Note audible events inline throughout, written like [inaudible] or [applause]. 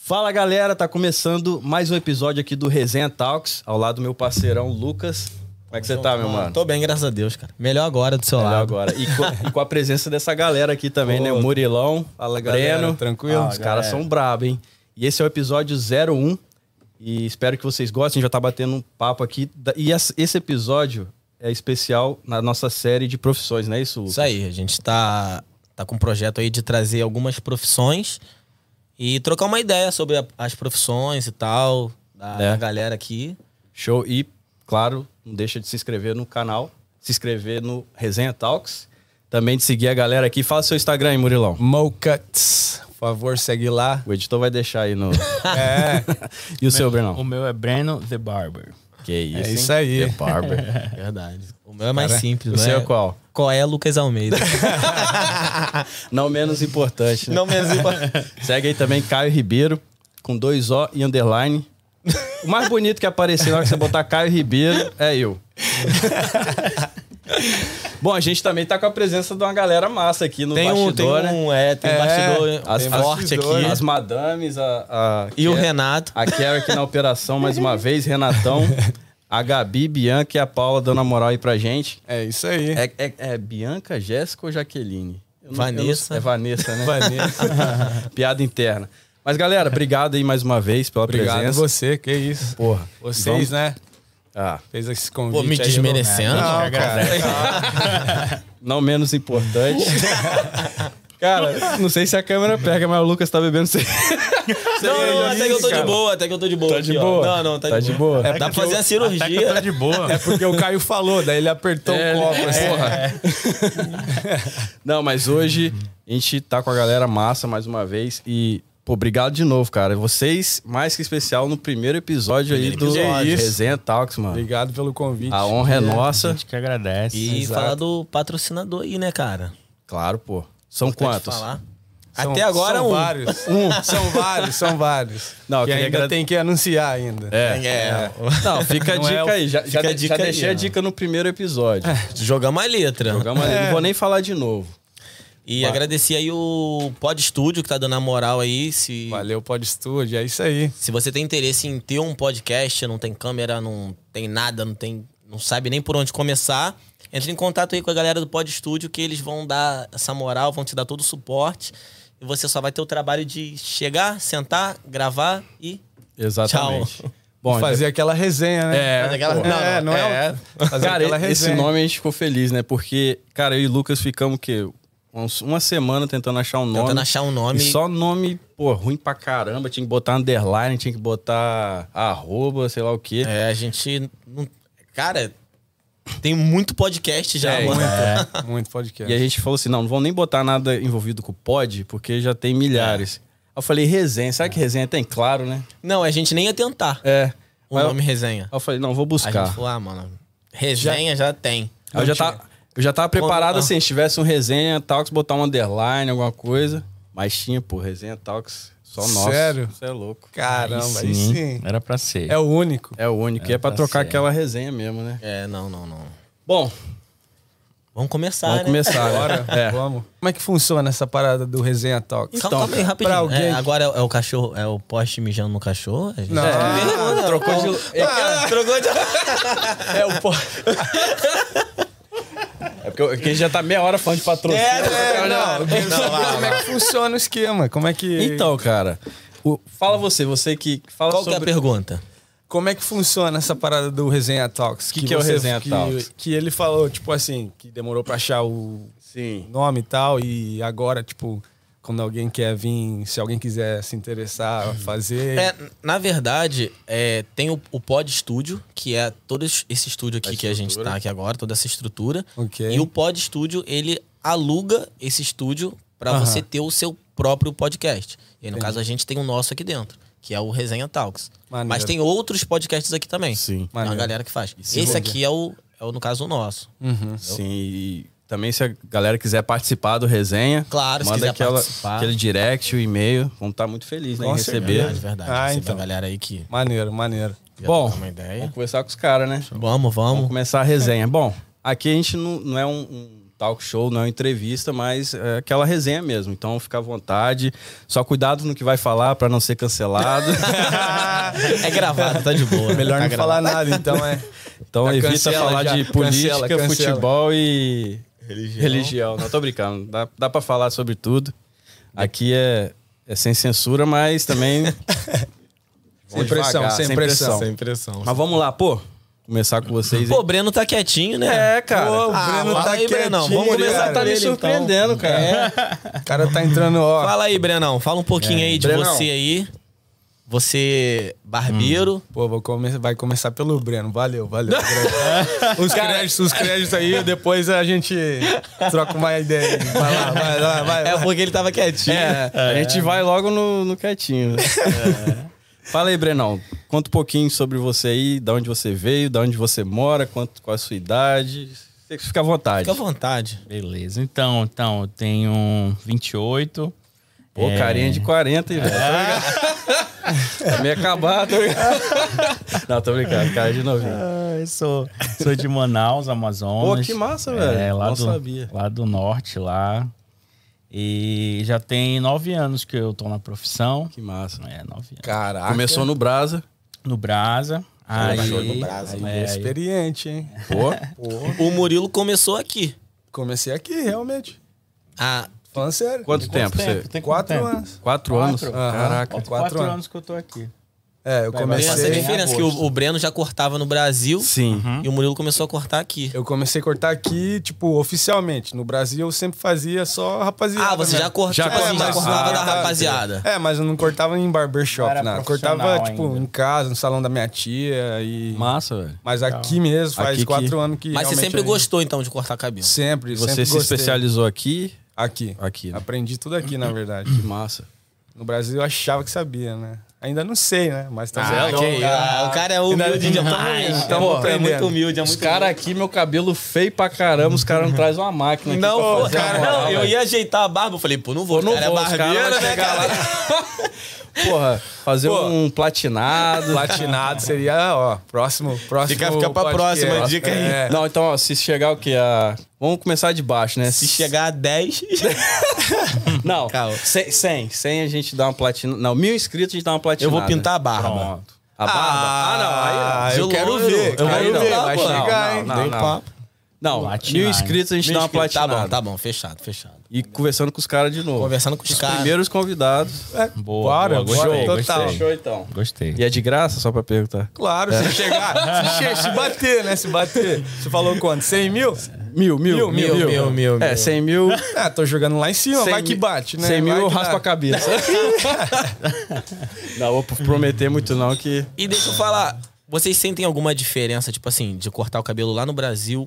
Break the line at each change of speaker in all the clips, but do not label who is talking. Fala galera, tá começando mais um episódio aqui do Resenha Talks, ao lado do meu parceirão Lucas. Como é que você tá, meu mano?
Tô bem, graças a Deus, cara. Melhor agora do seu
Melhor
lado.
agora. E co- e com a presença dessa galera aqui também, né? O Murilão,
Fala, galera,
Breno.
tranquilo?
Os caras são brabo, hein? E esse é o episódio 01. E espero que vocês gostem. A gente já tá batendo um papo aqui. Da- E essa- esse episódio é especial na nossa série de profissões, não é isso, Lucas?
Isso aí, a gente tá, tá com um projeto aí de trazer algumas profissões e trocar uma ideia sobre a- as profissões e tal, da,
É.
da galera aqui.
Show. E, claro, não deixa de se inscrever no canal, se inscrever no Resenha Talks. Também de seguir a galera aqui. Fala seu Instagram aí, Murilão.
Mocuts. Por favor, segue lá.
O editor vai deixar aí
[laughs]
no.
É,
[laughs] E o seu,
O
Brenão?
meu é Breno The Barber.
Que isso.
é
hein?
isso aí.
Verdade. O meu é mais simples,
O
né?
seu é qual?
Qual é Lucas Almeida?
[laughs] Não menos importante. né?
Não mesmo.
[laughs] Segue aí também Caio Ribeiro, com dois O e underline. O mais bonito que aparecer na hora que você botar Caio Ribeiro é
[laughs]
eu. Bom, a gente também tá com a presença de uma galera massa aqui no
[laughs] Tem um, tem
bastidor, né?
um, é, tem um
É,
bastidor
As,
tem
forte
bastidor,
aqui.
né?
as É. madames, a, a
E o
Ke-
Renato.
A Kera aqui na operação mais uma vez, Renatão, a Gabi, Bianca e a Paula dando a moral aí pra gente.
[laughs] É isso aí.
É, é- é Bianca, Jéssica ou Jaqueline? Eu não- eu não-
Vanessa.
é Vanessa, né?
Vanessa.
[laughs] Piada interna. Mas galera, obrigado aí mais uma vez pela
Obrigado a
presença.
você, que isso.
Porra,
Vocês,
vamos-
né?
Ah,
Fez esse convite.
Pô, me
aí,
desmerecendo?
Não,
Não,
cara.
não menos importante. [laughs] cara, não sei se a câmera pega, mas o Lucas tá bebendo. cerveja.
Não, não, até que eu tô de
Cara.
boa, até que eu tô de boa.
Tá de
aqui, ó.
boa?
Não, não, tá,
Tá de boa?
Dá pra fazer a cirurgia.
Tá de boa.
É porque o Caio falou, daí ele apertou
É,
o copo. assim.
Não, mas hoje a gente tá com a galera massa mais uma vez e pô, obrigado de novo, cara. Vocês mais que especial no primeiro episódio aí do
episódio.
Resenha Talks, mano.
Obrigado pelo convite.
A honra é nossa.
A gente que agradece.
E
Exato.
falar do patrocinador aí, né, cara?
Claro, pô. São
Importante
quantos?
falar.
São-
Até agora
são
um.
vários. Um. São vários, são vários.
Não, eu
que
queria
ainda
agrade-
tem que anunciar ainda.
É. Não, fica a
Não é
dica
o-
aí. Já, já,
fica a
de- já
dica aí,
deixei a
ó.
dica no primeiro episódio.
É.
Jogamos a letra.
Jogamos ali. Não vou nem falar de novo.
E agradecer aí o Pod Estúdio que tá dando a moral aí. Se,
Valeu, Pod Estúdio. É isso aí.
se você tem interesse em ter um podcast, não tem câmera, não tem nada, não tem. não sabe nem por onde começar, entre em contato aí com a galera do Pod Estúdio que eles vão dar essa moral, vão te dar todo o suporte. E você só vai ter o trabalho de chegar, sentar, gravar e.
Exatamente.
Bom, fazer aquela resenha, né?
então- É,
aquela-
pô.
Não,
é, não é. Fazer
Cara,
aquela
esse
resenha.
nome a gente ficou feliz, né? Porque, cara, eu e o Lucas ficamos o quê? Uns- Uma semana tentando achar um nome.
Tentando achar um nome.
E só nome, pô, ruim pra caramba. Tinha que botar underline, tinha que botar arroba, sei lá o quê.
É, a gente. não- Cara, tem muito podcast já,
É,
mano.
Muito, [laughs] muito podcast.
E a gente falou assim: não, não vão nem botar nada envolvido com pod, porque já tem milhares. Aí Eu falei, resenha. Será que resenha tem claro, né?
Não, a gente nem ia tentar
É.
o
Mas eu-
nome resenha.
Aí eu falei, não, vou
A
buscar.
gente falou, ah, mano, resenha já, tem.
Eu já, tava, eu já tava preparado
Quando-
assim, se tivesse um resenha, talks, botar um underline, alguma coisa. Mas tinha, pô, resenha, talks, só nosso.
Sério?
Isso é louco.
Caramba, aí
Sim,
sim.
Era pra Então, ser.
É o único.
É o único. e é pra
tá
trocar
certo.
aquela resenha mesmo, né?
É, não, não, não.
Bom,
Vamos começar,
vamos
né?
começar
Bora,
agora. É.
vamos. Como é que funciona essa parada do Resenha Talks?
Então, calma aí, rapidinho.
pra alguém-
É, agora é, é o cachorro, é o poste mijando no cachorro? A gente- É,
Não.
Ah, trocou de. É,
Trocou de...
[laughs] é o po- É porque, eu- porque a gente já tá meia hora falando de patrocínio.
né,
É, não, eu quero
Não, Então,
saber
vai,
como é que funciona o esquema? Como é que
Então, cara, o- fala você, você que fala
Qual que é a
sobre.
pergunta?
como é que funciona essa parada do Resenha Talks?
Que que é o Resenha
que,
Talks?
Que ele falou, tipo assim, que demorou pra achar o
Sim.
nome e tal e agora tipo quando alguém quer vir, se alguém quiser se interessar, fazer.
É, na verdade, é, tem o, o Pod Studio, que é todo es- esse estúdio aqui que a gente tá aqui agora, toda essa estrutura.
Ok.
E o Pod Studio, ele aluga esse estúdio pra
Aham.
você ter o seu próprio podcast. E aí, no caso, a gente tem o nosso aqui dentro, que é o Resenha Talks.
Maneiro.
Mas tem outros podcasts aqui também.
Sim.
Tem uma
Maneiro.
galera que faz. Esse aqui é o, é o, no caso, o nosso.
Sim, e também se a galera quiser participar do resenha,
Claro, se
manda
quiser
aquela,
participar.
aquele direct, o e-mail. Vamos estar muito felizes né, em
Com
receber.
Verdade, verdade.
Ah,
Você vê
então.
a galera aí que...
Maneiro, maneiro.
já
Bom,
tá com uma ideia.
Vamos conversar com os caras, né?
Vamos,
Vamos
vamos.
começar a resenha. Bom, aqui a gente não, não é um, um talk show, não é uma entrevista, mas é aquela resenha mesmo. Então fica à vontade. Só cuidado no que vai falar pra não ser cancelado.
[laughs] É gravado, tá de boa.
[laughs] Melhor não falar nada, então é.
Então
Já
evita
cancela,
falar
já.
de
Cancela,
política,
cancela.
futebol e
Religião.
religião. Não tô brincando, dá, dá para falar sobre tudo. Aqui é, é sem censura, mas também
[laughs] Sem
devagar,
pressão, sem
sem
pressão.
pressão.
Sem pressão.
Mas vamos lá, pô. Começar com vocês.
Pô, o Breno tá quietinho, né?
é, cara.
Pô, o
Ah,
Breno
fala
tá
aí, Brenão,
quietinho, é
vamos começar
cara.
tá me
por ele, então.
surpreendendo, cara.
[laughs] O cara tá entrando, ó.
Fala aí, Brenão. Fala um
É.
pouquinho aí de
Brenão.
você aí. Você, barbeiro.
Pô, vou come- vai começar pelo Breno. Valeu, valeu. Breno. os, créditos, os créditos aí, depois a gente troca uma ideia. Vai lá, vai lá, vai.
É porque ele tava quietinho.
É, a gente vai logo no, no quietinho. É. [laughs] Fala aí, Brenão. Conta um pouquinho sobre você aí, da onde você veio, da onde você mora, quanto, qual a sua idade. Você fica à vontade.
Fica à vontade.
Beleza. Então, então, eu tenho 28.
Pô, carinha de 40, hein, velho? [laughs] Tá É. meio acabado. tô brincando. [laughs] Não, tô brincando, cara de novinho.
Ah, eu sou, [laughs] sou de Manaus, Amazonas.
Pô, que massa,
É,
velho.
lá
Não
do,
sabia.
Lá do norte, lá. E já tem nove anos que eu tô na profissão.
Que massa.
É, nove anos.
Caraca.
Começou no Brasa.
No Brasa. Aí,
Trabalhou no Brasa.
aí,
É, experiente, hein? [laughs]
Pô,
O Murilo começou aqui.
Comecei aqui, realmente.
Ah,
Falando sério.
quanto tempo você?
Tem
Quatro
tempo?
anos.
Quatro anos?
Aham.
Caraca.
Quatro,
Quatro anos.
anos que eu tô aqui.
É, eu
tem
vai,
comecei.
vai.
essa
Em
diferença que o, o Breno já cortava no Brasil
Sim.
e o Murilo começou a cortar aqui.
Eu comecei a cortar aqui, tipo, oficialmente. No Brasil eu sempre fazia só rapaziada.
Ah, você já
mesmo.
cortava,
Já
já,
cortava,
já
mas-
cortava
ah,
da
tá.
rapaziada.
É, mas eu não cortava em barbershop,
Não era
não. Eu
profissional
cortava, tipo,
ainda.
em casa, no salão da minha tia. E...
Massa, velho.
Mas aqui mesmo, faz
Aqui que-
quatro anos que.
Mas você
realmente
sempre
eu-
gostou, então, de cortar cabelo.
Sempre,
Você
sempre
se
gostei.
especializou aqui?
Aqui.
Aqui, né?
Aprendi tudo aqui, na verdade.
Que massa.
No Brasil eu achava que sabia, né? Ainda não sei, né? Mas tá
Ah,
certo.
ok. Ah, o cara é humilde
Ainda-
demais.
Tamo
Pô, é
aprendendo.
muito humilde, é
Os
muito
caras aqui, meu cabelo feio pra caramba, os caras não trazem uma máquina aqui.
Não,
pra
pô,
fazer a
cara,
moral,
não, eu
velho.
ia ajeitar a barba, eu falei, pô, não vou,
Pô, não
cara,
vão,
é
os
barbeiro,
caras vão
né,
chegar
cara?
Porra, fazer
Pô.
um platinado.
Platinado seria, ó, próximo, próximo.
Fica- fica pra próxima, dica aí.
[laughs] É.
Não, então, ó, se chegar o quê? A... Vamos começar de baixo, né?
Se chegar a 10,
Não,
Calma.
100, 100, 100 a gente dá uma platina. Não, mil inscritos a gente dá uma platina.
eu vou pintar a barba.
Pronto. A barba? Ah,
Ah,
não. Aí,
de
eu quero
loiro.
ver.
Eu vou
quero
não,
ver.
Tá
não,
Vai
não,
chegar,
não,
hein?
não,
Dei
não.
papo.
não,
Platinar,
mil
hein?
inscritos a gente dá uma
Tá
platinada.
bom, tá bom, fechado, fechado.
E conversando com os caras de novo.
Conversando com os caras.
Primeiros convidados.
Boa,
Bora,
boa, gostei,
bora,
gostei.
total.
Fechou, então.
Gostei.
E é de graça, só pra perguntar?
Claro,
É.
se chegar. Se, che- se bater, né? Se bater. Você falou quanto? 100 mil?
Mil, mil,
Mil, mil, mil, mil,
É,
mil.
100 mil.
Ah, tô jogando lá em cima, vai que
mi-
bate, né?
100 mil
Vai
eu
que
raspo
dá.
a cabeça. [laughs] não vou prometer muito não que...
E deixa eu falar, vocês sentem alguma diferença, tipo assim, de cortar o cabelo lá no Brasil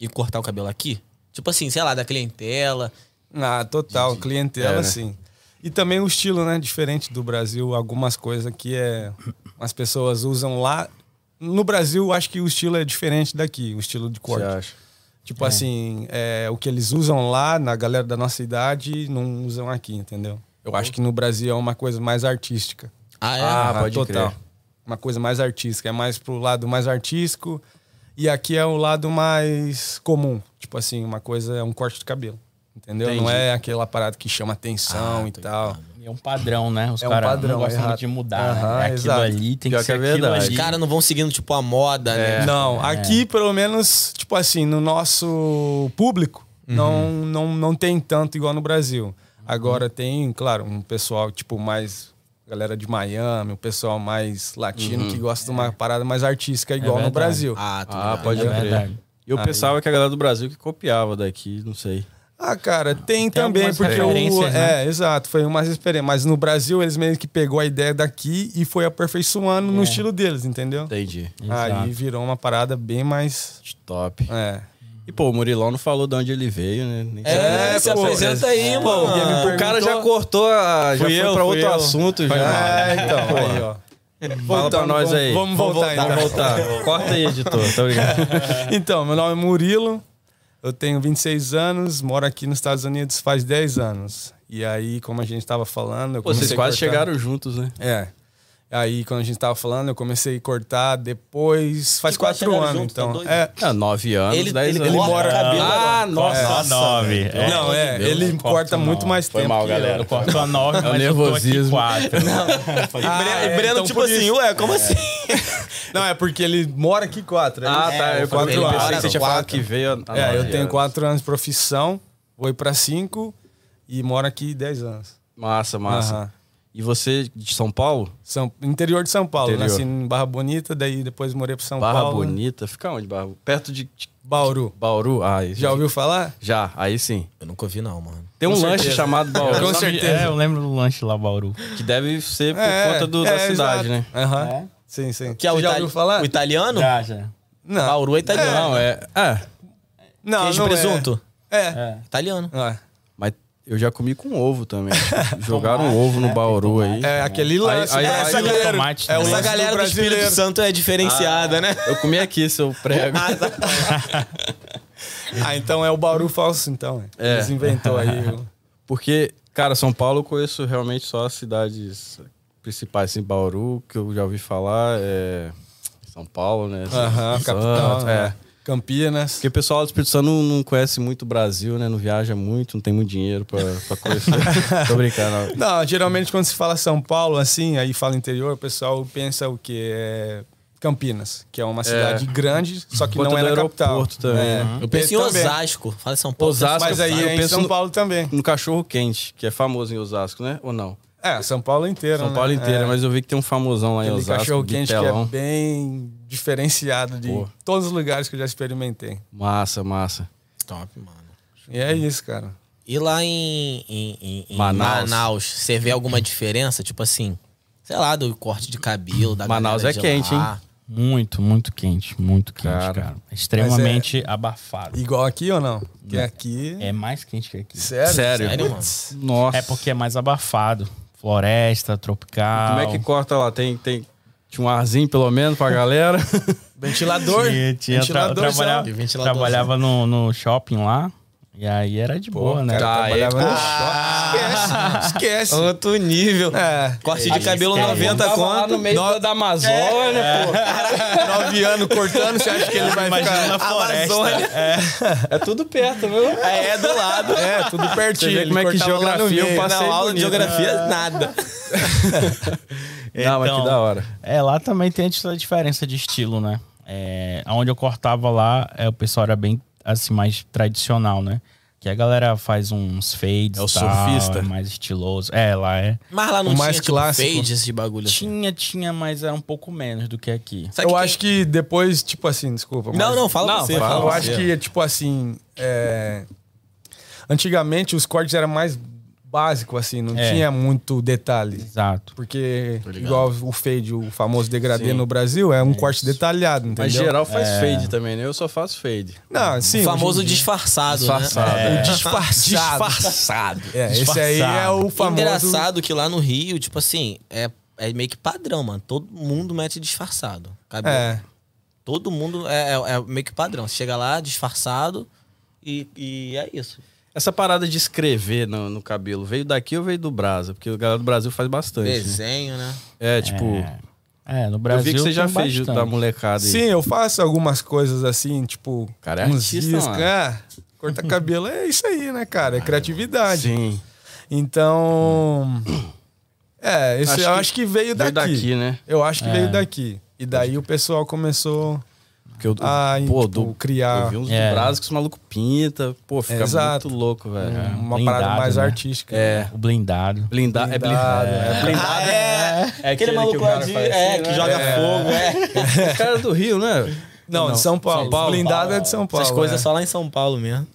e cortar o cabelo aqui? Tipo assim, sei lá, da clientela.
Ah, total, clientela,
É, né?
sim. E também o estilo, né? Diferente do Brasil, algumas coisas que é, as pessoas usam lá. No Brasil, eu acho que o estilo é diferente daqui, o estilo de corte.
Você acha?
Tipo assim, é, o que eles usam lá, na galera da nossa idade, não usam aqui, entendeu? Eu
Uhum.
acho que no Brasil é uma coisa mais artística.
Ah, é?
Ah, pode crer.
Uma coisa mais artística, é mais pro lado mais artístico. E aqui é o lado mais comum. Tipo assim, uma coisa é um corte de cabelo. Entendeu? Não é aquela parada que chama atenção e tal.
É um padrão, né? Os
É um
caras
padrão,
não gostam
errado.
muito de mudar. né?
Aham,
É Aquilo
exato.
ali tem
Pior
que ser
que é
aquilo
verdade.
ali.
os caras não vão seguindo, tipo, a moda, né?
Não, aqui pelo menos, tipo assim, no nosso público,
Uhum.
não, não, não tem tanto igual no Brasil. Agora tem, claro, um pessoal, tipo, mais. Galera de Miami, o pessoal mais latino que gosta de uma parada mais artística igual no
verdade.
Brasil.
Ah, tá.
Ah,
ligado.
pode
É
crer.
verdade.
Eu pensava que a galera do Brasil que copiava daqui, não sei.
Ah, cara, tem, também,
algumas
porque o.
referências, né?
É, exato, foi umas experiências. Mas no Brasil, eles meio que pegou a ideia daqui e foi aperfeiçoando no estilo deles, entendeu?
Entendi.
Aí
É. Exato.
virou uma parada bem mais.
Top.
É.
E, pô, o Murilão não falou de onde ele veio, né? Nem sei.
É,
É,
se
pô,
apresenta aí, mano.
alguém me
Ah, O cara já
cortou.
cortou, a, já
Fui
foi
eu,
pra
fui
outro
eu.
assunto já. Ah,
[laughs] É, então, aí, ó.
Fala pra
Voltando,
nós
vamos-
aí.
Vamos voltar, então.
Vamos
[laughs]
voltar. Corta aí, editor. Tá ligado?
Então, meu nome é Murilo, eu tenho 26 anos, moro aqui nos Estados Unidos faz 10 anos. E aí, como a gente estava falando, eu
Pô, vocês
comecei
quase
cortando-
chegaram juntos, né?
É. Aí, quando a gente tava falando, eu comecei a cortar depois. Faz
Que quase
quatro
chegaram
anos,
juntos, tá
então.
doido?
É,
Ah, nove anos,
Ele-
dez
ele
anos.
corta
mora-
o cabelo
Ah,
agora.
nossa.
Só a nove. é.
não, é.
Deus,
ele
não
corta
corto,
muito
não.
mais
um Foi
tempo.
mal,
que
galera.
Eu corto a nove, mas
nervosismo.
eu tô aqui quatro.
e Breno, e Breno,
então
tipo
por
assim, ué, como assim?
eu. Não, é porque ele mora aqui quatro. aí
Ah,
ele-
tá.
é,
Eu,
quatro
quatro eu pensei
anos.
que você tinha
Quatro.
falado que veio. a- a
É, eu
nove
tenho
anos.
quatro anos de profissão, vou ir pra cinco e moro aqui dez anos.
Massa, massa.
Aham.
E você de São Paulo?
São, interior de São Paulo.
Interior.
Nasci em Barra Bonita, daí depois morei pra São
Barra
Paulo. né?
Bonita. Fica onde, Barra? Perto de de
Bauru.
Bauru? Ah, isso.
Já ouviu falar?
Já, aí sim.
Eu nunca ouvi, não, mano.
Tem um
Com
lanche
certeza. [laughs]
chamado
Com
Bauru,
Eu lembro-
certeza.
É, eu lembro do lanche lá, Bauru.
que deve ser por
É,
conta do-
é,
da cidade,
exato.
né?
Aham.
É?
Sim, sim.
Que é o,
Você já
itali-
ouviu falar?
o italiano?
Já, já.
Não.
Bauru é italiano.
Não, é. Ah,
Não,
Queijo
não
e
é.
presunto?
É.
É.
Italiano.
Ah,
mas eu já comi com ovo
[laughs]
também. Jogaram um ovo no Bauru aí.
É, aquele lance.
aí-
do
aí-
brasileiro.
tomate
é o
também.
Essa
lance
galera do, Espírito
brasileiro.
Santo é diferenciada, né?
Eu comi aqui, seu prego.
Ah, então é o Bauru falso, então.
É.
É. Eles inventou aí. o-
Porque, cara, São Paulo eu conheço realmente só as cidades principais, assim, Bauru, que eu já ouvi falar, é... São Paulo, né?
[laughs] Aham,
Espírito
capital.
Santo,
né?
É.
Campinas.
Porque o pessoal do Espírito Santo não, não conhece muito o Brasil, né? Não viaja muito, não tem muito dinheiro pra, pra
[laughs]
conhecer. Tô brincando.
Não, geralmente quando se fala São Paulo, assim, aí fala interior, o pessoal pensa o quê? É Campinas, que é uma cidade grande, só que
Por conta
não é
do
na capital.
aeroporto também,
É.
né?
Eu penso em
também.
Osasco. Fala em São Paulo.
Osasco,
Mas aí
né? eu
é em
penso
São
no-
Paulo também.
No Um cachorro quente, que é famoso em Osasco, né? Ou não?
É, São Paulo inteiro.
São
né?
Paulo inteiro,
É.
mas eu vi que tem um famosão lá em
Aquele
Osasco.
cachorro quente que é
Bitelão.
bem diferenciado de
Pô.
todos os lugares que eu já experimentei.
Massa, massa.
Top, mano.
E é isso, cara.
E lá em, em- em- em
Manaus.
Manaus. você vê alguma diferença? Tipo assim, sei lá, do corte de cabelo, da
Manaus
galera
é
de
quente,
lá.
Muito, muito quente, muito quente,
Cara.
cara. Extremamente abafado.
Igual aqui ou não? Porque aqui.
É mais quente que aqui.
Sério?
Sério?
Sério, mano?
Putz.
Nossa.
É porque é mais abafado. Floresta, tropical.
Como é que corta lá? Tem, tem, tinha um arzinho, pelo menos, pra
[laughs]
galera.
Ventilador?
Tinha- tinha- tra-
Ventilador,
trabalhava-
sabe?
Ventilador,
trabalhava no, no shopping lá. E aí era de boa,
tá,
né?
cara,
Trabalhava-
é-
Esquece. Esquece.
Outro nível.
É.
Corte de cabelo
esquece.
90
Tava lá
conto.
no meio da- da Amazônia,
Nove anos cortando, você acha que é
[laughs]
ele vai
Imagina na
ficar.
floresta.
pô. É tudo perto, viu?
É, é do lado.
É, tudo pertinho.
Você vê
ele
como é que
cortava lá no
geografia eu
meio.
passei
Não, aula
bonito,
de geografia,
É.
nada.
Não, mas que
Então,
da hora.
É, lá também tem essa diferença de estilo, né? É, onde eu cortava lá, é, o pessoal era bem, assim, mais tradicional, né? Que a galera faz uns fades
É o
e tal,
surfista.
é mais estiloso. É, lá é.
Mas lá não
O
tinha
mais
tipo,
clássico.
fade, esse bagulho assim.
Tinha, tinha, mas era um pouco menos do que aqui.
Sabe
eu
quem-
acho que depois, tipo assim, desculpa.
Não,
mas-
não, fala
Não,
você.
fala,
fala
Eu
você.
acho que, tipo assim. é, Antigamente os cortes eram mais básicos, assim, não
É.
tinha muito detalhe.
Exato.
Porque, igual o fade, o famoso degradê no Brasil, é um corte detalhado, entendeu?
Mas geral faz fade também, né? Eu só faço fade.
Não, sim.
O famoso
hoje em dia-
disfarçado,
Disfarçado,
né?
é.
O
[laughs] Disfarçado.
Disfarçado.
É, esse aí é o famoso.
Engraçado que lá no Rio, tipo assim, é, é meio que padrão, mano. Todo mundo mete disfarçado. Cabelo.
É.
Todo mundo é, é- é meio que padrão. Você chega lá disfarçado e, e é isso.
Essa parada de escrever no, no cabelo, veio daqui ou veio do Brasa? Porque o galera do Brasil faz bastante. né?
Desenho, né?
É, tipo...
É, no Brasil.
Eu vi que você já
tem
fez
bastante.
da molecada aí.
Sim, eu faço algumas coisas assim, tipo.
Cara, é
uns
artista,
riscos.
mano.
É, corta cabelo é isso aí, né, cara? É criatividade.
Sim. Hum.
Então. É, esse,
Acho
eu
que-
acho que veio
Veio
daqui.
daqui, né?
Eu acho que veio daqui. E daí o pessoal começou
Porque eu,
a
pô,
tipo,
do, eu
criar
vi uns
É.
do Brasa que os malucos pinta. Pô, fica
Exato. É.
muito louco, velho.
uma
Blindado,
parada mais
né?
artística.
É.
O blindado.
Blindar, é blindado.
Blindado,
É blindado.
é,
É
aquele
que
maluco
o cara
lá de,
faz
é,
assim,
que
né?
joga
É.
fogo,
[laughs]
é.
Os caras do Rio, né?
Não, de São Paulo.
São Paulo.
Blindado é de São Paulo.
Essas coisas
é.
só lá em São Paulo mesmo.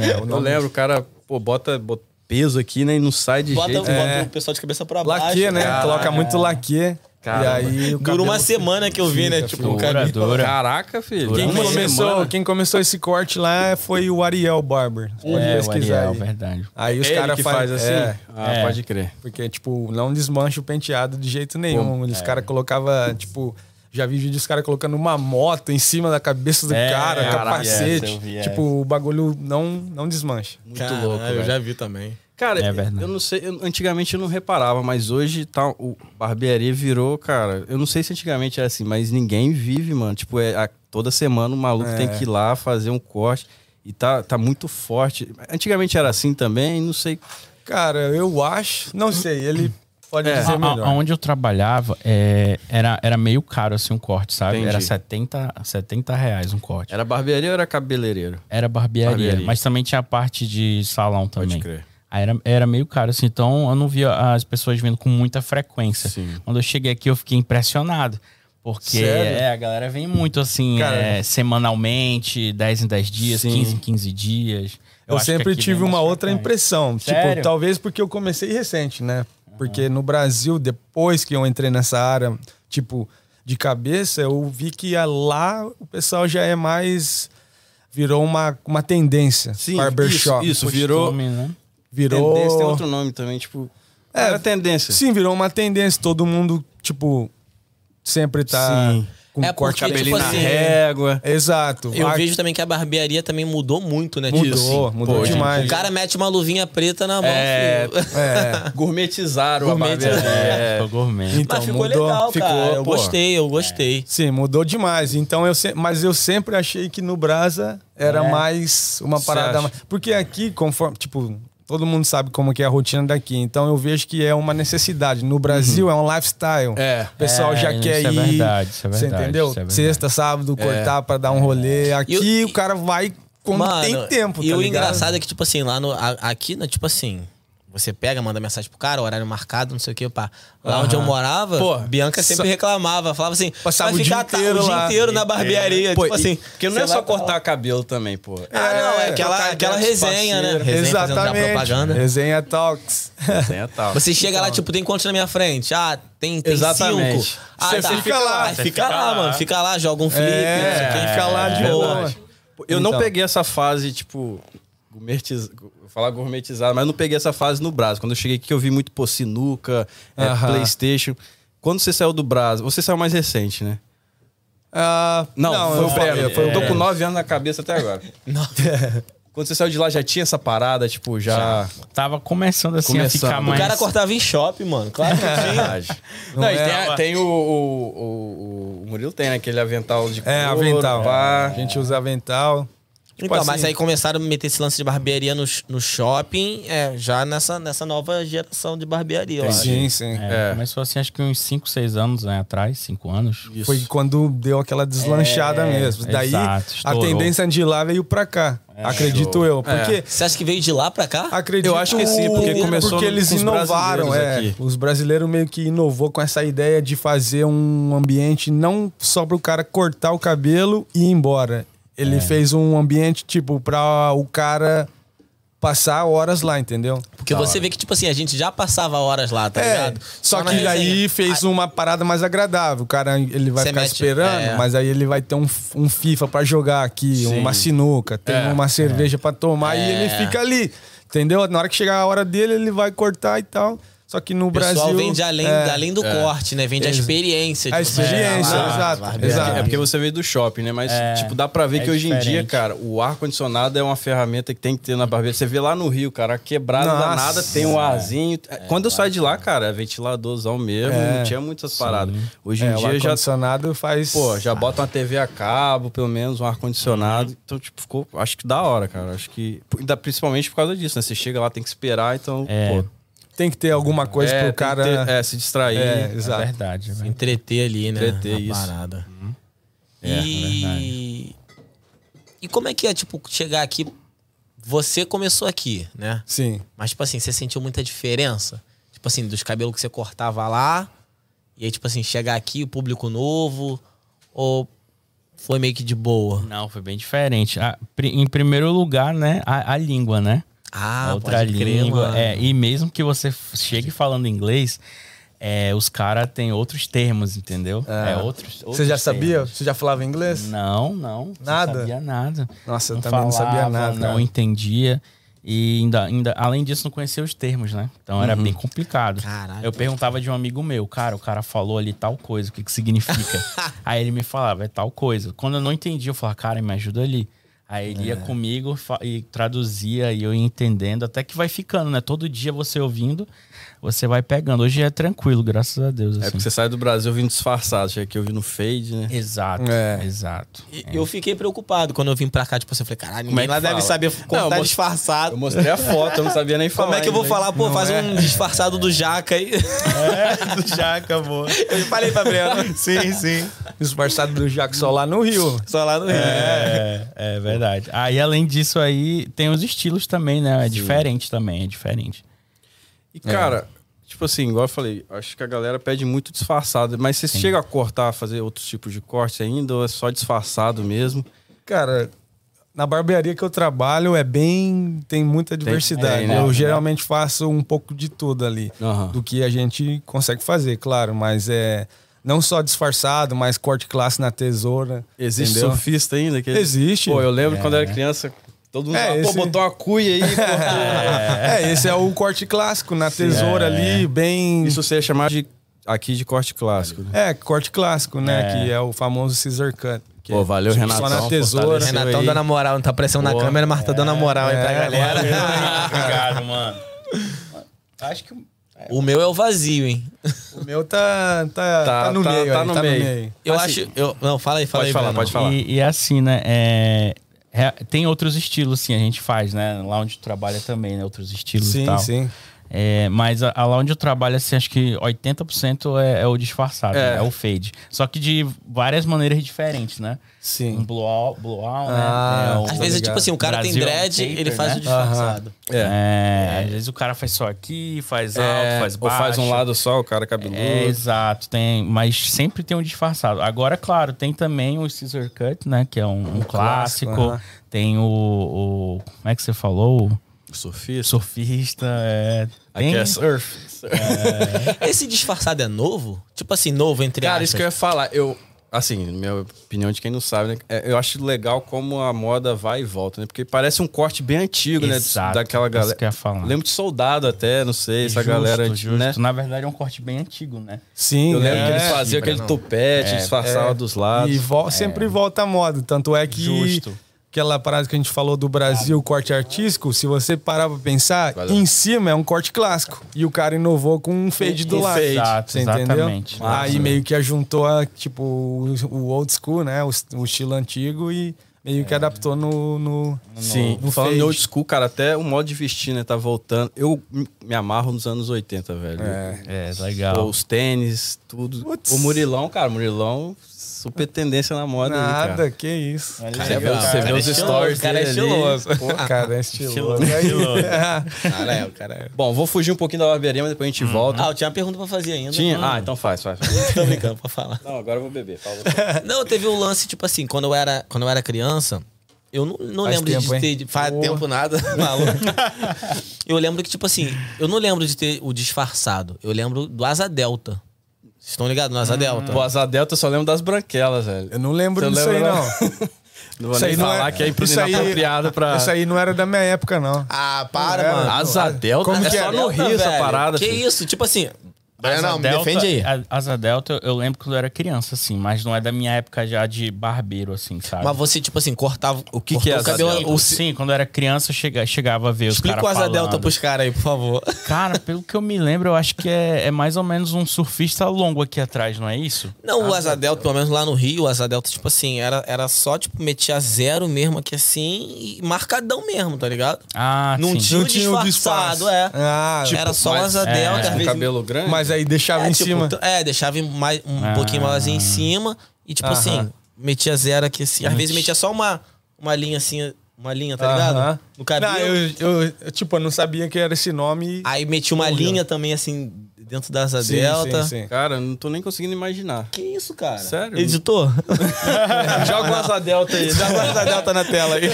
É, o
Eu
nome-
lembro, o cara, pô, bota, bota peso aqui, né? E não sai de
Bota, um
jeito.
bota o pessoal de cabeça pra baixo.
Laque, né?
Caraca.
Coloca muito laque.
Caramba.
E aí o
Dura uma
cabelo-
semana que eu vi, né?
fica,
Tipo,
fica.
um cabelo.
Dura.
Caraca, filho.
Quem
Uma
começou,
semana.
quem começou esse corte lá foi o Ariel Barber. Você Pode
é, o
pesquisar
Ariel,
aí.
verdade.
Aí os
Ele
caras
que
faz
faz assim?
É,
Ah,
É.
pode crer.
porque, tipo, não desmancha o penteado de jeito nenhum. os
É.
caras colocavam, tipo... Já vi vídeo dos caras colocando uma moto em cima da cabeça do
É,
cara,
caralho,
capacete.
essa eu vi, é.
tipo, o bagulho não, não desmancha.
Muito
Caralho,
louco,
Eu
velho.
já vi também.
Cara,
É verdade.
eu não sei, eu- antigamente eu não reparava, mas hoje tá, o barbearia virou, cara. Eu não sei se antigamente era assim, mas ninguém vive, mano. Tipo, é, a- toda semana o maluco tem que ir lá fazer um corte e tá, tá muito forte. Antigamente era assim também, não sei.
Cara, eu acho. Não sei, ele pode
É.
dizer
A- a-
melhor.
Aonde eu trabalhava, é, era, era meio caro assim um corte, sabe?
Entendi.
Era 70, 70 reais um corte.
Era barbearia ou era cabeleireiro?
Era barbearia,
Barbearia.
mas também tinha a parte de salão
Pode
também.
crer.
Aí era, era meio caro, assim, então eu não via as pessoas vindo com muita frequência.
Sim.
Quando eu cheguei aqui, eu fiquei impressionado. Porque
Sério?
é, a galera vem muito assim,
Cara,
é, semanalmente, 10 em 10 dias,
Sim.
15 em 15 dias.
Eu,
acho que
sempre
aqui
tive
vem
uma
mais
outra
frequente.
impressão.
Sério?
Tipo, talvez porque eu comecei recente, né? Porque no Brasil, depois que eu entrei nessa área, tipo, de cabeça, eu vi que a- lá o pessoal já é mais. Virou uma, uma tendência. barbershop.
Isso, isso virou.
Costume, né?
[laughs]
Virou.
Tendência tem outro nome também, tipo.
É,
era tendência.
Sim, virou uma tendência. Todo mundo, tipo, sempre tá
Sim.
com
É
corte
porque,
Cabelinho
tipo
na
assim,
régua.
Exato.
Eu
Ah,
vejo também que a barbearia também mudou muito, né?
Mudou,
Tipo
mudou
pô,
demais.
O cara mete uma luvinha preta na mão.
É,
filho.
É.
[laughs] Gourmetizaram
Gourmetizaram.
a barbearia. É.
Ficou gourmet.
Então,
Mas ficou
mudou,
legal,
ficou,
cara. Eu
pô.
gostei, eu gostei.
Sim, mudou demais. Então eu se- mas eu sempre achei que no Brasa era
É.
mais uma
Cê
parada,
acha?
ma- porque aqui conforme, tipo, todo mundo sabe como que é a rotina daqui. Então eu vejo que é uma necessidade. No
Uhum.
Brasil é um lifestyle.
É.
O pessoal
É,
já quer
isso é
ir.
verdade, isso é
você
verdade,
entendeu?
isso é verdade.
Sexta, sábado cortar pra dar um rolê. Aqui
E o-
o cara vai quando tem tempo, tá
E o
ligado?
engraçado é que, tipo assim, lá no. a- aqui, né, tipo assim. Você pega, manda mensagem pro cara, horário marcado, não sei o que, pá. Lá onde eu morava,
Pô,
Bianca sempre reclamava. Falava assim,
Passava
vai
o dia
ficar ta-
inteiro
o dia
lá.
inteiro na barbearia.
Pô,
tipo
e-
assim.
Porque não é
você
só
vai pra lá.
cortar cabelo também, pô.
Ah, não, é aquela,
Trocar
aquela
ideia com os
resenha, né?
parceiros.
Resenha fazendo
Exatamente.
da propaganda.
Resenha Talks. [laughs]
Tem a Assim é tal.
Você chega
Então.
lá, tipo, tem quantos na minha frente? Ah, tem, tem
Exatamente.
cinco. Ah,
Você fica lá.
Aí
Você
Fica, lá, mano. Fica lá, joga um flip.
É,
não sei o quê.
fica lá de boa.
Eu não
Então.
peguei essa fase, tipo, gourmetiz... gu- vou falar gourmetizada, mas eu não peguei essa fase no Brasil. Quando eu cheguei aqui, eu vi muito, pô, sinuca, é,
Aham.
Playstation. Quando você saiu do Brasil, você saiu mais recente, né?
Ah,
Não, foi
eu
o Breno.
falei,
foi- Eu tô
Breno.
com nove anos na cabeça até agora. Quando você saiu de lá, já tinha essa parada, tipo, já...
Tava começando assim
Começando.
a ficar
O
O
mais...
cara cortava em shopping, mano. Claro que tinha.
Verdade. Não,
é
e tem, a- tem o, o, o- o Murilo tem, né? Aquele avental de
É,
couro,
avental.
pá.
A gente usa avental. Tipo
então,
assim,
mas aí começaram a meter esse lance de barbearia no, no shopping, é, já nessa, nessa nova geração de barbearia, eu acho.
Sim, sim.
É,
É.
Começou assim, acho que uns 5, 6 anos né, atrás, 5 anos.
Isso.
Foi quando deu aquela deslanchada
É,
mesmo. Daí
exato,
a
estourou.
tendência de lá veio pra cá. acredito
É, show. É.
eu. Porque.
Você acha que veio de lá pra cá?
Acredito
Eu acho que sim, porque começou
porque
no-
eles
com os
inovaram,
brasileiros
é.
aqui.
Os brasileiros meio que inovou com essa ideia de fazer um ambiente não só para o cara cortar o cabelo e ir embora.
É.
Ele fez um ambiente tipo para o cara passar horas lá, entendeu?
Porque você vê que, tipo assim, a gente já passava horas lá, tá
É,
ligado?
só
na
que
resenha.
aí fez uma parada mais agradável. O cara ele vai
Você
ficar
mete-
esperando,
é.
mas aí ele vai ter um, f- um FIFA pra jogar aqui, uma sinuca, tem uma cerveja pra tomar e ele fica ali. Entendeu? Na hora que chegar a hora dele, ele vai cortar e tal. Só que no
O pessoal
Brasil.
vem de além,
é,
além do corte, né? Vende a
Ex-
experiência.
A
de você chegar
experiência,
lá,
exato,
barbearia.
exato.
É porque você veio do shopping, né? Mas,
É,
tipo, dá pra ver
é
que hoje em dia,
diferente.
cara, o ar-condicionado é uma ferramenta que tem que ter na barbearia. Você vê lá no Rio, cara, a quebrada
Nossa.
danada, tem
É.
um arzinho. Quando eu saio de lá, cara, é ventiladorzão mesmo, não tinha muitas paradas. Hoje em
é, o
dia já,
ar-condicionado faz.
pô, já bota uma TV a cabo, pelo menos um ar-condicionado.
Uhum.
Então, tipo, ficou, acho que da hora, cara. Acho que, ainda principalmente por causa disso, né? Você chega lá, tem que esperar, então,
É.
pô.
Tem que ter alguma coisa
é,
pro
tem que
cara.
ter- é, se distrair.
É,
É
exato.
verdade. velho.
Entreter ali, né?
Entreter,
na
isso. Uhum. É,
parada. e... e como é que é, tipo, chegar aqui? Você começou aqui, né?
Sim.
Mas, tipo assim, você sentiu muita diferença? Tipo assim, dos cabelos que você cortava lá, e aí, tipo assim, chegar aqui, o público novo, ou foi meio que de boa?
Não, foi bem diferente. A- pri- em primeiro lugar, né, a, a língua, né?
Ah,
a outra
pode crer,
língua.
mano.
é, e mesmo que você f- chegue falando inglês, é, os caras têm outros termos, entendeu? É, outros,
Você já
outros
sabia?
termos.
Você já falava inglês?
Não, não. Não
Nada?
sabia nada.
Nossa, eu também não sabia nada,
Não
cara.
entendia. E ainda, ainda, além disso, não conhecia os termos, né? Então
Uhum.
era bem complicado.
Caralho.
Eu perguntava de um amigo meu, cara, o cara falou ali tal coisa,
[laughs]
o que que significa? Aí ele me falava, é tal coisa. Quando eu não entendi, eu falava, cara, me ajuda ali. Aí ele ia comigo fa- e traduzia e eu ia entendendo, até que vai ficando, né? Todo dia você ouvindo, você vai pegando. Hoje é tranquilo, graças a Deus.
É
assim.
porque você sai do Brasil vindo disfarçado. Chega aqui eu vi no fade, né?
Exato,
É. [laughs]
exato.
E Eu fiquei preocupado quando eu vim pra cá, tipo, você falei, caralho, ninguém
é que
lá deve
fala?
saber como
Não,
tá
eu mos- Eu
disfarçado.
mostrei a foto, eu não sabia [laughs] nem falar.
Como é que eu vou
inglês.
falar, pô, faz um disfarçado do Jaca aí? [laughs]
É,
Já acabou.
Eu falei pra Breno.
[laughs]
Sim, sim.
Esbarçado do Jackson lá no Rio.
Só lá no Rio.
É, é verdade. Aí, além disso, aí tem os estilos também, né? É diferente também, é diferente.
E, cara, tipo assim, igual eu falei, acho que a galera pede muito disfarçado. Mas você chega a cortar, fazer outros tipos de corte ainda ou é só disfarçado mesmo?
Cara, na barbearia que eu trabalho é bem. tem muita diversidade.
tem, né?
Eu geralmente faço um pouco de tudo ali.
Aham.
Do que a gente consegue fazer, claro, mas é. Não só disfarçado, mas corte classe na tesoura.
Existe
entendeu?
surfista ainda? Que...
Existe.
Pô, eu lembro quando eu era criança, todo mundo
É,
falava, pô,
esse-
botou uma cuia aí.
[laughs]
cortou.
[laughs] É, esse é o corte clássico na tesoura ali, bem.
É. Isso você ia chamar de, aqui de corte clássico. Né?
É, corte clássico, né? Que é o famoso scissor cut. que é-
valeu,
Renatão, na tesoura.
fortaleceu
Renatão
aí.
dando a moral, não tá aparecendo na câmera, mas tá dando a moral aí pra galera.
[laughs] Obrigado, mano. Acho que
O meu é o vazio, hein?
O meu tá, tá,
Tá-
tá, no
tá-
meio.
tá
aí,
no
tá
meio.
no meio.
Eu
Assim,
acho. Eu, não, fala aí, fala
pode
aí.
falar,
Breno.
pode falar.
E, e assim, né? é, rea- tem outros estilos, sim, a gente faz, né? Lá onde tu trabalha também, né? Outros estilos e
Sim,
tal.
sim.
É, mas a, a lá onde eu trabalho, assim, acho que 80% é, é o disfarçado,
É.
né? é. o fade. Só que de várias maneiras diferentes, né? Um
Sim.
blow-out, blow-out
Ah,
né? É, o-
Às vezes,
Tá
tipo assim, o cara tem
Brasil é um
dread,
taper,
ele faz
né?
o disfarçado.
É, às vezes o cara faz só aqui, faz alto, faz
É, ou
baixo.
faz um lado só, o cara cabeludo.
É, exato, tem, mas sempre tem um disfarçado. Agora, claro, tem também o Scissor Cut, né? Que é um, um clássico.
clássico,
né?
aham.
Tem o, o- Como é que você falou? O
surfista.
surfista. É, tem,
Aqui é surf.
[laughs] Esse disfarçado é novo? Tipo assim, novo, entre
Cara,
aspas.
isso que eu ia falar. Eu, assim, minha opinião de quem não sabe, né? É, Eu acho legal como a moda vai e volta, né? Porque parece um corte bem antigo, né?
Exato,
Daquela
isso
galera.
que eu ia falar.
Lembro de soldado até, não sei, essa
justo,
galera. de-
justo.
Né?
Na verdade, é um corte bem antigo, né?
Sim,
Eu lembro
é.
que eles faziam aquele
É,
tupete, disfarçava dos lados.
E vol- sempre volta à moda. Tanto é que
Justo.
aquela parada que a gente falou do Brasil, corte artístico, se você parar pra pensar, em cima é um corte clássico. E o cara inovou com um fade do
Um
lado.
fade.
Exato,
Você entendeu?
exatamente.
Aí meio que ajuntou a, tipo, o- o old school, né? O, o estilo antigo e meio que adaptou no. no-
É. Sim,
no
falando de
fade.
old school, cara, até o modo de vestir, né? Tá voltando. Eu m- me amarro nos anos 80, velho.
É,
Pô,
legal.
os tênis, tudo.
Putz.
O Murilão, cara, Murilão, super tendência na moda aí, cara.
Nada, que isso. [laughs]
Você vê- você vê
cara,
os
é estiloso,
stories
o cara é
dele ali.
estiloso.
Pô, cara, é estiloso.
Estiloso.
Cara, é, o cara é.
Bom, vou fugir um pouquinho da barbearia, mas depois a gente volta.
Ah, eu tinha uma pergunta pra fazer ainda.
Tinha? Ah, então faz, faz. faz.
Tô brincando pra falar.
Não, agora eu vou beber. Fala.
Não, teve um lance, tipo assim, quando eu era, quando eu era criança, eu não, não
Faz
lembro
tempo,
de
hein?
ter. Faz
Boa.
tempo nada. [laughs] Maluco. eu lembro que, tipo assim, eu não lembro de ter o disfarçado. Eu lembro do Asa Delta. Vocês estão ligados no Asa Delta?
Pô, asa delta eu só lembro das branquelas, velho.
[laughs] Eu não lembro
Você
disso aí,
lembra,
não.
Não vou nem falar que é
isso aí-
inapropriado pra...
Isso aí não era da minha época, não.
Ah, para,
É,
mano.
Asa delta?
Como
é
que
só
é?
no
Delta,
Rio essa
velho.
parada,
Que
filho.
isso? Tipo assim.
Asa
não, me
Delta- é
defende aí.
a- Asa Delta, eu- eu lembro quando eu era criança, assim, mas não é da minha época já de barbeiro, assim, sabe?
Mas você, tipo assim, cortava. O
que que é
o
Asa
cabelo,
Delta?
o-
Sim, quando eu era criança, eu chega- chegava a ver os
Explica
caras
o Asa Delta
falando.
pros caras aí, por favor.
Cara, pelo que eu me lembro, eu acho que é, é mais ou menos um surfista longo aqui atrás, não é isso?
Não, o Asa Delta, pelo menos lá no Rio, o Asa Delta, tipo assim, era, era só, tipo, metia zero mesmo aqui assim e marcadão mesmo, tá ligado?
Ah,
Não
sim.
tinha- o disfarçado, é.
Ah,
era só o
mas-
Asa Delta. às
Com
vezes-
É, cabelo grande?
mas aí deixava
é,
em
tipo,
cima.
t- É, deixava mais, um pouquinho mais em cima e, tipo
Aham.
assim, metia zero aqui assim. Às vezes metia só uma, uma linha assim, uma linha, tá
Aham.
ligado? No
é,
cabelo.
Não, eu, eu- eu, tipo, eu não sabia que era esse nome.
Aí metia uma
Porra.
linha também assim, dentro da Asa
Sim,
Delta.
sim, sim.
Cara, eu não tô nem conseguindo
[laughs]
imaginar.
Que isso, cara?
Sério?
Editor?
Joga o asa delta aí.
Joga o
[laughs]
Asa Delta na tela aí.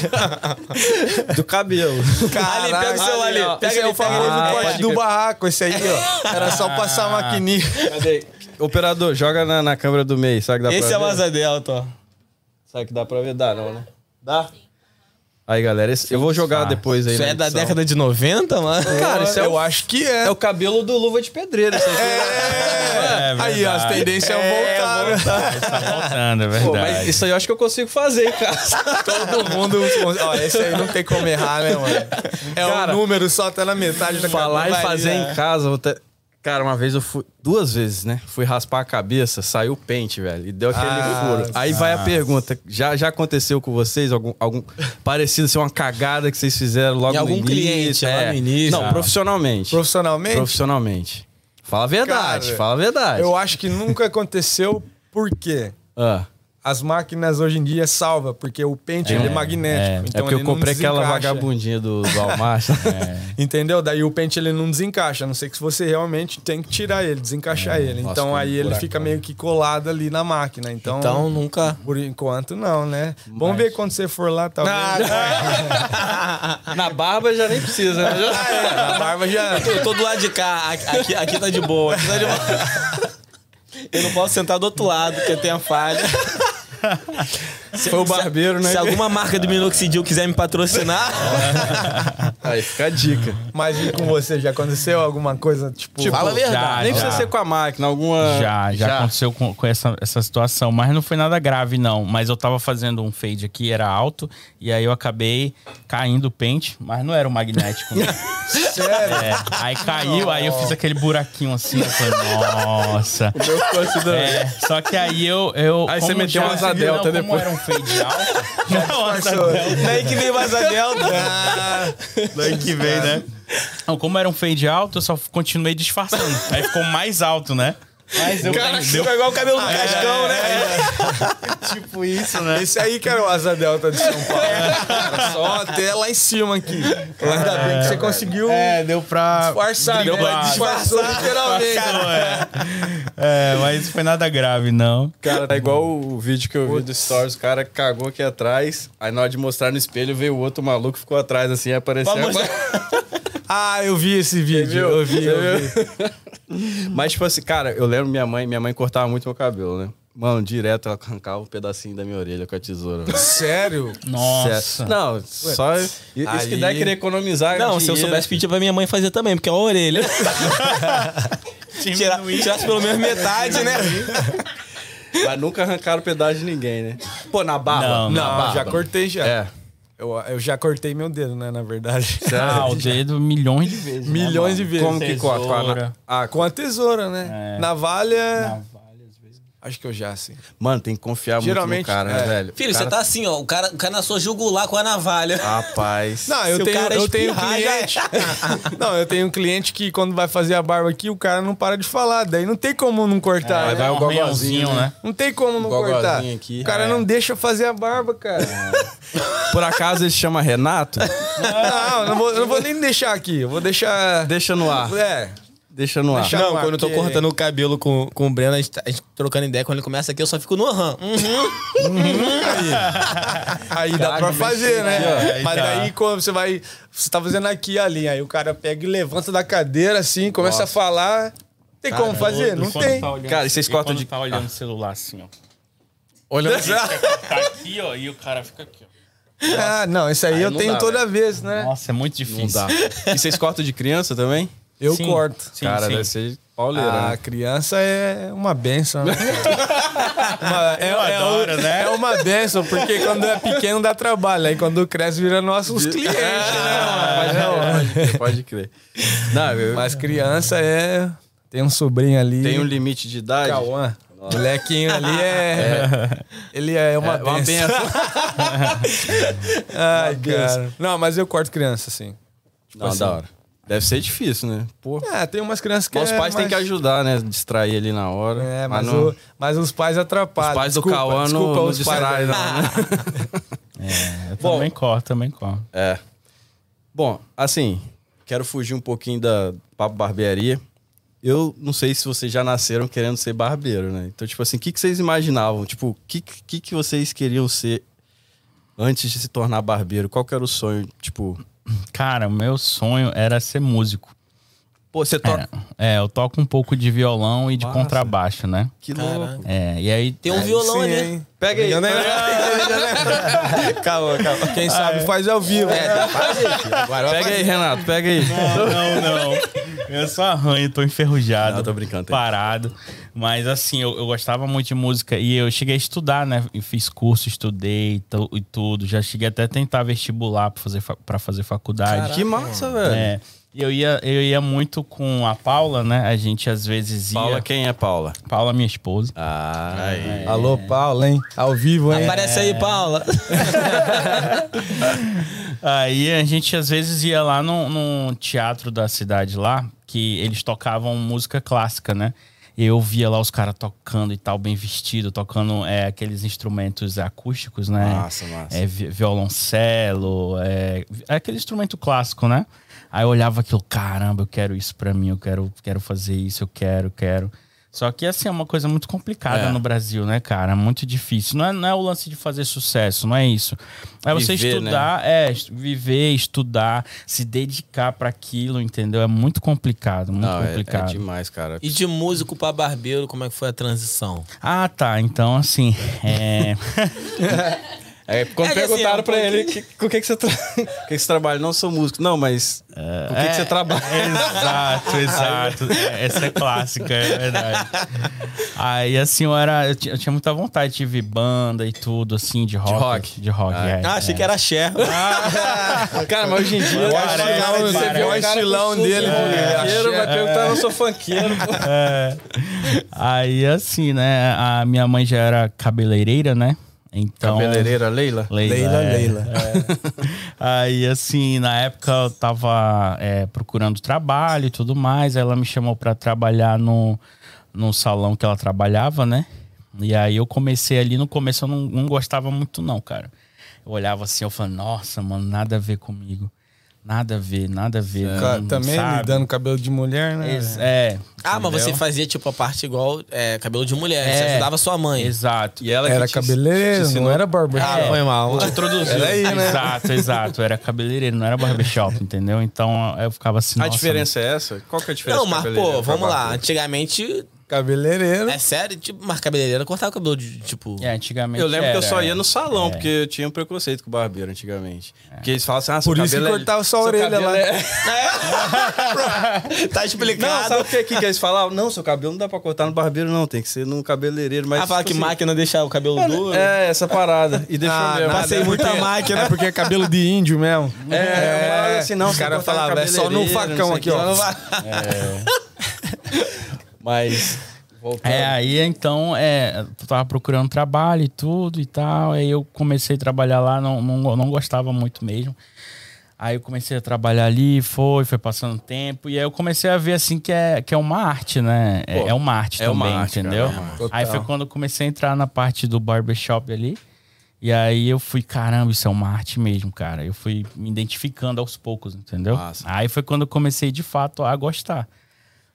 Do cabelo.
[laughs] Caralho, pega o celular ali.
ó.
Pega
Esse é o
ele, pega
famoso
ele, pega
corte
ele.
do barraco, esse aí, ó. Era só passar
Ah.
a maquininha.
Cadê? Operador, joga na, na câmera do meio. Será que dá
Esse
pra
é o
ver?
Asa Delta, ó.
Será que dá pra ver? Dá, não, né? Dá? Aí, galera, esse- eu vou jogar depois aí.
Isso
na
é da
edição.
década de 90, mano?
Cara, isso é o-
eu acho que é.
É o cabelo do Luva de Pedreiro. Isso aqui.
É
Aí as
verdade.
tendências
É,
voltaram. [laughs]
Tá voltando, é verdade.
Pô, mas isso aí eu acho que eu consigo fazer em [laughs] casa.
Todo mundo. Ó, esse aí não tem como errar, né, mano? É
Cara,
um número só, tá na metade da
Falar e
cabeça.
fazer em casa. vou ter- Cara, uma vez eu fui. Duas vezes, né? Fui raspar a cabeça, saiu o pente, velho. E deu aquele
Ah,
furo. Aí vai a pergunta: já, já aconteceu com vocês algum, algum parecido ser uma cagada que vocês fizeram logo
Em algum
no início? É.
cliente, lá no início.
Não,
Ah.
profissionalmente.
Profissionalmente,
Profissionalmente. Fala a verdade,
Cara,
fala a verdade.
eu acho que nunca aconteceu porque
Ah,
as máquinas hoje em dia salva, porque o pente ele é magnético.
é
então
porque eu
ele não
comprei aquela
desencaixa.
vagabundinha do, do Walmart. né?
Entendeu? Daí o pente ele não desencaixa, a não sei que se você realmente tem que tirar ele, desencaixar
É,
ele.
nossa,
Então
que
aí ele
buracão.
fica meio que colado ali na máquina. Então,
Então nunca.
por enquanto não, né? Vamos ver quando você for lá, tá talvez.
Ah, tá.
Na barba já nem precisa, né?
[laughs]
[laughs]
a barba já
Eu tô do lado de cá, a- aqui, aqui tá de boa, aqui tá de boa. [laughs] Eu não posso sentar do outro lado, porque tem a falha.
Foi o barbeiro, né?
Se alguma marca de minoxidil quiser me patrocinar,
[laughs] Aí fica a dica.
Mas e com você, já aconteceu alguma coisa, tipo...
fala a verdade.
Nem
já.
precisa ser com a máquina, alguma.
Já, já, aconteceu com, com essa, essa situação, mas não foi nada grave, não. Mas eu tava fazendo um fade aqui, era alto, e aí eu acabei caindo o pente, mas não era o magnético. né?
sério?
É, aí caiu, aí eu fiz aquele buraquinho assim, eu falei, nossa.
Eu considero-
É, só que aí eu. eu
Aí você
como
meteu
já-
umas a delta
não, Como
depois.
era um fade alto. não, asa delta.
[laughs] Daí que veio mais a delta.
Ah,
Daí que vem, né? Não, como era um fade alto, eu só continuei disfarçando. Aí ficou mais alto, né? Mas eu
Cara,
deu
ficou igual o cabelo do Cascão, né?
[laughs] tipo isso, né?
esse aí que era o Asa Delta de São Paulo.
[laughs]
Era Só até lá em cima aqui. Ainda bem que você conseguiu
É, deu pra.
disfarçar, né?
driblar.
Disfarçou literalmente.
É, mas foi nada grave, não.
Cara, tá igual o vídeo que eu vi do Stories, o cara cagou aqui atrás, aí na hora de mostrar no espelho veio o outro maluco, ficou atrás assim, aí apareceu.
Pra
Ah, eu vi esse vídeo.
Viu?
Eu vi, eu vi.
[laughs] Mas tipo assim, cara, eu lembro minha mãe, minha mãe cortava muito meu cabelo, né? Mano, direto ela arrancava um pedacinho da minha orelha com a tesoura. né? velho.
Sério?
Sério. Não, só. Isso que
Aí-
dá é querer economizar.
Não, se eu
dinheiro.
soubesse pedir pra minha mãe fazer também, porque é a orelha. Tira, tirasse pelo menos metade, né?
Mas nunca arrancaram pedaço de ninguém, né? Pô, na barba.
Não,
na
Não,
barba.
já cortei já.
É.
Eu, eu já cortei meu dedo, né, na verdade.
Ah, o dedo milhões de vezes.
[laughs]
né,
Milhões de
mano?
vezes. Ah,
Como que corta? Com a, na-
Tesoura.
a-
Com a tesoura, né?
É.
Navalha...
Várias vezes.
Acho que eu já, sim.
Mano, tem que confiar muito no
Geralmente,
cara, né,
é.
velho?
Filho,
O
você
cara-
tá assim, ó. O cara, Ah. o cara na sua jugular com a navalha.
tá- Rapaz.
Não, eu
Se o
tenho,
cara
eu tenho
espirrar, já
cliente. não, eu tenho um cliente que quando vai fazer a barba aqui, o cara não para de falar. Daí não tem como não cortar. né?
Aí vai o
um gogozinho,
gogozinho, né?
Não tem como não
gogozinho
cortar.
aqui.
O cara
Ah, é.
não deixa eu fazer a barba, cara.
Por acaso ele chama Renato?
não, não vou, não vou nem deixar aqui. Eu Vou deixar.
Deixa no ar.
É.
Deixa no ar.
Deixa-
Não,
Não,
quando eu tô
porque-
cortando o cabelo com, com o Breno, a gente, tá- a gente trocando ideia, quando ele começa aqui, eu só fico no aham. Uhum.
Aí dá pra fazer, né?
ó.
Mas
Aí tá.
daí quando você vai. Você tá fazendo aqui a linha. Aí o cara pega e levanta da cadeira assim, começa a falar. Tem como É fazer? Não
Quando
tem.
tá olhando-
Cara, e vocês cortam
quando
de-
tá olhando o celular assim, ó.
[laughs]
Olha
Tá aqui, ó, e o cara fica aqui, ó.
Ah, não, isso aí
Aí
eu
não
tenho
dá,
toda vez, né?
Nossa, é muito
Não
difícil.
dá. E vocês cortam de criança também?
Eu
Sim.
corto.
Sim,
Cara,
sim.
deve ser pauleira.
A
né?
criança é uma benção.
[laughs]
né? Uma- é, é
adoro,
um-
né?
é uma benção, porque quando é pequeno dá trabalho. Aí quando cresce vira nossos clientes,
Ah,
Ah,
né?
é.
mano?
Pode crer, é Pode crer. Não, eu
Mas criança é. Tem um sobrinho ali.
tem um limite de idade.
Cauã. Molequinho ali é. [laughs] Ele é uma
É uma
benção.
benção.
Ai, cara. Não, mas eu corto criança, assim.
Não, da hora. Deve ser difícil, né? Pô.
Ah, tem umas crianças que.
Mas os
é
pais têm que
mais-
ajudar, né? Distrair ali na hora.
É, mas,
não-
o- mas os pais atrapalham.
Os pais do
Desculpa,
Cauã não-
desculpa
não
os pais
distraem,
aí.
não.
né? [laughs]
Eu também corto, também corto.
É. Bom, assim, quero fugir um pouquinho da papo barbearia. Eu não sei se vocês já nasceram querendo ser barbeiro, né? Então, tipo assim, o que, que vocês imaginavam? Tipo, o que, que, que vocês queriam ser antes de se tornar barbeiro? Qual que era o sonho? Tipo,
Cara, o meu sonho era ser músico.
pô, você toca...
É, eu toco um pouco de violão e de
Massa.
contrabaixo, né?
Que
Caraca.
louco.
É, e aí.
Tem um violão
Sim,
ali.
hein?
Pega aí.
Eu nem- [laughs]
Calma, calma.
Quem sabe faz ao vivo.
É,
É, faz aí, filho. Agora vai
Pega aí, Renato, pega aí.
Não, não. Eu só arranho, tô enferrujado.
Não, tô brincando, tem.
Parado. Mas assim, eu, eu gostava muito de música e eu cheguei a estudar, né? E fiz curso, estudei e tu- e tudo. Já cheguei até a tentar vestibular pra fazer, fa- pra fazer faculdade.
Que massa, velho.
É. E eu ia, eu ia muito com a Paula, né? A gente às vezes ia.
Paula, quem é Paula?
Paula, minha esposa.
Ah,
Alô, Paula, hein? Ao vivo, hein?
Aparece aí, Paula.
Aí a gente às vezes ia lá num, num teatro da cidade lá, que eles tocavam música clássica, né? E eu via lá os caras tocando e tal, bem vestido, tocando é, aqueles instrumentos acústicos, né?
Massa, massa.
É, vi- violoncelo, é, é aquele instrumento clássico, né? Aí eu olhava aquilo, caramba, eu quero isso pra mim, eu quero, quero fazer isso, eu quero, quero. Só que assim, é uma coisa muito complicada
É.
no Brasil, né, cara? Muito difícil. Não é, não é o lance de fazer sucesso, não é isso. É você
Viver, né?
estudar, é, est- viver, estudar, se dedicar pra aquilo, entendeu? É muito complicado, muito
Não, é, é
complicado.
demais, cara.
[laughs] E de músico pra barbeiro, como é que foi a transição?
Ah, tá. Então, assim, é.
É, quando
É que assim,
perguntaram
é um
pra ele que- com o que, que, você tra... [laughs] com o que, que você trabalha, não sou músico. Não, mas
É,
com o que, que você trabalha?
[laughs] Exato, exato. É, Essa é clássica, é verdade. Aí, assim, eu era. Eu ti- eu tinha muita vontade, tive banda e tudo, assim, de rock.
rock?
De rock, é.
Ah, achei que
[laughs]
era Cher.
Ah, Cara, mas hoje em dia.
Parece,
cara, então
parece.
você vê o
É o
cara
estilão
com suco
dele,
de
né?
funkeiro,
É.
vai perguntar, não sou funkeiro. pô.
É. Aí, assim, né? A minha mãe já era cabeleireira, né? Então.
Cabeleireira Leila?
Leila,
Leila,
é.
Leila.
Aí, assim, na época eu tava é, procurando trabalho e tudo mais. Aí ela me chamou pra trabalhar no, num salão que ela trabalhava, né? E aí eu comecei ali. No começo eu não, não gostava muito, não, cara. Eu olhava assim, eu falava, nossa, mano, nada a ver comigo. Nada a ver, nada a
É.
ver.
Cara,
não- não
também
sabe.
lidando cabelo de mulher, né?
Ex- É.
Ah, mas você
entendeu?
fazia tipo a parte igual é, cabelo de mulher. Você
É.
ajudava sua mãe.
Exato.
E ela que
Era
te-
cabeleireiro, não era barbeiro.
Ah, foi mal.
[laughs]
Introduziu.
né?
Exato, exato. Era cabeleireiro, não era barbershop, entendeu? Então eu ficava assim.
A
nossa,
diferença é essa? Qual que é a diferença?
Não, mas
do
pô,
cabeleireiro pra
vamos lá.
barbeiro?
Antigamente,
Cabeleireiro.
é sério, tipo, mas cabeleireira cortava o cabelo de, tipo...
É, antigamente.
Eu lembro que eu
era,
só
é.
ia no salão, porque eu tinha um preconceito com o barbeiro antigamente. Porque eles falavam assim, ah, seu
Por isso que
cabelo é-
cortava só a
seu
orelha
cabelo
lá.
é-
É. [laughs] tá
Não,
explicado.
sabe o que, que que eles falavam? Não, seu cabelo não dá pra cortar no barbeiro, não. Tem que ser num cabeleireiro. Mas,
ah, falar
tipo
que
assim,
máquina deixa o cabelo duro.
É, essa parada. E deixou
Ah,
mesmo.
nada,
Passei
é
muita
[laughs]
[laughs]
porque-
máquina.
É porque é cabelo de índio mesmo.
É, é, uma parada assim, não.
Os
você
caras
cortar no
falavam, é só no
cabeleireiro, não
facão
sei
aqui,
o quê.
ó.
Mas, voltando.
É, aí então, é, eu tava procurando trabalho e tudo e tal. Aí eu comecei a trabalhar lá, não, não, não gostava muito mesmo. Aí eu comecei a trabalhar ali, foi, foi passando tempo. E aí eu comecei a ver assim que é, que é uma arte, né? É,
Pô,
é uma arte
é
também,
uma arte, cara,
entendeu?
é uma arte.
Aí foi quando eu comecei a entrar na parte do barbershop ali. E aí eu fui, caramba, isso é uma arte mesmo, cara. Eu fui me identificando aos poucos, entendeu?
Massa.
Aí foi quando eu comecei de fato a gostar.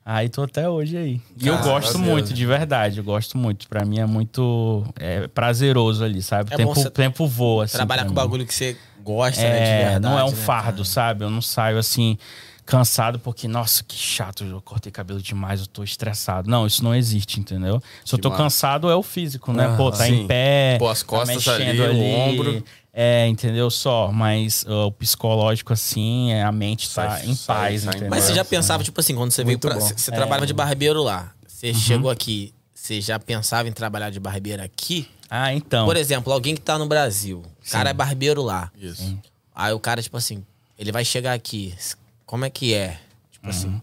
Aí tô até hoje aí. E eu
Graças
gosto
a Deus.
muito, de verdade. Eu gosto muito. Pra mim é muito é, prazeroso ali, sabe?
É bom
O tempo,
você
o tempo
É.
voa, assim.
Trabalhar
pra
com
mim.
bagulho que você gosta, né? De
É,
verdade,
não é um
né?
fardo, sabe? Eu não saio assim cansado porque, nossa, que chato, eu cortei cabelo demais, eu tô estressado. Não, isso não existe, entendeu? Se eu tô
Demais.
cansado é o físico, né? Pô, tá
Sim.
em pé,
Pô, as
tá
costas
mexendo
ali, o ombro.
É, entendeu? Só, mas ó, o psicológico assim, é, a mente tá
Sai-
em
sai-
paz,
sai em
entendeu?
Mas você já pensava, tipo assim, quando você veio pra. Você você trabalhava de barbeiro lá. Você chegou aqui, você já pensava em trabalhar de barbeiro aqui?
Ah, então.
Por exemplo, alguém que tá no Brasil, o cara é barbeiro lá.
Isso.
Aí o cara, tipo assim, ele vai chegar aqui. s- Como é que é? Tipo assim,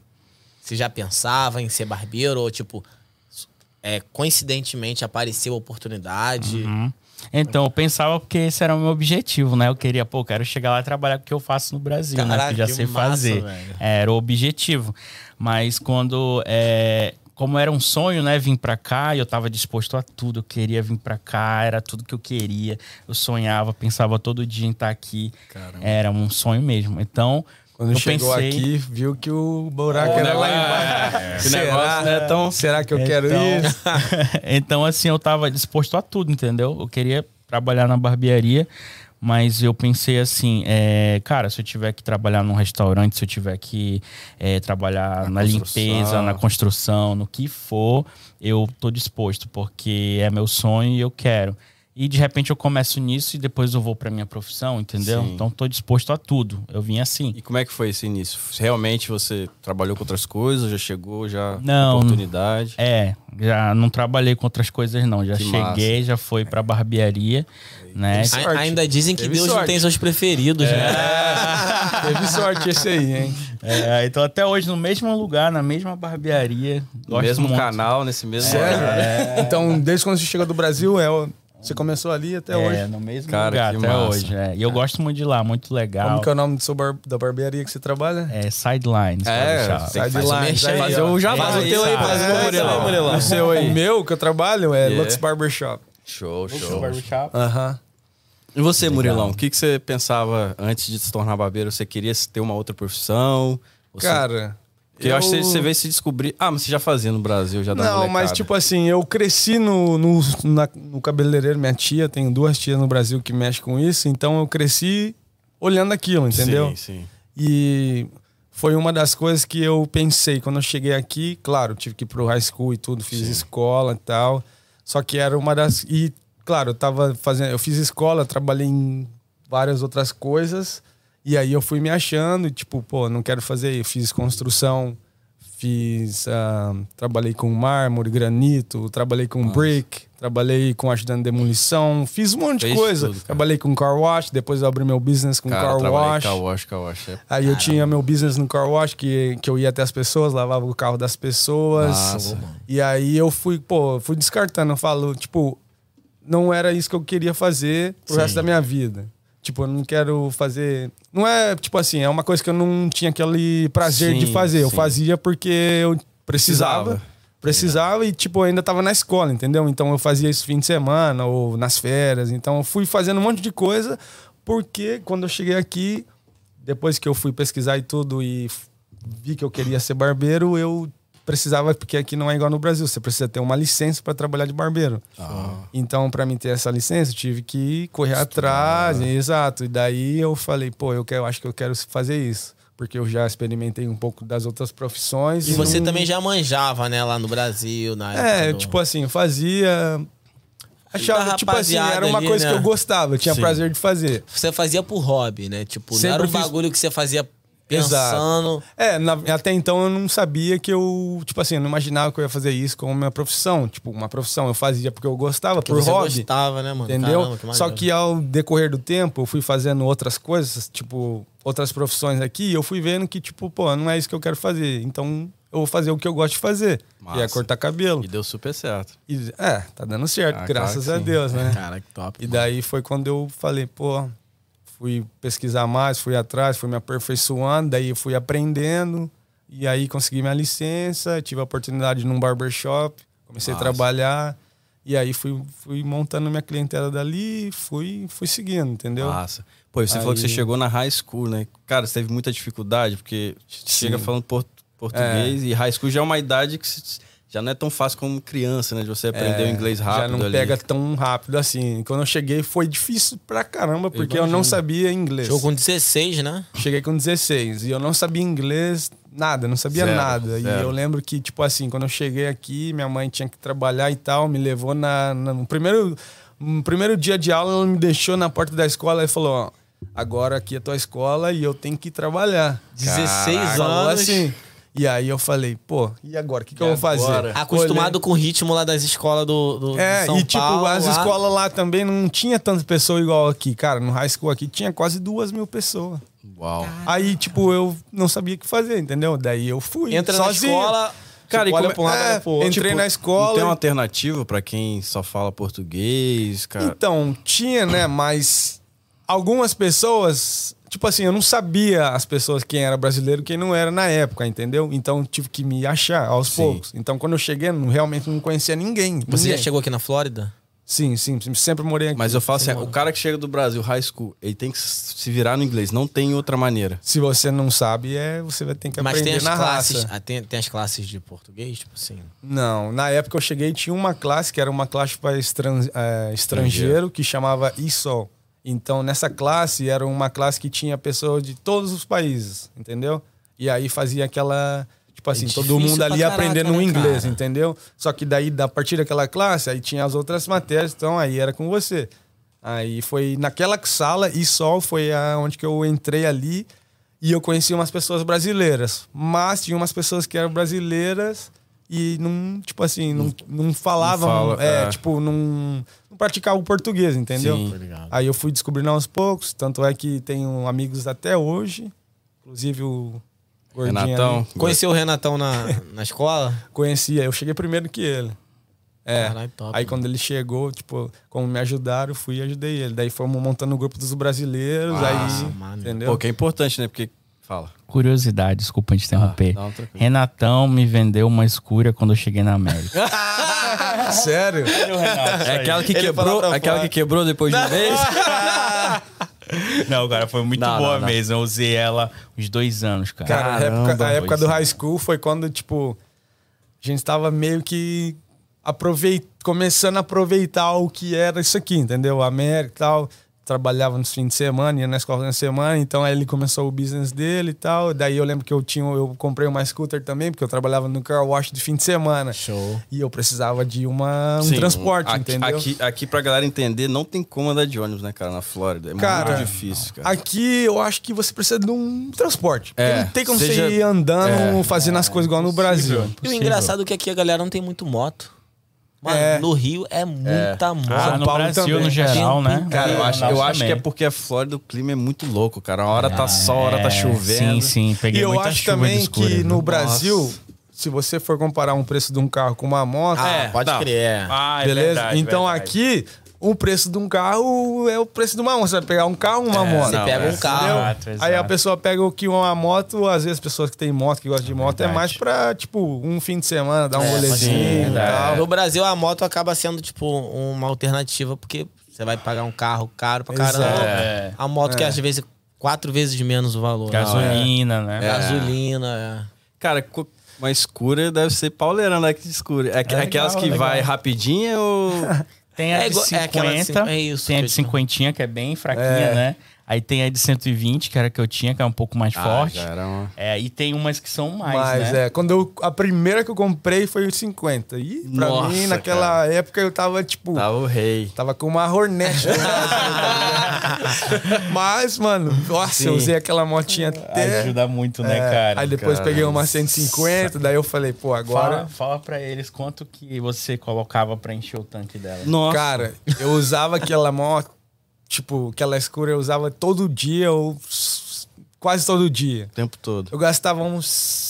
você já pensava em ser barbeiro? Ou, tipo, s- é, coincidentemente apareceu a oportunidade?
Uhum. Então, eu pensava porque esse era o meu objetivo, né? Eu queria, pô, eu quero chegar lá e trabalhar com o que eu faço no Brasil, né?
Caraca,
Que eu já
que
sei
massa,
fazer. É,
velho.
Era o objetivo. Mas quando. é, como era um sonho, né? Vim pra cá e eu tava disposto a tudo. Eu queria vir pra cá, era tudo que eu queria. Eu sonhava, pensava todo dia em estar aqui. Era um sonho mesmo. Então.
Quando
eu
chegou
pensei...
aqui, viu que o buraco
O
era lá
negócio-
embaixo.
é.
Será?
Que negócio, né? Então-
Será que eu quero isso?
[laughs] então, assim, eu tava disposto a tudo, entendeu? Eu queria trabalhar na barbearia, mas eu pensei assim, é, cara, se eu tiver que trabalhar num restaurante, se eu tiver que é, trabalhar na,
construção.
limpeza, na construção, no que for, eu tô disposto, porque é meu sonho e eu quero. E de repente eu começo nisso e depois eu vou pra minha profissão, entendeu?
Sim.
Então tô disposto a tudo. Eu vim assim.
E como é que foi esse início? Realmente você trabalhou com outras coisas? Já chegou, já
Não.
oportunidade?
É, já não trabalhei com outras coisas, não. Já
Que
cheguei, já fui pra barbearia, né?
Ai-
sorte.
Ainda dizem que
Teve
Deus não
sorte.
tem seus preferidos, né?
Teve sorte esse aí, hein?
É, então até hoje, no mesmo lugar, na mesma barbearia.
No
Gosto
mesmo
muito.
canal, nesse mesmo
Sério?
horário.
Então, desde quando você chegou do Brasil, é, o- você começou ali até
É,
hoje.
no mesmo
Cara,
lugar
que
até
massa.
hoje. é. E eu gosto muito de lá, muito legal.
Como que é o nome do seu bar- da barbearia que você trabalha?
É, sidelines.
É,
barbershop.
tem que
Sai de lá,
merchan
sai
aí,
fazer
ó.
o jabá.
Faz o
aí,
teu aí,
sabe?
faz o
É,
teu, Murilo.
sabe?
Aí, Murilo.
O seu aí. O meu que eu trabalho é
Yeah.
Lux Barbershop.
Show, show.
Barbershop.
Aham.
E você, Murilão, o que, que você pensava antes de se tornar barbeiro? Você queria ter uma outra profissão? Você-
Cara.
Porque eu... acho que você veio se descobrir. Ah, mas você já fazia no Brasil, já dava
Não, mas
tá molecada.
tipo assim, eu cresci no, no, na- no cabeleireiro, minha tia, tenho duas tias no Brasil que mexem com isso, então eu cresci olhando aquilo, entendeu?
Sim, sim.
E foi uma das coisas que eu pensei quando eu cheguei aqui. Claro, tive que ir pro high school e tudo, fiz escola e tal. Só que era uma das. E, claro, eu tava fazendo. Eu fiz escola, trabalhei em várias outras coisas. E aí eu fui me achando, e tipo, pô, não quero fazer. Eu fiz construção, fiz. ah, trabalhei com mármore, granito, trabalhei com brick, trabalhei com ajudante de demolição, fiz um monte
Fez
de coisa.
tudo, cara.
trabalhei com car wash, depois eu abri meu business com
Cara, eu
Um car
trabalhei
wash.
Car wash, car wash. É...
Aí eu tinha meu business no car wash, que, que eu ia até as pessoas, lavava o carro das pessoas.
Massa.
E aí eu fui, pô, fui descartando. Eu falo, tipo, não era isso que eu queria fazer pro resto da minha vida. Tipo, eu não quero fazer. Não é, tipo assim, é uma coisa que eu não tinha aquele prazer
Sim,
de fazer. Eu
sim.
fazia porque eu precisava.
Precisava.
Precisava e, tipo, eu ainda tava na escola, entendeu? Então eu fazia isso fim de semana ou nas férias. Então eu fui fazendo um monte de coisa porque quando eu cheguei aqui, depois que eu fui pesquisar e tudo e f- vi que eu queria ser barbeiro, eu precisava, porque aqui não é igual no Brasil, você precisa ter uma licença para trabalhar de barbeiro. Então, para mim ter essa licença, eu tive que correr atrás, exato. E daí eu falei, pô, eu quero, acho que eu quero fazer isso. Porque eu já experimentei um pouco das outras profissões.
E você
não-
também já manjava, né, lá no Brasil, na época.
é,
do-
tipo assim, eu fazia. Achava,
Da
tipo assim, era
rapaziada
uma
ali,
coisa
né?
que eu gostava, eu tinha prazer de fazer.
Você fazia por hobby, né? Tipo,
Sempre
não era um
fiz-
bagulho que você fazia
Exato.
pensando.
É, na- até então eu não sabia que eu, tipo assim, eu não imaginava que eu ia fazer isso como minha profissão. Tipo, uma profissão, eu fazia porque eu gostava,
Que
por
você
hobby.
gostava, né, mano?
Entendeu?
Caramba, que
Só
maneiro.
que ao decorrer do tempo, eu fui fazendo outras coisas, tipo, outras profissões aqui, e eu fui vendo que, tipo, pô, não é isso que eu quero fazer. Então, eu vou fazer o que eu gosto de fazer.
Massa.
E é cortar cabelo.
E deu super certo.
E, é, tá dando certo,
Ah,
graças
claro
a
que sim. [laughs]
Deus, né?
Cara, que top.
E daí foi quando eu falei, pô, fui pesquisar mais, fui atrás, fui me aperfeiçoando, daí fui aprendendo. E aí consegui minha licença, tive a oportunidade num barbershop, comecei
Massa.
a trabalhar. E aí fui, fui montando minha clientela dali, fui, fui seguindo, entendeu?
Massa. Pô, e você falou que você
Aí-
chegou na high school, né? Cara, você teve muita dificuldade, porque chega falando por- português e high school já é uma idade que se- já não é tão fácil como criança, né? De você aprender o inglês rápido
É, Já não
ali.
pega tão rápido assim. Quando eu cheguei foi difícil pra caramba, porque eu,
imagino.
não sabia inglês.
Jogo com 16, né?
Cheguei com 16 e eu não sabia inglês, nada, não sabia
Zero,
nada.
zero.
E eu lembro que, tipo assim, quando eu cheguei aqui, minha mãe tinha que trabalhar e tal, me levou na, na- no, primeiro, no primeiro dia de aula, ela me deixou na porta da escola e falou: Ó, agora aqui é tua escola e eu tenho que trabalhar.
16
Falou
anos.
assim. E aí eu falei: pô, e agora? O que, que eu vou
agora?
fazer?
Acostumado com o ritmo lá das escolas do, do
É,
de São
e tipo,
Paulo,
as
lá.
escolas lá também não tinha tanta pessoa igual aqui. Cara, no high school aqui tinha quase duas mil pessoas.
Uau.
Aí, tipo, eu não sabia o que fazer, entendeu? Daí eu fui.
Entra
sozinho.
na escola.
Cara,
Cara,
e
e
olha
como...
pra um lado, olha pro outro. entrei
Tipo,
na escola
Não tem uma
e-
alternativa pra quem só fala português, cara.
Então, tinha, né? Mas algumas pessoas. Tipo assim, eu não sabia as pessoas quem era brasileiro e quem não era na época, entendeu? Então eu tive que me achar aos
Sim.
poucos. Então quando eu cheguei, eu não- realmente não conhecia ninguém.
é- Você já
ninguém.
chegou aqui na Flórida?
Sim, sim, sim, sempre morei aqui.
Mas eu falo assim, o cara que chega do Brasil, high school, ele tem que se virar no inglês, não tem outra maneira.
Se você não sabe, é, você vai ter que
Mas
aprender
tem as
na
classes.
raça.
ah, Tem, tem as classes de português, tipo assim.
Não, na época eu cheguei tinha uma classe que era uma classe para estran- eh, estrangeiro,
Estrangeiro.
que chamava ISOL. Então nessa classe era uma classe que tinha pessoas de todos os países, entendeu? E aí fazia aquela Tipo assim, todo
É difícil
mundo
pra
ali
caraca,
aprendendo
né,
inglês,
cara?
entendeu? Só que daí, da- a partir daquela classe, aí tinha as outras matérias, então aí era com você. Aí foi naquela sala e só foi a, onde que eu entrei ali e eu conheci umas pessoas brasileiras. Mas tinha umas pessoas que eram brasileiras e não, tipo assim, não, não falavam,
fala,
é,
é.
tipo, não, não praticavam o português, entendeu?
Sim. Tô
Aí eu fui descobrindo aos poucos, tanto é que tenho amigos até hoje, inclusive o Gordinho
Renatão.
ali.
Conheceu o Renatão na, na escola?
conhecia, eu cheguei primeiro que ele. É.
Caralho, top.
Aí
mano.
quando ele chegou, tipo, como me ajudaram, eu fui e ajudei ele. Daí fomos montando o grupo dos brasileiros, aí,
mano.
entendeu?
Pô, que é importante, né? Porque. Fala.
Curiosidade, desculpa te interromper.
Ah, não, tranquilo.
Renatão me vendeu uma escura quando eu cheguei na América.
[laughs] Sério?
[laughs] É aquela que
Ele falou
quebrou,
pra
aquela
fora.
que quebrou depois
[laughs]
de um mês?
Não, cara, foi muito
Não,
boa
não, não.
mesmo. Eu usei ela uns dois anos, cara.
Cara, a
Caramba,
época- a
pois
época do
é.
high school foi quando, tipo, a gente tava meio que aproveit... começando a aproveitar o que era isso aqui, entendeu? A América e tal. Trabalhava nos fins de semana, ia na escola na semana, então aí ele começou o business dele e tal. Daí eu lembro que eu tinha, eu comprei uma scooter também, porque eu trabalhava no car wash de fim de semana.
Show.
E eu precisava de uma, um
Sim,
transporte,
aqui,
entendeu?
Aqui, aqui, pra galera entender, não tem como andar de ônibus, né, cara, na Flórida. É
Cara,
muito difícil, cara.
Aqui eu acho que você precisa de um transporte. Porque
É,
não tem como
seja-
você ir andando,
é.
fazendo as coisas igual no Brasil.
E o
Possível.
engraçado é que aqui a galera não tem muito moto. Mano,
É.
no Rio é muita moto.
Ah, no
Paulo
Brasil,
também.
no geral, né?
Cara, eu acho, eu
Manaus
acho que é
também.
porque a Flórida o clima é muito louco, cara. Uma hora tá sol, a hora
É,
tá chovendo.
Sim, sim.
E
Peguei
eu
muita
acho
chuva
também
de escura, né?
que
viu?
no Brasil, se você for comparar um preço de um carro com uma moto,
Ah,
É,
pode
não.
crer. é.
Ah, é
beleza?
verdade,
então
verdade.
aqui, o preço de um carro é o preço de uma moto. Você vai pegar um carro uma moto.
Você
não,
pega
é.
um carro.
entendeu?
Ah, Exato, exato.
Aí a pessoa pega o que uma moto, às vezes pessoas que têm moto, que gostam de moto, é
verdade.
mais pra, tipo, um fim de semana, dar um
É,
rolezinho
sim,
e tal.
No Brasil, a moto acaba sendo, tipo, uma alternativa, porque você vai pagar um carro caro pra
Exato.
caramba.
É.
A moto que às vezes é quatro vezes menos o valor. é
Gasolina, né?
Gasolina, é.
Cara, co- uma escura deve ser pauleirando aqui de escura. É,
legal,
aquelas que
legal.
vai rapidinho ou.
Tem
É
a de
igual- é
50,
aquela de cin- é isso
tem a
que
de
eu tinha.
50 que é bem fraquinha,
É.
né? Aí tem a de 120, que era a que eu tinha, que é um pouco mais forte.
Ah, já era uma-
É, e tem umas que são mais,
Mas
né?
é, quando eu, a primeira que eu comprei foi o 50. E pra
Nossa,
mim, naquela época, eu tava, tipo,
Tava Tá o rei.
Tava com uma Hornet. Mas, mano, nossa, eu
Sim.
usei aquela motinha até.
Ajuda muito, né,
É,
cara?
aí depois
Cara,
peguei uma 150, daí eu falei, pô,
Fala,
agora.
fala pra eles quanto que você colocava pra encher o tanque dela.
Nossa.
Cara, eu usava aquela moto, tipo, aquela escura, eu usava todo dia, ou s- quase todo dia.
o tempo todo.
Eu gastava uns.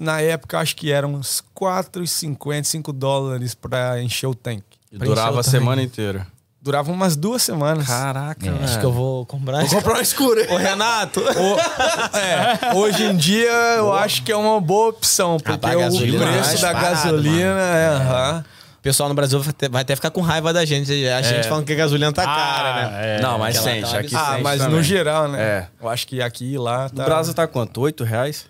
Na época, eu acho que eram uns 4,50, 5 dólares pra encher o tanque.
E durava a semana inteira.
Durava umas duas semanas.
Caraca, é.
Acho que eu vou comprar.
vou comprar uma escura.
Ô, Renato!
O- é, hoje em dia eu acho que é uma boa opção, porque
Rapaz, a
o
gasolina é
preço
mais
da
barato,
gasolina é. aham.
O pessoal no Brasil vai até- vai até ficar com raiva da gente. A gente falando que a gasolina tá cara,
Ah,
né?
é.
Não, mas
aquela
sente.
tá
aqui
absurda.
Ah,
sente
mas no
também.
geral, né?
É.
Eu acho que aqui e lá tá.
No Brasil tá quanto? 8 reais?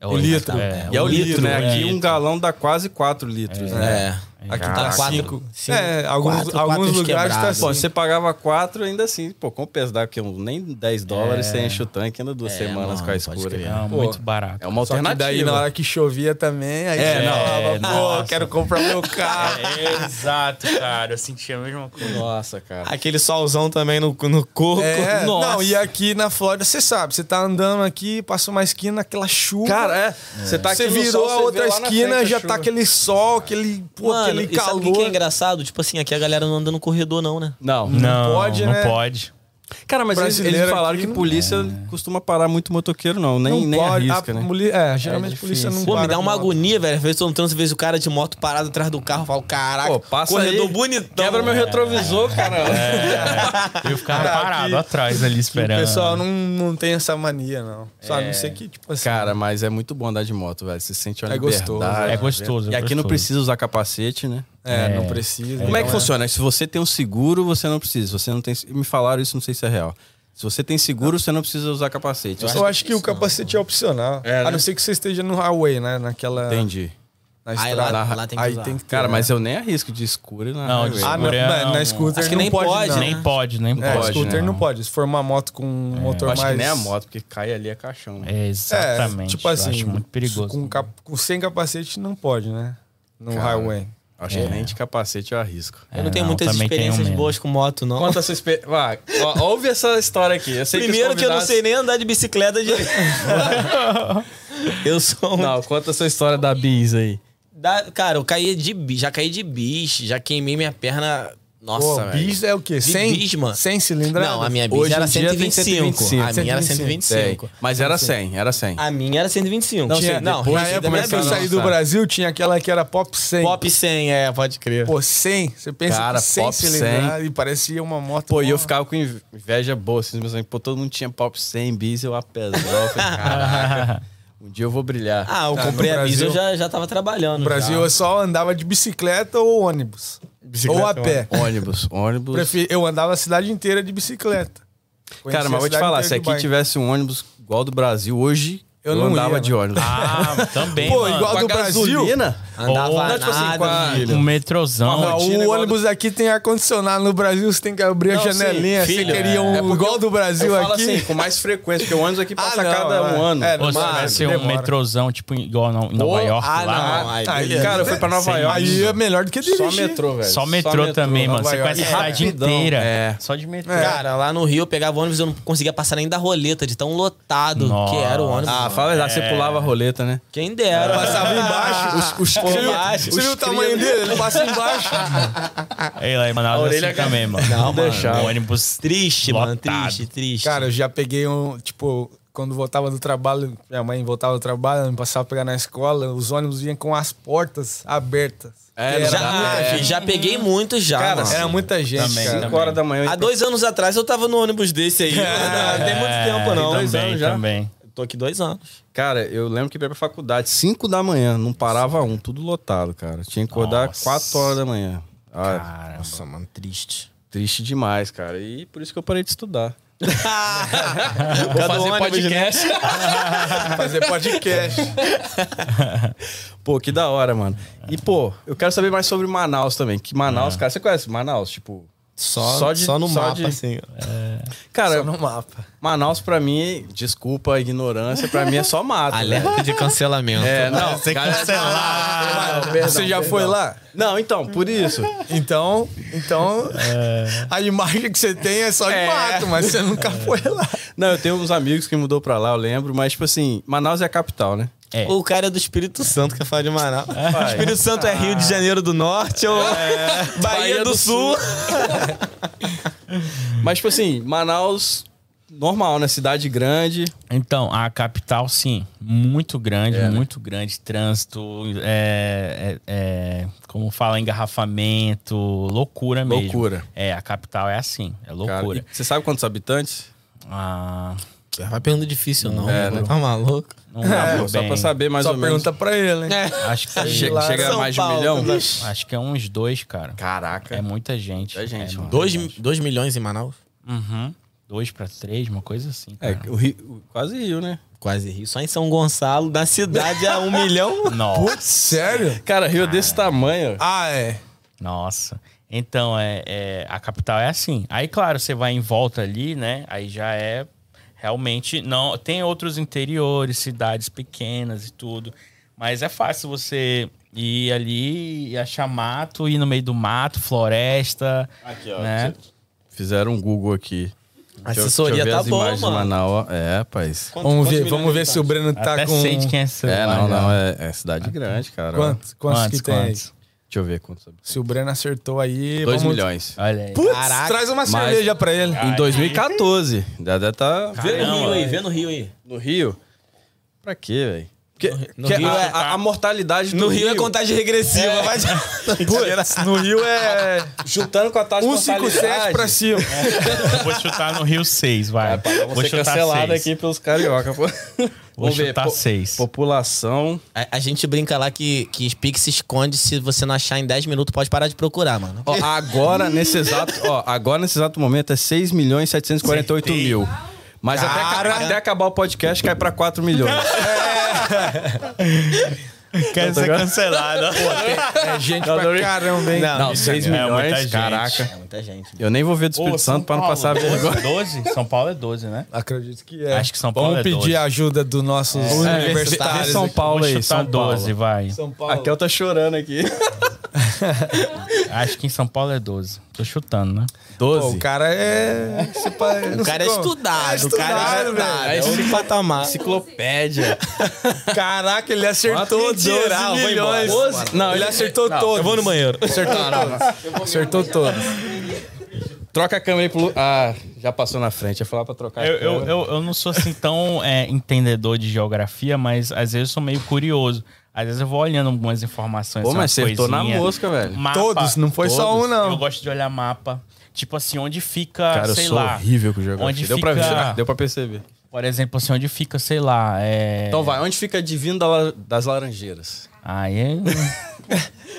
É
o litro.
É,
E é o litro, né?
é.
Aqui um galão dá quase 4 litros, né?
É.
Aqui
Tá
tá
quatro,
cinco.
cinco,
é, alguns,
quatro,
alguns
quatro
lugares tá
quebrados.
Pô,
cinco.
assim, você pagava 4 ainda assim, pô, compensa, dá que um- nem 10 dólares, você enche o tanque ainda duas
É,
semanas
mano,
com a
pode
escura.
crer.
Não,
Pô,
muito barato.
É uma
Só que
alternativa.
daí na hora que chovia também, aí
É,
você
não,
falava,
é,
pô,
nossa.
quero comprar
[laughs]
meu carro.
É, exato, cara. Eu senti a mesma coisa.
Nossa, cara.
Aquele solzão também no, no coco.
É,
Nossa.
não, e aqui na Flórida, você sabe, você tá andando aqui, passa uma esquina, aquela chuva.
Cara, é. Você tá aqui
Você
no
virou
sol,
a
você
outra
vê lá na
esquina,
frente a
já
chuva.
tá aquele sol, aquele, pô,
Mano, e sabe
aquele
o que que é
calor.
engraçado? Tipo assim, aqui a galera não anda no corredor, não, né?
Não.
Não,
pode,
não
né?
pode.
Cara, mas eles,
Brasileiro
eles falaram
aqui
que
não-
polícia costuma parar muito motoqueiro, não. Nem, nem arrisca,
a
né?
poli- É, geralmente
É
a polícia não
difícil.
Pô, me
para
dá
com
uma
moto.
agonia, velho. Às vezes eu tô no trânsito, vejo o cara de moto parado atrás do carro. Eu falo, caraca,
Pô, passa
corredor
aí.
bonitão.
Quebra meu
É.
retrovisor, cara.
Eu ficava
Cara,
parado
aqui-
atrás ali
O
esperando.
pessoal não, não tem essa mania, não. Só a não ser que, tipo
[laughs]
assim.
Cara, mas é muito bom andar de moto, velho. Você sente uma
É
liberdade.
gostoso,
é gostoso.
E
é
aqui não
gostoso.
precisa usar capacete, né?
é,
é.
não precisa.
Como é que
então
funciona? Se você tem um seguro, você não precisa. Você não tem. Me falaram isso, não sei se é real. Se você tem seguro, você não precisa usar capacete.
Eu acho que o capacete é opcional.
É,
A
né?
não ser que você esteja no highway, né? Naquela.
Entendi.
Na
Aí
estrada.
lá- lá tem que
Aí
usar.
tem que ter,
Cara,
né?
mas eu nem arrisco de escuro na
Não,
highway.
Ah,
de
não,
Scooter é
na, na
um-
scooter
Acho que
não
nem
pode,
pode,
não.
né?
Nem pode, nem
É,
pode.
scooter
né?
não pode. Se for uma moto com um motor
Eu acho
mais...
que nem a moto, porque cai ali é caixão. né?
É, exatamente.
É, tipo assim,
eu acho muito perigoso.
Com, um cap- com- sem capacete não pode, né? No
Cara.
highway.
Acho que nem de capacete eu arrisco.
Eu não tenho
não,
muitas
É, também tenho
experiências
medo.
boas com moto, não.
É. Conta a sua experiência. [laughs] Vai, ó, ouve essa história aqui. Eu sei
Primeiro
os
que eu não
convidados-
sei nem andar de bicicleta
[laughs]
de. eu sou um.
Não, conta a sua história da Bis aí.
Da- Cara, eu caí de bicho, já caí de bicho, já queimei minha perna.
Pô,
Nossa, velho.
bis é o quê?
De
100,
bis, mano.
100 cilindradas?
Não, a minha bis
Hoje
era
em dia tem
125.
125.
A minha era
100.
125.
Mas era 100, era 100.
A minha era 125.
Não,
Tinha,
sim, depois
na
que
época que eu
começaram a
saí do
lançar.
Brasil, tinha aquela que era Pop 100.
é Pop 100, é, pode crer.
Pô, 100. Você pensa
Cara,
que 100
Pop 100.
cilindradas e parecia uma moto...
Pô, e eu
mó-
ficava com inve- inveja boa, assim, meus amigos, pô, todo mundo tinha pop 100 bis, eu a pesar. Eu [laughs] falei, caraca, um dia eu vou brilhar.
Ah, eu
Tá,
comprei
no
a Visa,
Brasil-
eu já, já tava trabalhando.
No Brasil
já.
eu só andava de bicicleta ou ônibus.
Bicicleta
ou a
ou
pé.
Ônibus, ônibus.
Prefi- Eu andava a cidade inteira de bicicleta. Conhecia
Cara, mas
a
vou te
cidade
falar,
inteira
se
de
aqui
bike.
tivesse um ônibus igual ao do Brasil hoje,
Eu
eu,
não
andava
ia,
de
né?
ônibus.
Ah, também.
Pô,
mano.
igual
Com
do Brasil.
gasolina?
Andava
Ou-
nada,
Não,
tipo assim, com a-
filho.
Um metrozão.
Ah,
Rotina,
o
igual
ônibus aqui tem ar-condicionado. No Brasil, você tem que abrir
Não,
a
sim,
janelinha.
filho,
você queria um
é porque
igual do Brasil
eu falo
aqui.
assim, com mais frequência, porque o ônibus aqui passa a
não,
cada um
é.
ano.
É,
Ou se
Mas
tivesse um
demora.
metrozão, tipo, igual no- em Nova York
ah,
lá.
não, aí,
aí,
beleza.
Cara, eu fui pra Nova
Sem
York.
Aí é melhor do que dirigir.
Só metrô, velho.
Só metrô também, mano.
Nova
Você
York.
conhece a
É
cidade
rapidão.
inteira.
É.
Só de metrô.
Cara, lá no Rio eu pegava ônibus, eu não conseguia passar nem da roleta, de tão lotado que era o ônibus.
Ah, fala já, você pulava a roleta, né?
Quem dera. [laughs]
Passava embaixo. Os, os,
Por
você viu,
baixo,
você
os
viu o tamanho dele? Ele passa embaixo.
Aí lá em Manaus é
orelha
assim também, mano.
Não, mano.
O ônibus...
Triste, mano.
Lotado.
Triste, triste.
[laughs] Cara, eu já peguei um, tipo, quando voltava do trabalho, minha mãe voltava do trabalho, me passava a pegar na escola, os ônibus vinham com as portas abertas.
É,
Era
já,
muita
ah,
é.
filho, já peguei muito já.
Cara,
mano.
Era muita gente,
Também,
cara.
Cinco horas da manhã. eu
Há
ia
dois anos atrás eu tava no ônibus desse
[laughs] É.
aí. não tem muito tempo, não.
É, Também,
dois anos já.
também.
Então-
Eu Tô aqui dois anos.
Cara, eu lembro que ia pra faculdade, 5 da manhã, não parava um, tudo lotado, cara. Tinha que acordar
Nossa.
4 horas da manhã. Ah,
Nossa, mano, triste.
triste demais, cara. E por isso que eu parei de estudar. um é
Vou
fazer [laughs] podcast.
Fazer podcast.
Pô, que da hora, mano. E, pô, eu quero saber mais sobre Manaus também. Que Manaus, cara, você conhece Manaus? Tipo.
Só,
Só
só,
de-
no
só
mapa,
de-
assim.
Cara,
no mapa.
Manaus pra mim, desculpa a ignorância, pra mim é só mato. né?
Alerta de cancelamento.
É, não.
Você
cara-
cancelar.
Você já foi lá?
Não, então,
[laughs]
por isso.
Então, então a imagem que você tem é só de mato, mas você nunca foi lá.
Não, eu tenho uns amigos que mudou pra lá, eu lembro, mas, tipo assim, Manaus é a capital, né?
É.
O cara é do Espírito Santo quer falar de Manaus.
Vai.
Espírito Santo é Rio de Janeiro do Norte ou
É.
[laughs] Bahia,
Bahia
do,
do
Sul. Hum.
Mas, tipo assim, Manaus, normal, né? Cidade grande.
Então, a capital, sim, muito grande,
É, né?
muito grande. Trânsito, é, é- é, como fala, engarrafamento, loucura mesmo.
Loucura.
É, a capital é assim, é
Cara,
loucura.
E você sabe quantos habitantes?
Ah,
Vai pergunta difícil, não.
É, né?
Tá maluco?
[laughs]
não lembro
Pô, É, só
bem.
pra saber mais
É, só
ou menos. É,
pergunta pra ele, né? hein?
Acho que,
Che-
lá,
chega a
São
mais
Paulo,
de um milhão?
né?
acho que é uns dois, cara.
Caraca.
É muita gente.
É gente,
é,
mano.
Dois, dois milhões em Manaus?
Uhum. Dois pra três, uma coisa assim.
É,
Cara.
o Rio- o- quase Rio, né?
Quase Rio. Só em São Gonçalo, da cidade a um milhão.
Nossa.
Putz, sério?
Cara, Rio é desse tamanho.
Ah, é.
Nossa. Então, é, é, a capital é assim. Aí, claro, você vai em volta ali, né? Aí já é realmente. não Tem outros interiores, cidades pequenas e tudo. Mas é fácil você ir ali e achar mato, ir no meio do mato, floresta.
Aqui, ó.
né?
Fizeram um Google aqui.
A
Deixa eu-
assessoria
deixa eu ver
tá
as
boa,
imagens de
mano.
Manaus. ó. É, rapaz.
Vamos ver, vamos ver se o Breno tá
Até
com.
sei de quem é essa.
É, não, não. É, é cidade grande, cara. ó.
Quantos, quantos, que tem? aí?
Deixa eu ver quantos habitantes.
Se o Breno acertou aí.
2
vamos-
milhões.
Olha aí.
Putz,
Caraca.
traz uma cerveja pra ele.
Em 2014. Já deve tá.
[laughs] Vê no
Caramba.
Rio aí, vê no Rio aí.
No Rio? Pra quê, velho? Porque,
no
que
Rio
a,
é-
a- a mortalidade do
No Rio é contagem regressiva. Vai...
[laughs] Putz, no
[laughs]
Rio é
Juntando com a taxa de mortalidade.
157 pra cima.
Vou chutar no Rio 6, vai.
Vou
Vou
É, ser
chutar
cancelado
seis.
aqui pelos carioca. Pô. Vamos ver,
chutar
po-
seis.
População.
A, a gente brinca lá que, que Pix se esconde. Se você não achar em 10 minutos, pode parar de procurar, mano.
Ó, agora, nesse exato, ó, agora, nesse exato momento, é 6 milhões 748 mil. Mas até, aca-
Cara.
[laughs] até acabar o podcast, cai pra 4 milhões.
Quero ser cancelado.
É gente
Não,
pra
não-
caramba, hein?
Tá Não,
isso
6
é
milhões,
muita gente.
caraca.
É muita gente.
Eu nem vou ver do Espírito
Ô, São
Santo pra não
Paulo,
passar
12,
vergonha.
12? São Paulo é 12, né?
Acredito que é.
Acho que São Paulo
Vamos
é
pedir
12.
a ajuda dos nossos É,
É.
universitários.
Vê São
aqui.
Paulo
Vou
aí,
chutar
São Paulo.
12, vai.
São Paulo.
Raquel tá chorando aqui.
Acho que em São Paulo é 12. Tô chutando, né?
Pô,
12.
o cara é.
[laughs] O cara é estudado, o cara é
estudado,
estudado.
velho.
É outro patamar.
Enciclopédia.
Caraca, ele acertou
Quanto?
12
Geral, vou embora.
milhões.
Doze? Não,
Não, ele
ele-
acertou
não,
todos.
Eu vou no banheiro.
Acertou todos. Acertou todos.
Troca a câmera aí pro. Lu- Ah, já passou na frente. Eu ia falar pra trocar.
Eu,
a câmera.
eu, eu, eu não sou assim tão é, entendedor de geografia, mas às vezes eu sou meio curioso. Às vezes eu vou olhando algumas informações.
Pô, mas
umas
acertou na
coisinhas.
mosca, velho.
Mapa.
Todos, não foi só
Todos.
um, não.
Eu gosto de olhar mapa. Tipo assim, onde fica,
Cara, eu
sei
sou
lá.
horrível com geografia.
Onde
deu,
fica,
pra ver, deu pra perceber.
Por exemplo, assim, onde fica, sei lá, é...
Então vai, onde fica Divino da La- das Laranjeiras?
Ah, é?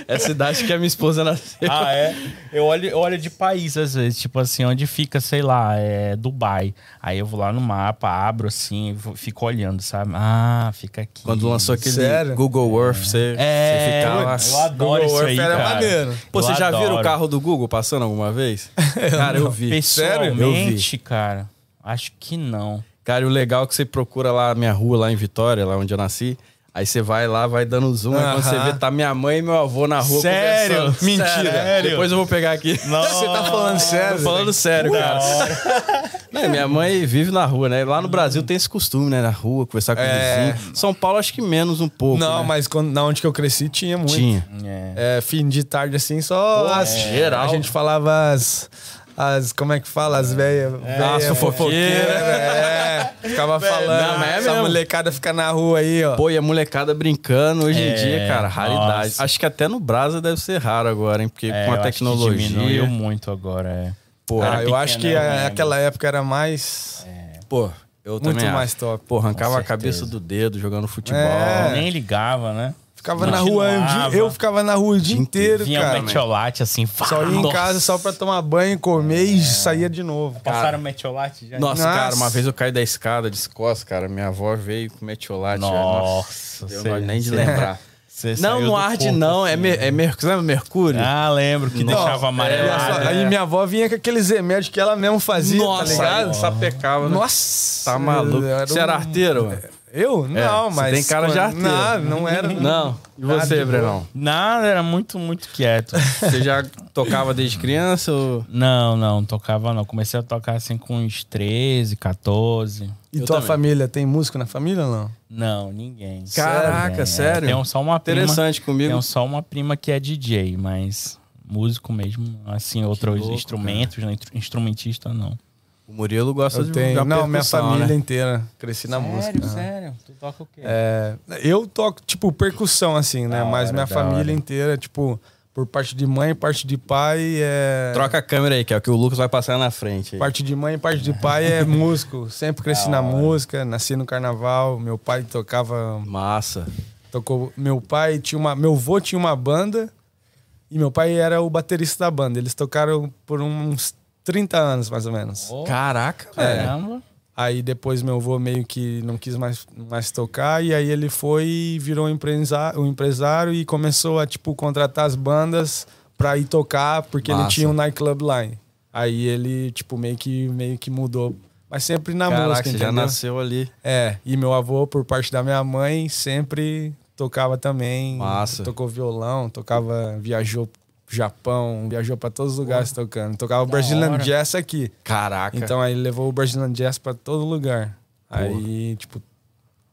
É a cidade que a minha esposa nasceu.
ah, é? Eu olho, eu olho de país, às vezes. Tipo assim, onde fica, sei lá, é Dubai. Aí eu vou lá no mapa, abro assim, vou- fico olhando, sabe? Ah, fica aqui.
Quando lançou aquele
Sério?
Google Earth, você,
É,
você ficava.
eu adoro
Google
isso
Earth
aí,
era
cara.
maneiro.
Pô,
Eu
vocês já viram o
adoro.
carro do Google passando alguma vez? Cara, eu vi.
Pessoalmente,
Eu vi.
cara, acho que não.
Cara, e o legal é que você procura lá a minha rua, lá em Vitória, lá onde eu nasci. Aí você vai lá, vai dando zoom. Aí quando você
Aham.
vê, tá minha mãe e meu avô na rua
Sério?
conversando.
Mentira. Sério?
Depois eu vou pegar aqui.
Você tá falando sério?
Tô falando sério, cara. Não, minha mãe vive na rua, né? Lá no Brasil tem esse costume, né? Na rua, conversar com
É.
o vizinho. São Paulo acho que menos um pouco,
Não,
né?
mas quando, na onde que eu cresci tinha muito.
Tinha.
É.
É, fim de tarde assim, só.
Pô, é,
as-
geral.
A gente falava as. As, como é que fala? As velhas.
as fofoqueiras.
É, ficava falando. "Ah,
não, mas é
essa
mesmo.
molecada fica na rua aí, ó.
Pô, e a molecada brincando hoje em
É,
dia, cara, raridade.
nossa.
Acho que até no Brasa deve ser raro agora, hein? Porque
É,
com
eu
a
acho que Diminuiu
tecnologia.
muito agora, é.
Pô,
Ah,
era
eu acho que
pequeno,
a-
né?
aquela época era mais.
É, pô, eu
Muito
também
mais
acho.
top.
Pô, arrancava
Com
a cabeça
certeza.
do dedo jogando futebol.
É.
Nem ligava, né?
Ficava na rua, o dia-
Continuava.
eu ficava na rua o dia inteiro,
Vinha
cara. né?
um metiolate assim,
Só ia em
[laughs] nossa.
casa só pra tomar banho, comer
É.
e saía de novo.
Passaram metiolate já?
Nossa,
Nossa.
cara, uma vez eu caí da escada de escosta, cara. Minha avó veio com metiolate. velho.
Nossa,
eu
cê-
não gosto nem de
cê-
lembrar.
cê
[laughs] Não,
saiu do
não arde,
corpo,
não. É,
assim.
me- é mer- sabe mercúrio.
Ah, lembro que deixava Ah,
E a
amarelado.
sua- Aí minha avó vinha com aqueles remédios que ela mesma fazia, tá
né? Nossa,
ligado?
aí sapecava, né?
Nossa!
Tá maluco.
era
Você era
um-
arteiro? mano?
Eu? Não,
É, você
mas.
tem cara de arteiro.
Não, não era.
Não. E você,
de boa.
Brenão?
Nada, era muito, muito quieto.
Você já tocava [laughs] desde criança ou...
não, não, tocava não. Comecei a tocar assim com uns 13, 14.
E
Eu
tua
também.
família tem músico na família ou não?
Não, ninguém.
Caraca,
Ninguém,
sério?
É. Tenho só uma prima.
Interessante comigo.
um-
Tenho só uma prima que é DJ, mas músico mesmo, assim, outros
louco,
instrumentos, né? Intru- instrumentista não.
O Murilo gosta
Eu
de
tenho.
da
Não, minha
percussão,
família
né?
inteira. Cresci na música. né?
sério? Tu toca o quê?
É, eu toco, tipo, percussão, assim, né?
Da
Mas
hora,
minha
da
família
hora.
inteira, tipo, por parte de mãe, parte de pai, é.
Troca a câmera aí, que é o que o Lucas vai passar na frente. aí.
Parte de mãe, parte de pai é músico. Sempre cresci na música, nasci no carnaval. Meu pai tocava.
Massa.
Tocou. Meu pai tinha uma. Meu avô tinha uma banda e meu pai era o baterista da banda. Eles tocaram por uns 30 anos, mais ou menos.
Caraca,
é.
velho.
Caramba.
Aí depois meu avô meio que não quis mais, mais tocar, e aí ele foi e virou um empresário, um empresário e começou a, tipo, contratar as bandas pra ir tocar, porque ele
Massa.
tinha um nightclub line. Aí ele, tipo, meio que, meio que mudou. Mas sempre na
Caraca,
música,
você já
entendeu?
nasceu ali.
É, e meu avô, por parte da minha mãe, sempre tocava também.
Massa.
Tocou violão, tocava, viajou pro Japão, viajou pra todos os lugares tocando. Tocava Brazilian
hora.
Jazz aqui.
Caraca.
Então aí ele levou o Brazilian Jazz pra todo lugar. Aí, tipo,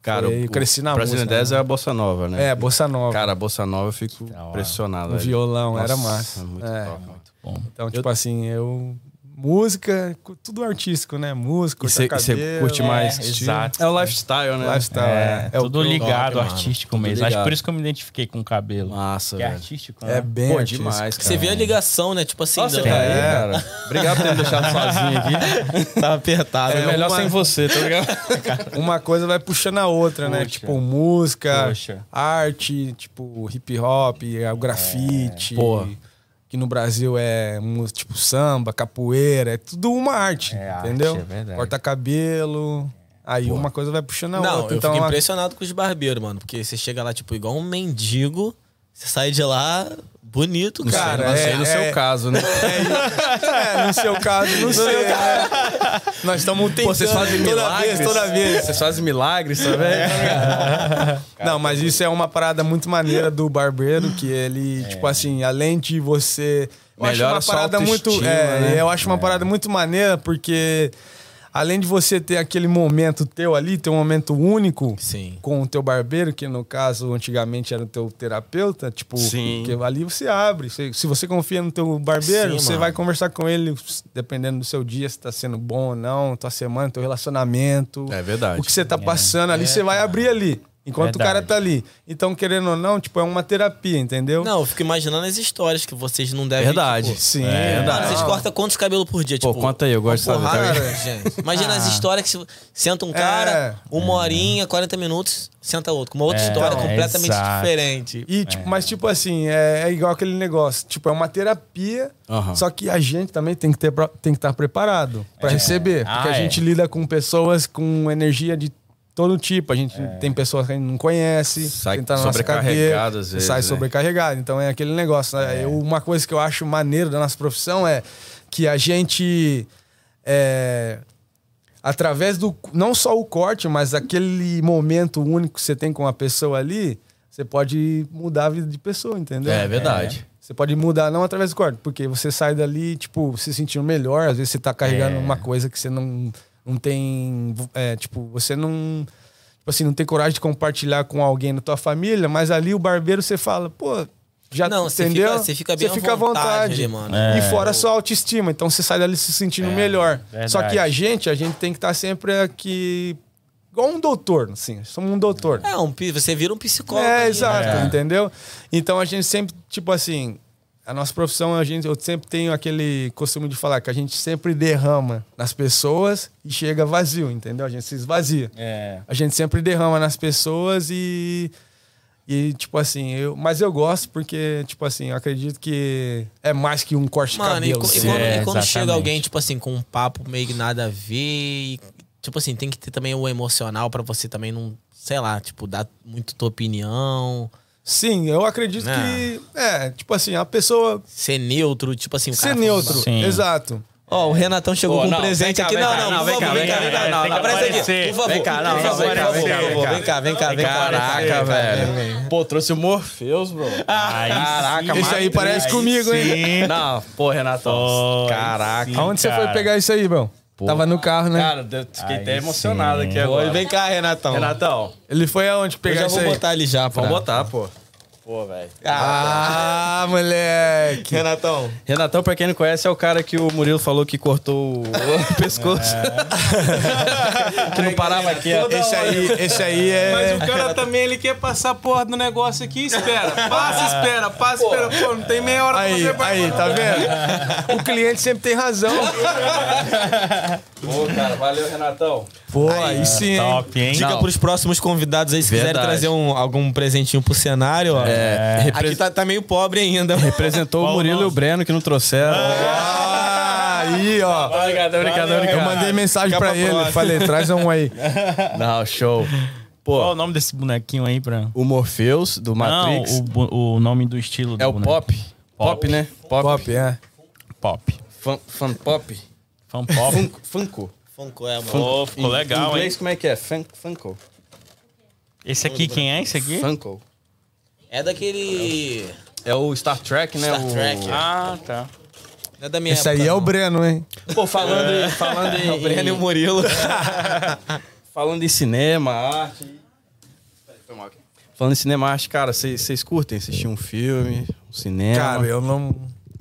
cara,
eu cresci na
Brazilian
música,
Jazz
né?
é a bossa nova, né?
é, Bossa Nova.
Cara, a bossa nova eu fico
Da hora.
impressionado.
o
velho.
violão, era
Nossa,
massa.
Muito
É,
top, mano.
Bom.
Então, tipo assim, eu. Música, cu- tudo artístico, né? é, Música,
E cê-
cortar
e cê
cabelo,
curte mais?
estilo.
Exato.
É o lifestyle, né?
Lifestyle,
É,
é. É o
tudo ligado,
mano.
artístico
Tudo
mesmo. Acho que
ligado.
por isso que eu me identifiquei com o cabelo.
Massa,
que é
velho.
artístico, né?
É bem
Pô,
artístico.
demais, cara.
Você vê a ligação, né? Tipo assim,
Nossa,
da-
você tá aí, cara. Obrigado por ter me deixado sozinho aqui.
[laughs] tá apertado.
Foi
É
melhor
uma-
sem você, tá ligado?
Uma coisa vai puxando a outra, né?
Puxa.
Tipo, música,
Puxa.
arte, tipo, hip hop, é, o grafite.
Pô.
Que no Brasil é mu- tipo samba, capoeira, é tudo uma arte,
É arte,
entendeu?
é verdade.
Corta cabelo, Aí uma coisa vai puxando a
Não,
outra.
eu
então,
fico
a-
impressionado com os barbeiros, mano. Porque você chega lá, tipo, igual um mendigo, você sai de lá bonito, cara.
Cara,
Não
é-
sei no seu
é-
caso,
[laughs]
né?
É, no seu caso, não sei. é. Nós estamos tentando.
Pô, vocês fazem
toda
milagres.
vez, toda vez.
Vocês fazem milagres também? Tá
Não, mas isso é uma parada muito maneira do barbeiro, que ele, tipo assim, além de você. Eu acho
É. Melhora
uma
sua
parada muito.
autoestima,
é,
né?
eu acho uma parada muito maneira, porque além de você ter aquele momento teu ali, ter um momento único
Sim.
com o teu barbeiro, que no caso antigamente era o teu terapeuta, tipo,
Sim.
porque ali você abre. Se, se você confia no teu barbeiro,
Sim,
você
mano.
vai conversar com ele, dependendo do seu dia, se tá sendo bom ou não, tua semana, teu relacionamento.
É verdade.
O que você tá passando ali, você vai abrir ali. Enquanto o cara
Verdade.
tá ali. Então, querendo ou não, tipo, é uma terapia, entendeu?
Não, eu fico imaginando as histórias que vocês não devem.
Verdade.
tipo,
Sim.
Mano, vocês
é Não.
cortam quantos cabelos por dia?
Pô,
tipo,
conta aí, eu gosto de saber.
porrada.
também.
gente. Imagina
Ah.
as histórias que se- senta
É.
um cara, uma horinha, 40 minutos, senta outro. com Uma outra história
é,
completamente
exato.
diferente.
é.
E, tipo, Mas, tipo assim, é, é igual aquele negócio. Tipo, é uma terapia,
Aham.
só que a gente também tem que ter pro- tem que estar preparado pra receber.
Ah,
Porque a
é.
gente lida com pessoas com energia de todo tipo. A gente tem pessoas que a gente não conhece.
Sai
que tá na nossa
sobrecarregado,
cadeia,
às vezes,
Sai
né?
sobrecarregado. Então é aquele negócio. né? Eu- uma coisa que eu acho maneiro da nossa profissão é que a gente... é, através do não só o corte, mas aquele momento único que você tem com a pessoa ali, você pode mudar a vida de pessoa, entendeu?
É verdade.
Você pode mudar não através do corte, porque você sai dali, tipo, se sentindo melhor, às vezes você tá carregando
É.
uma coisa que você não, não tem, é, tipo, você não tipo assim, não tem coragem de compartilhar com alguém da tua família, mas ali o barbeiro você fala, pô, já
Não, você
entendeu?
fica- você fica bem à vontade ali, mano. É.
E fora a sua autoestima, então você sai dali se sentindo melhor.
verdade.
Só que a gente, a gente tem que estar sempre aqui igual um doutor, assim, somos um doutor.
É, um, pi- você vira um psicólogo.
É,
ali,
exato,
né?
É.
entendeu? Então a gente sempre, tipo assim, a nossa profissão, a gente, eu sempre tenho aquele costume de falar que a gente sempre derrama nas pessoas e chega vazio, entendeu? A gente se esvazia.
É.
A gente sempre derrama nas pessoas e. E, tipo assim, eu, mas eu gosto porque, tipo assim, eu acredito que é mais que um corte de
Mano, e,
cabelo.
co- e
assim.
quando, e
É,
quando
exatamente.
chega alguém, tipo assim, com um papo meio que nada a ver, e, tipo assim, tem que ter também o emocional pra você também não, sei lá, tipo, dar muito tua opinião,
Sim, eu acredito
Né?
que. É, tipo assim, a pessoa
ser neutro, tipo assim, o cara
ser
fala-
neutro.
Sim.
Exato.
Ó, o Renatão chegou
Ô,
com um
não,
presente
vem cá,
aqui.
vem
Não,
cá,
não,
não,
por
vem cá,
favor, vem
vem
cá,
cá,
vem cá,
é,
não,
tem que
aparece aqui,
aparecer.
por favor.
Vem cá, não,
por favor,
vem cá,
por
vem cá,
favor,
vem
por favor,
cá.
Vem cá, vem cá, vem cá.
Caraca, velho. Pô, trouxe o Morpheus, bro.
Ah, Aí
Caraca,
sim.
Isso aí parece
Aí
comigo, hein?
sim.
Não, pô, Renatão.
Pô, aí
Caraca.
sim,
Aonde você foi
cara.
pegar isso aí, Bão? Tava no carro, né?
Cara, eu fiquei até
Aí
emocionado
sim.
aqui
Oi,
agora.
Vem cá, Renatão.
Renatão,
Ele foi aonde
Eu
pegar
já
isso
vou
aí?
botar ele já, pra...
vamos botar, pô. Pô, velho.
Ah, moleque!
Renatão.
Renatão, pra quem não conhece, é o cara que o Murilo falou que cortou o [laughs] o pescoço. que não parava aqui. ó.
Esse aí, esse aí é.
Mas o cara também, ele quer passar a porra do negócio aqui espera. Passa, espera, passa, espera. Pô, não tem meia hora
Aí,
pra fazer né?
aí, tá vendo? O cliente sempre tem razão.
Pô, cara, valeu, Renatão.
Pô,
Ah,
aí sim, hein?
Top, hein?
Dica
Não.
pros próximos convidados aí, se quiserem
Verdade.
trazer um- algum presentinho pro cenário, ó.
É, repre-
Aqui tá, tá meio pobre ainda.
representou
é
o Murilo e o Breno que não trouxeram.
Ah, aí, ó.
Obrigado, obrigado,
Eu
obrigado.
mandei mensagem pra ele, falei, traz um aí.
Não, show.
Qual
Pô,
o nome desse bonequinho aí, pra...
o Morpheus do Matrix
Não, o bu- o, nome do estilo do
é o
boneco.
pop. pop. né? Pop.
Pop, é.
Pop.
Fan, fan pop.
Fan pop.
Funko. Funko.
[laughs] Funko é, mano.
Pô, ficou
em
legal, hein?
inglês, como é que é? Fun, funko.
Esse aqui, quem é esse aqui?
Funko.
É daquele.
É o Star Trek, né?
Star
O-
Trek.
Ah, tá.
Não é da minha
Esse aí
época,
é o
não.
Breno, hein?
Pô, falando, em- falando em,
O Breno e o
em-
Murilo.
falando em cinema, arte. Peraí, foi mal aqui. Falando em cinema, arte, cara, vocês curtem assistir um filme, um cinema?
Cara, eu não,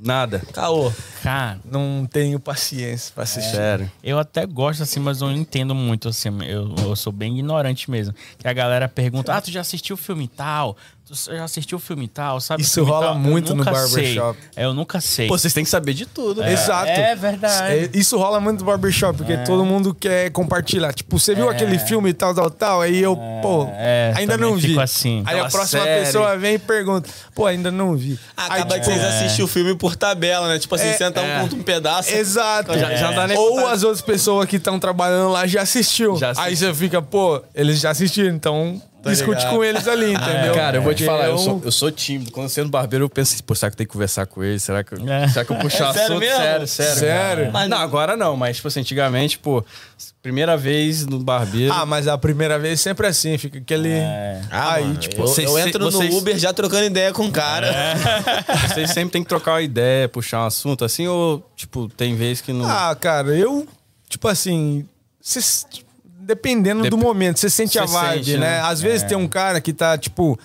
Nada.
Caô.
Cara,
não tenho paciência pra assistir.
Sério.
eu até gosto assim, mas não entendo muito assim. Eu, eu sou bem ignorante mesmo. Que a galera pergunta: Ah, tu já assistiu o filme tal? Tu você já assistiu o filme tal, sabe?
Isso
filme
rola
tal?" Eu
muito no
nunca sei.
barbershop.
É, eu nunca sei.
Pô, vocês têm que saber de tudo, né?
Exato.
é verdade.
É, Isso rola muito no barbershop, porque
É.
todo mundo quer compartilhar. Tipo, você viu aquele filme e tal, tal, tal? Aí eu, pô,
é,
ainda
também
não vi.
fico assim.
Aí a
Aquela
próxima
série.
pessoa vem e pergunta, pô, ainda não vi. Aí,
Acaba
tipo,
que vocês assistem o filme por tabela, né? Tipo assim,
É,
senta um conta um pedaço.
Exato.
Já- já dá nem
Ou
vontade.
as outras pessoas que estão trabalhando lá já assistiu.
Já assistiu. Tá
Aí você fica, pô, eles já assistiram, então discute
ligado.
com eles ali, entendeu?
É, Cara, eu vou te
Porque é um-
falar, eu sou, eu sou tímido. Quando eu sendo barbeiro, eu penso assim, pô, será que eu tenho que conversar com ele? Será que eu,
É.
será que eu puxar
É sério
assunto?
mesmo?
Sério, sério.
Sério?
cara. não, agora não, mas, tipo assim, antigamente, pô, primeira vez no barbeiro.
Ah, mas a primeira vez sempre assim, fica aquele.
É.
Ah,
aí,
mano,
tipo,
eu,
vocês-
eu entro
vocês-
no Uber já trocando ideia com o cara.
Vocês sempre tem que trocar uma ideia, puxar um assunto assim, ou, tipo, tem vez que não.
Ah, cara, eu, tipo assim, cês- dependendo do
Dep-
momento, você sente
Cê
a vibe,
sente,
né?
né?
Às vezes tem um cara que tá, tipo,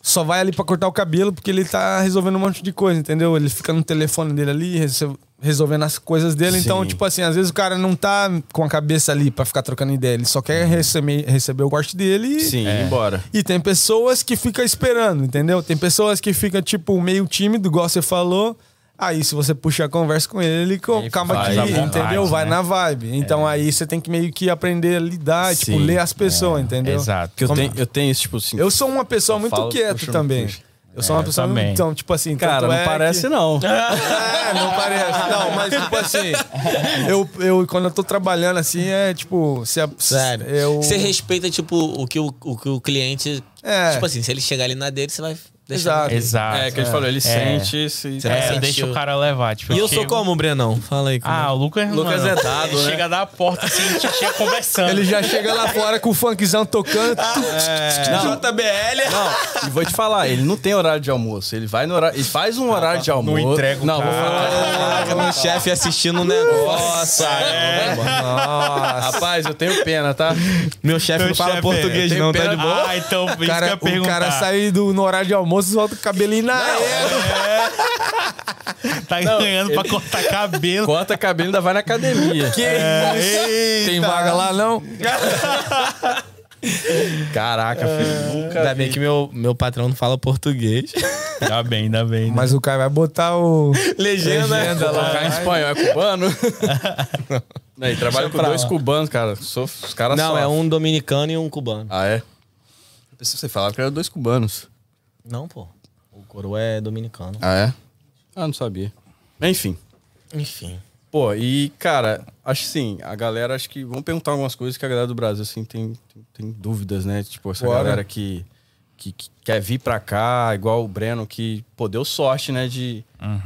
só vai ali pra cortar o cabelo porque ele tá resolvendo um monte de coisa, entendeu? Ele fica no telefone dele ali, reso- resolvendo as coisas dele. Então,
Sim.
tipo assim, às vezes o cara não tá com a cabeça ali pra ficar trocando ideia, ele só quer receber, receber o corte dele e
Uhum. Sim, ir embora.
e tem pessoas que ficam esperando, entendeu? Tem pessoas que ficam, tipo, meio tímido, igual você falou. Aí, se você puxar a conversa com ele, ele co- acaba
faz
que,
à vontade,
entendeu? Vai
né?
na vibe. Então, aí você tem que meio que aprender a lidar, tipo,
Sim,
ler as pessoas, entendeu?
Exato.
Porque eu tenho, eu tenho isso, tipo assim.
Eu sou uma pessoa muito
falo,
quieta
puxa,
também.
puxa.
Eu sou uma
eu
pessoa
também.
muito. Então, tipo assim,
cara,
tanto
não
é
parece
que-
não.
[laughs] é, não parece. Não, mas tipo assim, eu, eu quando eu tô trabalhando assim, é tipo, se a,
Sério.
eu
Você respeita, tipo, o que o, o que o cliente.
É.
Tipo assim, se ele chegar ali na dele, você vai deixar. Exato.
Exato.
Exato.
É, que ele falou, ele sente se.
vai
É,
sentir
deixa o
o-
cara levar. Tipo,
E eu sou
chego-
como, Brenão? Fala aí. Como...
Ah, o Lucas,
Lucas
mano,
é dado, né?
Chega da porta assim, a gente chega conversando. É.
Ele
é?
já chega lá fora com o funkzão tocando.
Não.
JBL.
Não, e vou te falar, ele não tem horário de almoço. Ele vai no horário. Ele faz um horário de almoço.
entrega o
Não, vou
cara.
falar.
Caraca, meu chefe assistindo um negócio.
é. Rapaz, eu tenho pena, tá?
Meu chefe não fala
chefe,
português,
tem
não, tá de boa?
Ah, então, isso que eu
cara,
ia
o
perguntar.
cara sai do, no horário de almoço e solta o cabelinho na égua.
Tá ganhando pra cortar cabelo.
Corta cabelo e ainda vai na academia. É,
Tem vaga lá, não?
Caraca, filho. Nunca.
é Ainda bem que meu, meu patrão não fala português. [laughs]
Ainda bem, ainda bem. né?
Mas o cara vai botar o.
Legenda.
Legenda lá.
Colocar em espanhol é [laughs] cubano? não. E trabalho com dois cubanos, cara. Sou, os caras
Não,
sofrem.
é um dominicano e um cubano.
Ah, é? Eu pensei que você falava que era dois cubanos.
Não, pô. O coroa é dominicano.
Ah, é? Ah, não sabia. Enfim.
Enfim.
Pô, e, cara, acho sim, a galera, acho que. Vamos perguntar algumas coisas que a galera do Brasil, assim, tem, tem, tem dúvidas, né? Tipo, essa
Bora.
galera que, que, que quer vir pra cá, igual o Breno, que, pô, deu sorte, né? De.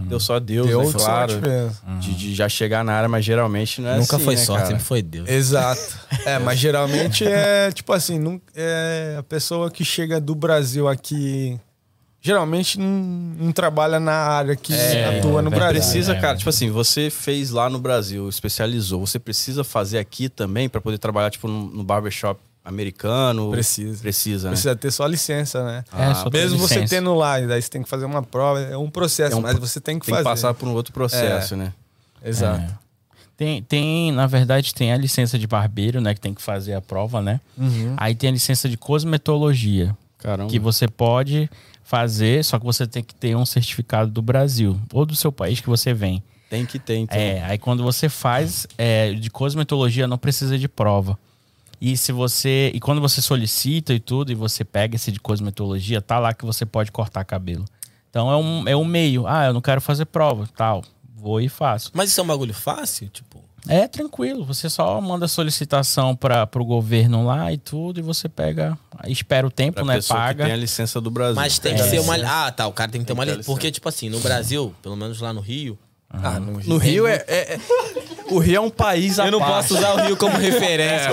Deu só Deus,
Deu
né? Claro.
sorte mesmo.
de, de já chegar na área, mas geralmente não é
Nunca
assim,
foi
né,
sorte,
cara?
sempre foi Deus.
Exato. É, mas geralmente [laughs] é tipo assim, não, é, a pessoa que chega do Brasil aqui geralmente não, não trabalha na área que atua no
é verdade.
Brasil.
Precisa,
É,
cara,
é.
tipo assim, você fez lá no Brasil, especializou, você precisa fazer aqui também pra poder trabalhar, tipo, no, no barbershop americano?
Precisa.
Precisa, né?
Precisa ter só licença, né?
É, só tem
Mesmo você
licença.
tendo lá, e daí você tem que fazer uma prova, é um processo,
É um
mas
pro-
você tem que
Tem
fazer. É.
que passar É, por um outro processo, né?
Exato.
Tem, tem, na verdade, tem a licença de barbeiro, né? Que tem que fazer a prova, né? Aí tem a licença de cosmetologia,
Caramba.
que você pode fazer, só que você tem que ter um certificado do Brasil ou do seu país que você vem.
Tem que ter, então.
É, aí quando você faz é, de cosmetologia, não precisa de prova. E se você. E quando você solicita e tudo, e você pega esse de cosmetologia, tá lá que você pode cortar cabelo. Então é um, é um meio. Ah, eu não quero fazer prova, tal. Vou e faço.
Mas isso é um bagulho fácil? Tipo.
É tranquilo, você só manda a solicitação para o governo lá e tudo, e você pega, espera o tempo,
Pra
né?
pessoa que tem a
[laughs] Paga.
licença do Brasil.
Mas tem que ser uma. Ah, tá. O cara tem que ter uma.
que ter
li- Porque, tipo assim, no Brasil, pelo menos lá no Rio.
Ah, no
No Rio é, é- é- O Rio é um país à
Eu não
parte.
posso usar o
[laughs]
Rio como referência.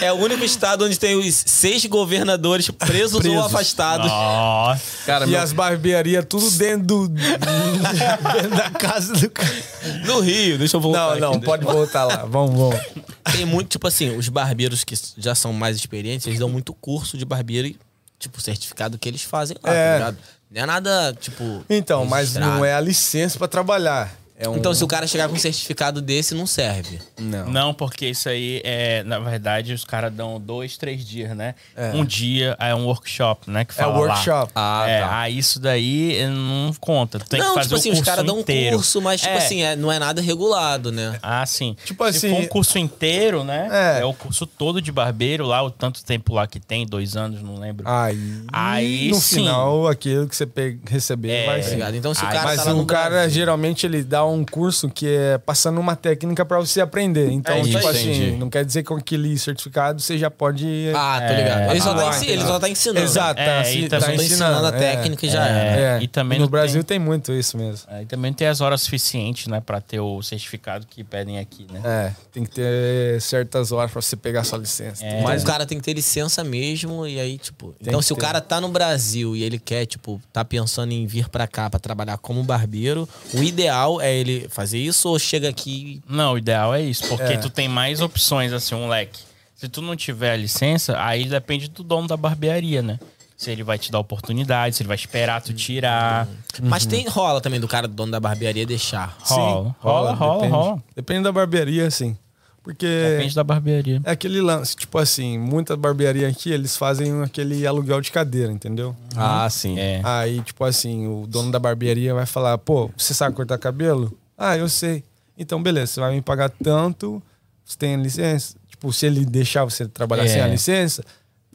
É o único estado onde tem os seis governadores presos, ou
Presos.
afastados.
Nossa.
Cara,
e
meu-
as barbearias tudo dentro, do, [laughs] dentro da casa do cara.
No Rio, deixa eu voltar.
Não,
aqui.
não, pode voltar lá. Vamos, vamos.
Tem muito, tipo assim, os barbeiros que já são mais experientes, eles dão muito curso de barbeiro e, tipo, certificado que eles fazem lá,
É.
tá ligado? Não é nada, tipo.
Então, mas
registrado.
não é a licença pra trabalhar. É um...
Então, se o cara chegar com um certificado desse, não serve.
Não.
Não, porque isso aí é, na verdade, os caras dão dois, três dias, né? Um dia é um workshop, né? Que
É
fala lá.
workshop.
Ah,
é,
tá.
aí isso daí eh, não conta. Tu Tem
não,
que fazer
tipo
o
assim,
curso
os caras dão
inteiro.
um curso, mas, tipo
É.
assim, é- não é nada regulado, né?
Ah, sim.
Tipo
Se
assim-
for um curso inteiro, né?
É.
É. o curso todo de barbeiro lá, o tanto tempo lá que tem, dois anos, não lembro.
Aí,
Aí
no
sim.
final, aquilo que você pe- receber
É,
vai
Tá
ser.
ligado? Então, se o
Ai,
cara
Mas
tá lá
o
no
cara,
Brasil-
geralmente, ele dá um curso que é passando uma técnica pra você aprender. Então,
É isso
tipo
aí.
assim,
Entendi.
não quer dizer que com aquele certificado você já pode...
Ah, tô ligado. ele, só tá
atuar,
ensi- ele
entendeu?
só tá ensinando.
Exato,
É,
tá, se-
e também
tá
Só tá ensinando a
é.
técnica e já era.
É,
É,
e também
no
não
Brasil tem... muito isso mesmo.
Aí também tem as horas suficientes, né, pra ter o certificado que pedem aqui, né?
É, tem que ter certas horas pra você pegar sua licença.
É.
Então
Mas-
o cara tem que ter licença mesmo e aí, tipo... então se o cara tá no Brasil e ele quer, tipo, tá pensando em vir pra cá pra trabalhar como barbeiro, o ideal é ele fazer isso ou chega aqui...
Não, o ideal é isso, porque
É.
tu tem mais opções, assim, um leque. Se tu não tiver a licença, aí depende do dono da barbearia, né? Se ele vai te dar oportunidade, se ele vai esperar tu tirar.
Hum,
Uhum.
Mas tem rola também do cara, do dono da barbearia, deixar.
Sim,
Rola, rola, rola,
depende,
rola.
Depende da barbearia, sim. Porque...
Depende da barbearia.
É aquele lance, tipo assim, muita barbearia aqui, eles fazem aquele aluguel de cadeira, entendeu?
Ah, sim.
É.
Aí, tipo assim, o dono da barbearia vai falar, pô, você sabe cortar cabelo? Ah, eu sei. Então, beleza, você vai me pagar tanto, você tem a licença. Tipo, se ele deixar você trabalhar
É.
sem a licença,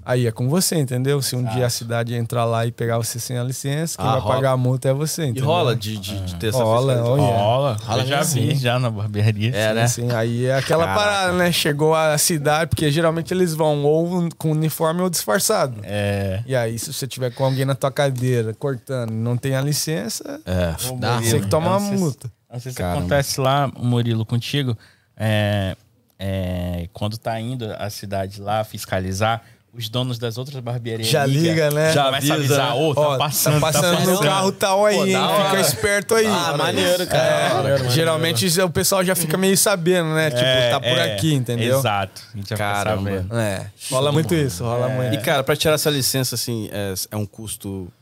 aí é com você, entendeu? Se um dia a cidade entrar lá e pegar você sem a licença, quem
Ah,
vai
rola.
pagar a multa é você,
E
entendeu?
rola de,
Ah.
de, de ter essa
Rola,
fiscalização?
olha.
Rola,
Rola
eu já
mesmo.
vi já na barbearia.
É, né?
Sim, aí é aquela
Caraca.
parada, né? Chegou a cidade, porque geralmente eles vão ou com uniforme ou disfarçado.
É.
E aí, se você tiver com alguém na tua cadeira cortando e não tem a licença,
É, dá
você
ruim.
que toma
Eu
uma
não sei se-
multa.
Não sei se
Caramba.
acontece lá, Murilo, contigo. É, é, quando tá indo a cidade lá fiscalizar, os donos das outras barbearias
Já liga, né?
Já
Já
começa
avisa,
a avisar, ô, tá
Ó,
passando, tá
passando no
passando.
carro tal aí,
Pô, da
hein?
hora.
Fica esperto aí.
Ah, maneiro, cara.
É,
Da hora, maneiro.
geralmente o pessoal já fica meio sabendo, né?
É,
tipo, tá por
é,
aqui, entendeu?
Exato. A gente já fica
Caramba.
sabendo.
É. Rola muito isso, rola é.
E,
muito.
cara, pra tirar essa licença, assim, é, é um custo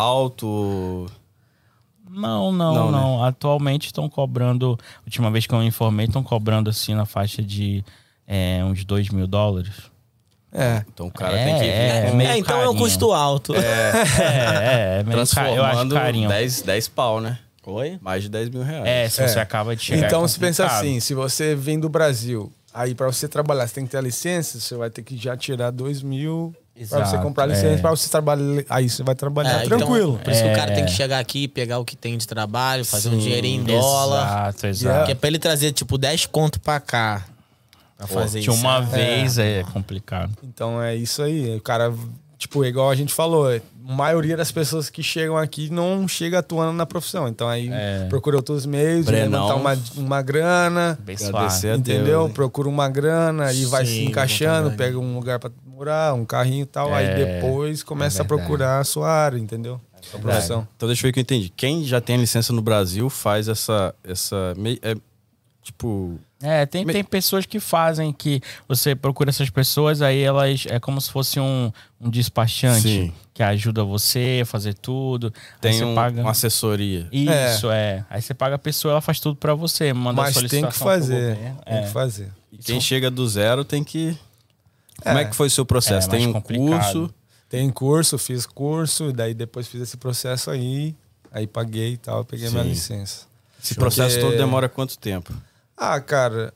alto?
Não, não, não.
Não, né?
Atualmente estão cobrando. Última vez que eu me informei, estão cobrando assim na faixa de é, uns 2 mil dólares.
É.
Então o cara
É,
tem que...
é,
vir com-
meio
É, então é um
carinho.
custo alto. [laughs]
É, é, é meio ca- eu acho
transformando
carinho.
10, 10 pau, né?
Oi?
Mais de 10 mil reais.
É, se você
É.
acaba de chegar. é
Então, se pensa
complicado.
assim, se você vem do Brasil, aí pra você trabalhar, você tem que ter a licença, você vai ter que já tirar dois mil pra você
Exato,
comprar a
é.
licença, pra você trabalhar. Aí você vai trabalhar
tá
É, então,
tranquilo.
por isso que o cara
É.
tem que chegar aqui, pegar o que tem de trabalho, fazer um dinheirinho em dólar.
Exato,
Que é
exato.
pra ele trazer, tipo, 10 conto pra cá. Pra fazer
De
isso. né?
uma vez é complicado.
Então é isso aí. O cara, tipo, igual a gente falou, a maioria das pessoas que chegam aqui não chega atuando na profissão. Então aí
É.
procura outros meios,
Brenão.
levantar uma, uma grana,
Bem
Agradecer
suave.
a Deus,
entendeu?
hein?
procura uma grana e vai se
Sim,
encaixando,
exatamente.
pega um lugar pra morar, um carrinho e tal. aí
É,
depois começa a procurar a sua área, entendeu? sua profissão.
Então deixa eu ver que eu entendi. Quem já tem licença no Brasil faz essa... essa mei- é, tipo...
É, tem, tem pessoas que fazem que você procura essas pessoas, aí elas é como se fosse um, um despachante
Sim.
que ajuda você a fazer tudo. aí
Tem
você
um-
paga.
uma assessoria.
Isso, é. Aí você paga a pessoa, ela faz tudo pra você, manda a
Mas tem
solicitação
que
pro
fazer.
governo.
Tem
É.
que fazer.
E quem chega do zero tem que... Como é que foi o seu processo?
É, mais
tem um
complicado.
curso...
Tem curso, fiz curso, daí depois fiz esse processo aí, aí paguei e tal, peguei minha licença.
Esse processo
Porque-
todo demora quanto tempo?
Ah, cara.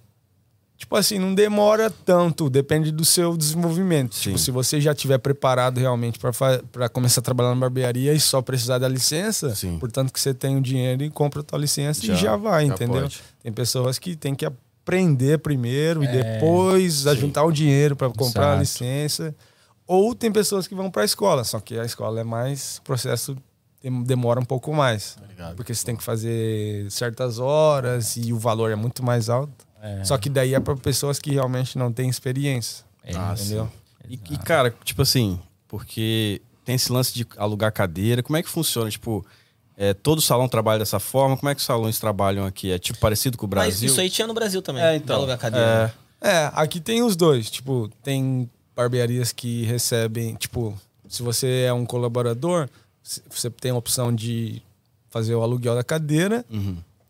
Tipo assim, não demora tanto, depende do seu desenvolvimento. Tipo, se você já tiver preparado realmente pra fa- pra começar a trabalhar na barbearia e só precisar da licença,
Sim.
portanto que você tem o dinheiro e compra a tua licença
Já,
e já vai,
já
entendeu?
pode.
Tem pessoas que tem que aprender primeiro e depois juntar o dinheiro pra comprar a
Exato.
licença. Ou tem pessoas que vão pra escola, só que a escola é mais o processo dem- demora um pouco mais. Porque você tem que fazer certas horas e o valor é muito mais alto. Só que daí é para pessoas que realmente não têm experiência.
É,
É,
Ah,
entendeu?
E, e, cara, tipo assim, porque tem esse lance de alugar cadeira, como é que funciona? Tipo, é, todo salão trabalha dessa forma? Como é que os salões trabalham aqui? É tipo parecido com o
Mas
Brasil?
isso aí tinha no Brasil também.
É, então.
de Alugar cadeira.
É, aqui tem os dois. Tipo, tem barbearias que recebem. Tipo, se você é um
Uhum.
colaborador, c- você tem a opção de fazer o aluguel da cadeira.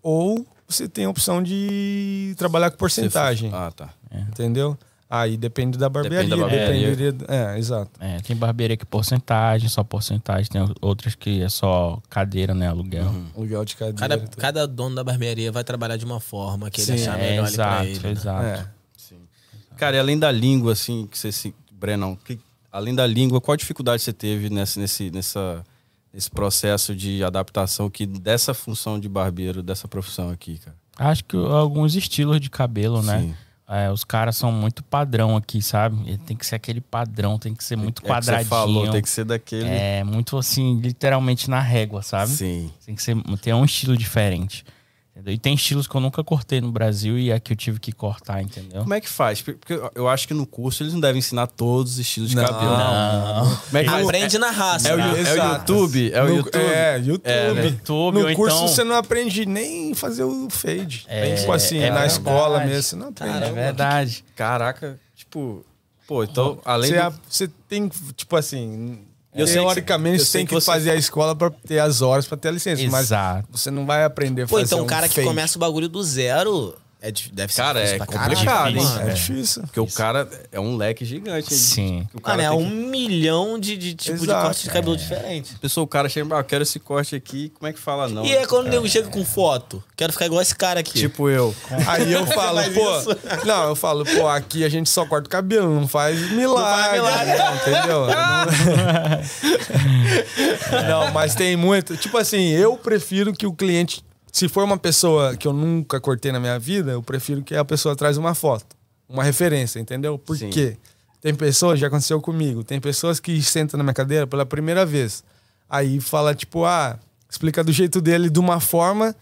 ou você tem a opção de trabalhar com
Você fa-
porcentagem,
Ah, tá.
entendeu? Aí depende da barbearia.
da barbearia.
dependeria do- é, exato.
É, tem barbearia que é porcentagem, só porcentagem, tem outras que é só cadeira, né? Aluguel.
Uhum.
Aluguel de cadeira.
Cada,
tudo.
cada dono da barbearia vai trabalhar de uma forma que ele
Sim,
achar
É,
melhor ali pra
exato,
ele. né?
exato.
É.
Cara, e além da língua, assim, que você se. Brenão, que- além da língua, qual dificuldade você teve nessa, nesse, nessa, nesse processo de adaptação que dessa função de barbeiro, dessa profissão aqui, cara?
Acho que alguns estilos de cabelo, né?
Sim.
É, os caras são muito padrão aqui, sabe? Ele tem que ser aquele padrão, tem que ser
É
muito
o que
quadradinho.
você falou, tem que ser daquele.
É, muito assim, literalmente na régua, sabe?
Sim.
Tem que ser, ter um estilo diferente. entendeu? E tem estilos que eu nunca cortei no Brasil e aqui eu tive que cortar, entendeu?
Como é que faz? Porque eu- eu acho que no curso eles não devem ensinar todos os estilos de
Não.
cabelo. Como é que faz?
Aprende na raça. né?
É o, Yu- é o
Exato.
YouTube? É o
No-
YouTube?
É, YouTube.
É, né?
YouTube,
no
ou
curso
então-
você não aprende nem fazer o fade.
É,
tipo assim, na
é verdade.
escola mesmo, você não aprende.
Cara, é verdade.
Caraca, tipo... Pô, então, além
é
Você,
do...
a- você tem, que, tipo assim,
Eu sei que
teoricamente
você- eu
você
sei
tem
que
que,
você-
fazer a escola pra ter as horas pra ter a licença,
Exato.
mas você não vai aprender a
Pô,
fazer
então o
um
cara que
fade.
começa o bagulho do zero é, di- deve ser
Cara,
difícil
é
pra caralho, né,
complicado, hein?
mano.
É difícil.
Porque o cara é um leque gigante. hein?
Sim.
O cara
Mano, é
tem
um milhão de, de tipo de
Exato.
corte de cabelo diferente.
que... Pessoa, o cara chega, ah, eu quero esse corte aqui, como é que fala não?
E é quando o nego chega com foto. Quero ficar igual esse cara aqui.
Tipo eu.
Aí
[laughs]
eu falo,
faz
pô.
isso?
[laughs] Não, eu falo, pô, aqui a gente só corta o cabelo, não faz milagre. Entendeu? [laughs] Não... não, mas tem muito. Tipo assim, eu prefiro que o cliente. Se for uma pessoa que eu nunca cortei na minha vida, eu prefiro que a pessoa traz uma foto, uma referência, entendeu? Por
Sim.
quê? Tem pessoas, já aconteceu comigo, tem pessoas que sentam na minha cadeira pela primeira vez. Aí fala, tipo, ah, explica do jeito dele de uma forma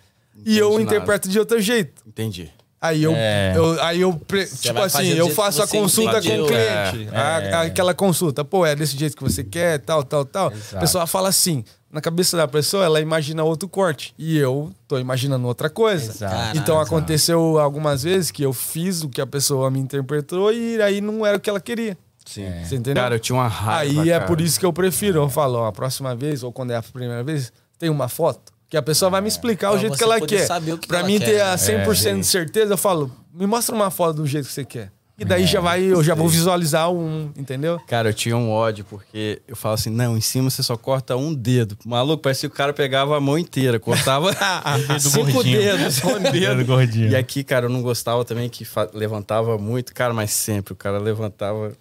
e eu
nada.
interpreto de outro jeito.
Entendi.
Aí eu,
É.
eu- aí eu pre- tipo
vai
assim,
fazer do
eu
jeito
faço
que
a
você
consulta com
entendeu.
o cliente.
É,
A-
é.
Aquela consulta, pô, é desse jeito que você quer, tal, tal, tal.
Exato.
A pessoa fala assim, na cabeça da pessoa, ela imagina outro corte. E eu tô imaginando outra coisa.
Exato.
Então
Exato.
aconteceu algumas vezes que eu fiz o que a pessoa me interpretou e aí não era o que ela queria.
Sim.
Você entendeu?
Cara, eu tinha uma raiva,
Aí é
cara.
por isso que eu prefiro. Eu falo, ó, a próxima vez, ou quando é a primeira vez, tem uma foto. Que a pessoa vai me explicar
É,
o
Pra
jeito que
você
ela
poder
quer.
saber o que
pra
ela
mim
quer,
ter
né?
a 100% de certeza, eu falo, me mostra uma foto do jeito que você quer. E daí já vai, eu já vou visualizar um, entendeu?
Cara, eu tinha um ódio, porque eu falo assim, não, em cima você só corta um dedo. Maluco, parecia que o cara pegava a mão inteira, cortava [laughs] cinco
gordinho.
dedos. Um Ah, dedo.
Dedo gordinho.
E aqui, cara, eu não gostava também que fa- levantava muito, cara, mas sempre o cara levantava.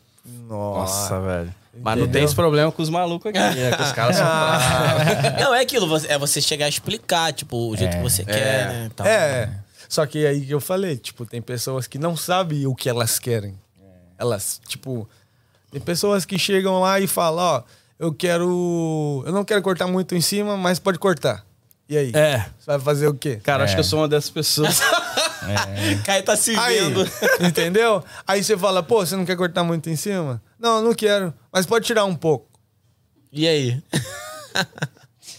Nossa, velho. Mas não tem esse problema com os malucos aqui, né? [laughs] Que os caras são fracos.
Não, é aquilo. você- É você chegar a explicar, tipo, o jeito que você quer, né? e tal.
É. Só que aí que eu falei, tipo, tem pessoas que não sabem o que elas querem. Elas, tipo, tem pessoas que chegam lá e falam, ó, eu quero, eu não quero cortar muito em cima, mas pode cortar. E aí?
É.
Você vai fazer o quê?
Cara, acho que eu sou uma dessas [laughs] pessoas.
Caio tá se
Aí,
vendo.
entendeu? Aí você fala, pô, você não quer cortar muito em cima? Não, não quero, mas pode tirar um pouco.
E aí?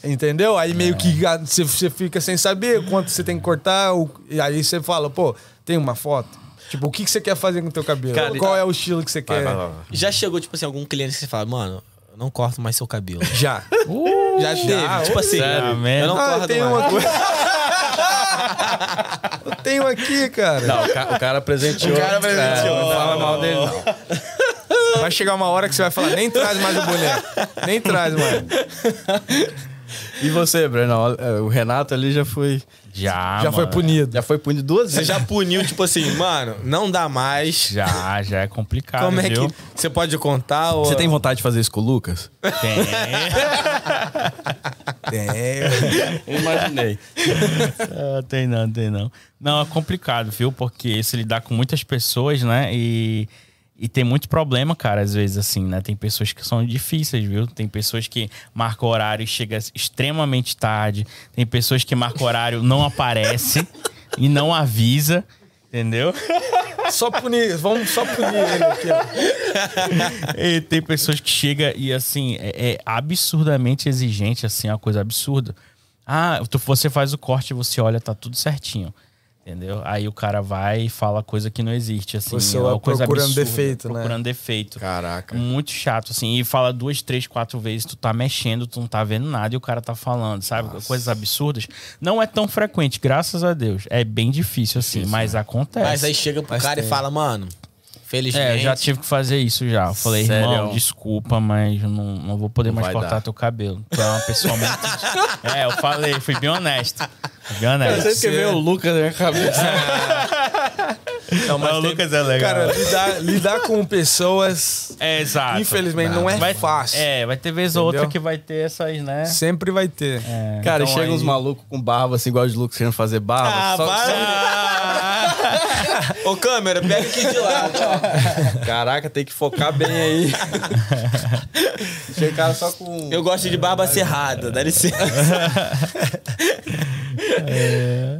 Entendeu? Aí meio que a- você- você fica sem saber quanto você tem que cortar. o- E aí você fala, pô, tem uma foto? Tipo, o que que você quer fazer com o teu cabelo?
Cara,
Qual é o estilo que você quer?
Já chegou, tipo assim, algum cliente que você fala, mano, eu não corto mais seu cabelo.
Já.
Já teve. tipo assim,
sério
eu
mesmo?
não
Ah, eu
corto
tenho
mais.
uma coisa. eu tenho aqui, cara.
Não, o cara, o cara presenteou.
O cara presenteou.
É, não fala mal dele, não.
Vai chegar uma hora que você vai falar, nem traz mais o boneco. Nem traz, mano.
E você, Breno? O Renato ali já foi.
Já,
Já foi
mano.
punido.
Ah, Já foi punido duas
[laughs] Você
vezes.
já puniu, tipo assim, mano, não dá mais.
Já, já é complicado,
Como é
viu?
que. Você pode contar? Ou...
Você tem vontade de fazer isso com o Lucas?
Tem.
Imaginei.
Ah, tem não, tem não. Não, é complicado, viu? Porque se lidar com muitas pessoas, né? E, e tem muito problema, cara, às vezes, assim, né? Tem pessoas que são difíceis, viu? Tem pessoas que marcam horário e chega extremamente tarde. Tem pessoas que marcam horário, não aparece [laughs] e não avisa. Entendeu?
Só punir, vamos só punir ele aqui, ó.
[laughs] E tem pessoas que chega e assim, é, é absurdamente exigente, assim, é uma coisa absurda. Ah, tu, você faz o corte, você olha, tá tudo certinho. Entendeu? Aí o cara vai e fala coisa que não existe, assim.
Você
é uma
lá
coisa
procurando
absurda,
defeito, né?
Procurando defeito.
Caraca.
Muito chato, assim. E fala duas, três, quatro vezes, tu tá mexendo, tu não tá vendo nada e o cara tá falando, sabe? Coisas absurdas. Não é tão frequente, graças a Deus. É bem difícil, assim, mas acontece.
Mas aí chega pro cara e fala, mano, felizmente.
É, eu já tive que fazer isso já. Eu falei,
Sério?
irmão, desculpa, mas eu não, não vou poder mais
vai
cortar
dar.
teu cabelo. Tu é uma pessoa muito. [laughs] é, eu falei, fui bem honesto. Fui bem honesto.
Você veio o Lucas na minha cabeça.
Não, mas o Lucas é legal.
Cara, lidar, lidar com pessoas,
é, exato.
infelizmente, não é
Vai-
fácil.
É, vai ter vez ou outra
Entendeu?
que vai ter essas, né?
Sempre vai ter.
Cara,
Então
chega uns
aí-
malucos com barba, assim, igual os Lucas querendo fazer barba. só-
Ah, Ô, câmera, pega aqui de lado.
só- Caraca, tem que focar bem aí. chega o cara só com. um.
Eu gosto de barba cerrada, dá licença.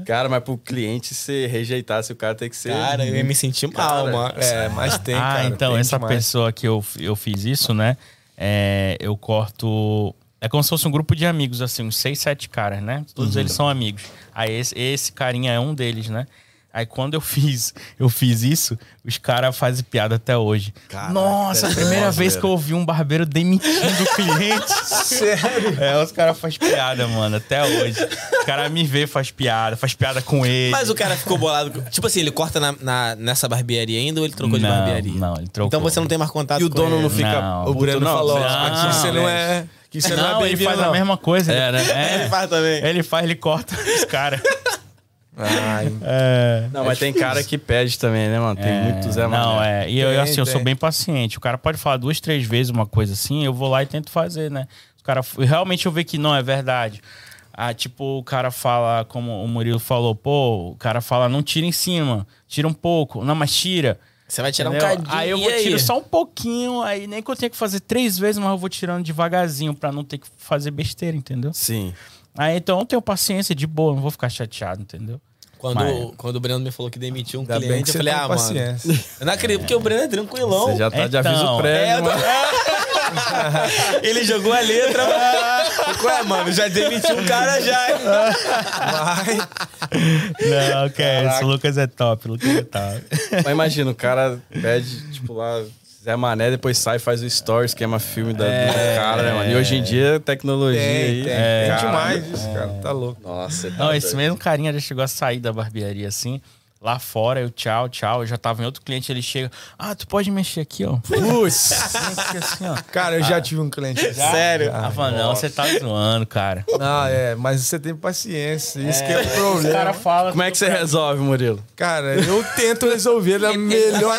Cara, mas pro cliente se rejeitar, se o cara tem que ser.
Cara, eu ia me sentir mal, mano.
Calma, é, mas tem,
ah,
cara,
então,
tem
essa
demais.
pessoa que eu, eu fiz isso, né? É, eu corto. É como se fosse um grupo de amigos, assim, uns seis, sete caras, né? Todos
Uhum.
eles são amigos. Aí esse, esse carinha é um deles, né? Aí quando eu fiz, eu fiz isso, os caras fazem piada até hoje. Nossa, a primeira vez que eu ouvi um barbeiro demitindo o
[laughs]
cliente. Sério? É, os caras fazem piada, mano, até hoje. Os caras me vê, faz piada, faz piada com ele.
Mas o cara ficou bolado. com- Tipo assim, ele corta na, na- nessa barbearia ainda ou ele trocou de
Não,
barbearia?
não, ele trocou.
Então você não tem mais contato
E o
com
dono
é,
ele.
não fica.
Não.
o Breno falou.
não,
"Aqui
Que
você
você não é. Que você não,
Não,
é
ele
bem-vindo,
faz
não.
a mesma coisa. É, né?
Ele faz também.
Ele faz, ele corta [laughs] os caras.
Ah,
É.
Não, mas tem cara que pede também, né, mano? Tem muito Zé Mané.
Não, é. E eu,
Tem,
assim, eu
tem.
sou bem paciente. O cara pode falar duas, três vezes uma coisa assim, eu vou lá e tento fazer, né? O cara, realmente eu vejo que não é verdade. Ah, tipo, o cara fala, como o Murilo falou, pô, o cara fala, não tira em cima, tira um pouco. Não, mas tira.
Você vai tirar
Entendeu?
um cadinho.
Aí eu
e
vou tiro só um pouquinho, aí nem que eu tenha que fazer três vezes, mas eu vou tirando devagarzinho pra não ter que fazer besteira, entendeu?
Sim.
Aí então eu tenho paciência de boa, não vou ficar chateado, entendeu?
Quando,
Mas-
quando o Breno me falou que demitiu um
Ainda bem
cliente,
que
eu
você
falei,
tem
ah, mano.
paciência.
[laughs] Eu não acredito, porque o Breno é tranquilão.
Você já tá de aviso
Então,
É,
prévio.
eu tô-
mano.
[laughs] Ele jogou a letra. mano. Qual é, mano? Já demitiu um cara já. hein?
[laughs] Não, que é isso. O Lucas é top, o Lucas é top.
Mas imagina, o cara pede, tipo, lá. Zé Mané, depois sai, faz o story, esquema filme da, do cara, né, mano? E hoje em dia, tecnologia aí.
tem, tem.
É,
tem
cara.
demais isso, cara. Tá louco.
Nossa, tá
[laughs] Não, esse
doido.
mesmo carinha já chegou a sair da barbearia assim. Lá fora, eu tchau, tchau. Eu já tava em outro cliente, ele chega. Ah, tu pode mexer aqui, ó. Putz! Aqui assim, ó.
Cara, eu já
Ah.
tive um cliente. assim.
Sério.
Ela fala, não, você tá zoando, cara.
Ah, é, mas você tem paciência. Isso que é o
O cara
problema.
fala.
Como é que você resolve, Murilo?
Cara, eu tento resolver da melhor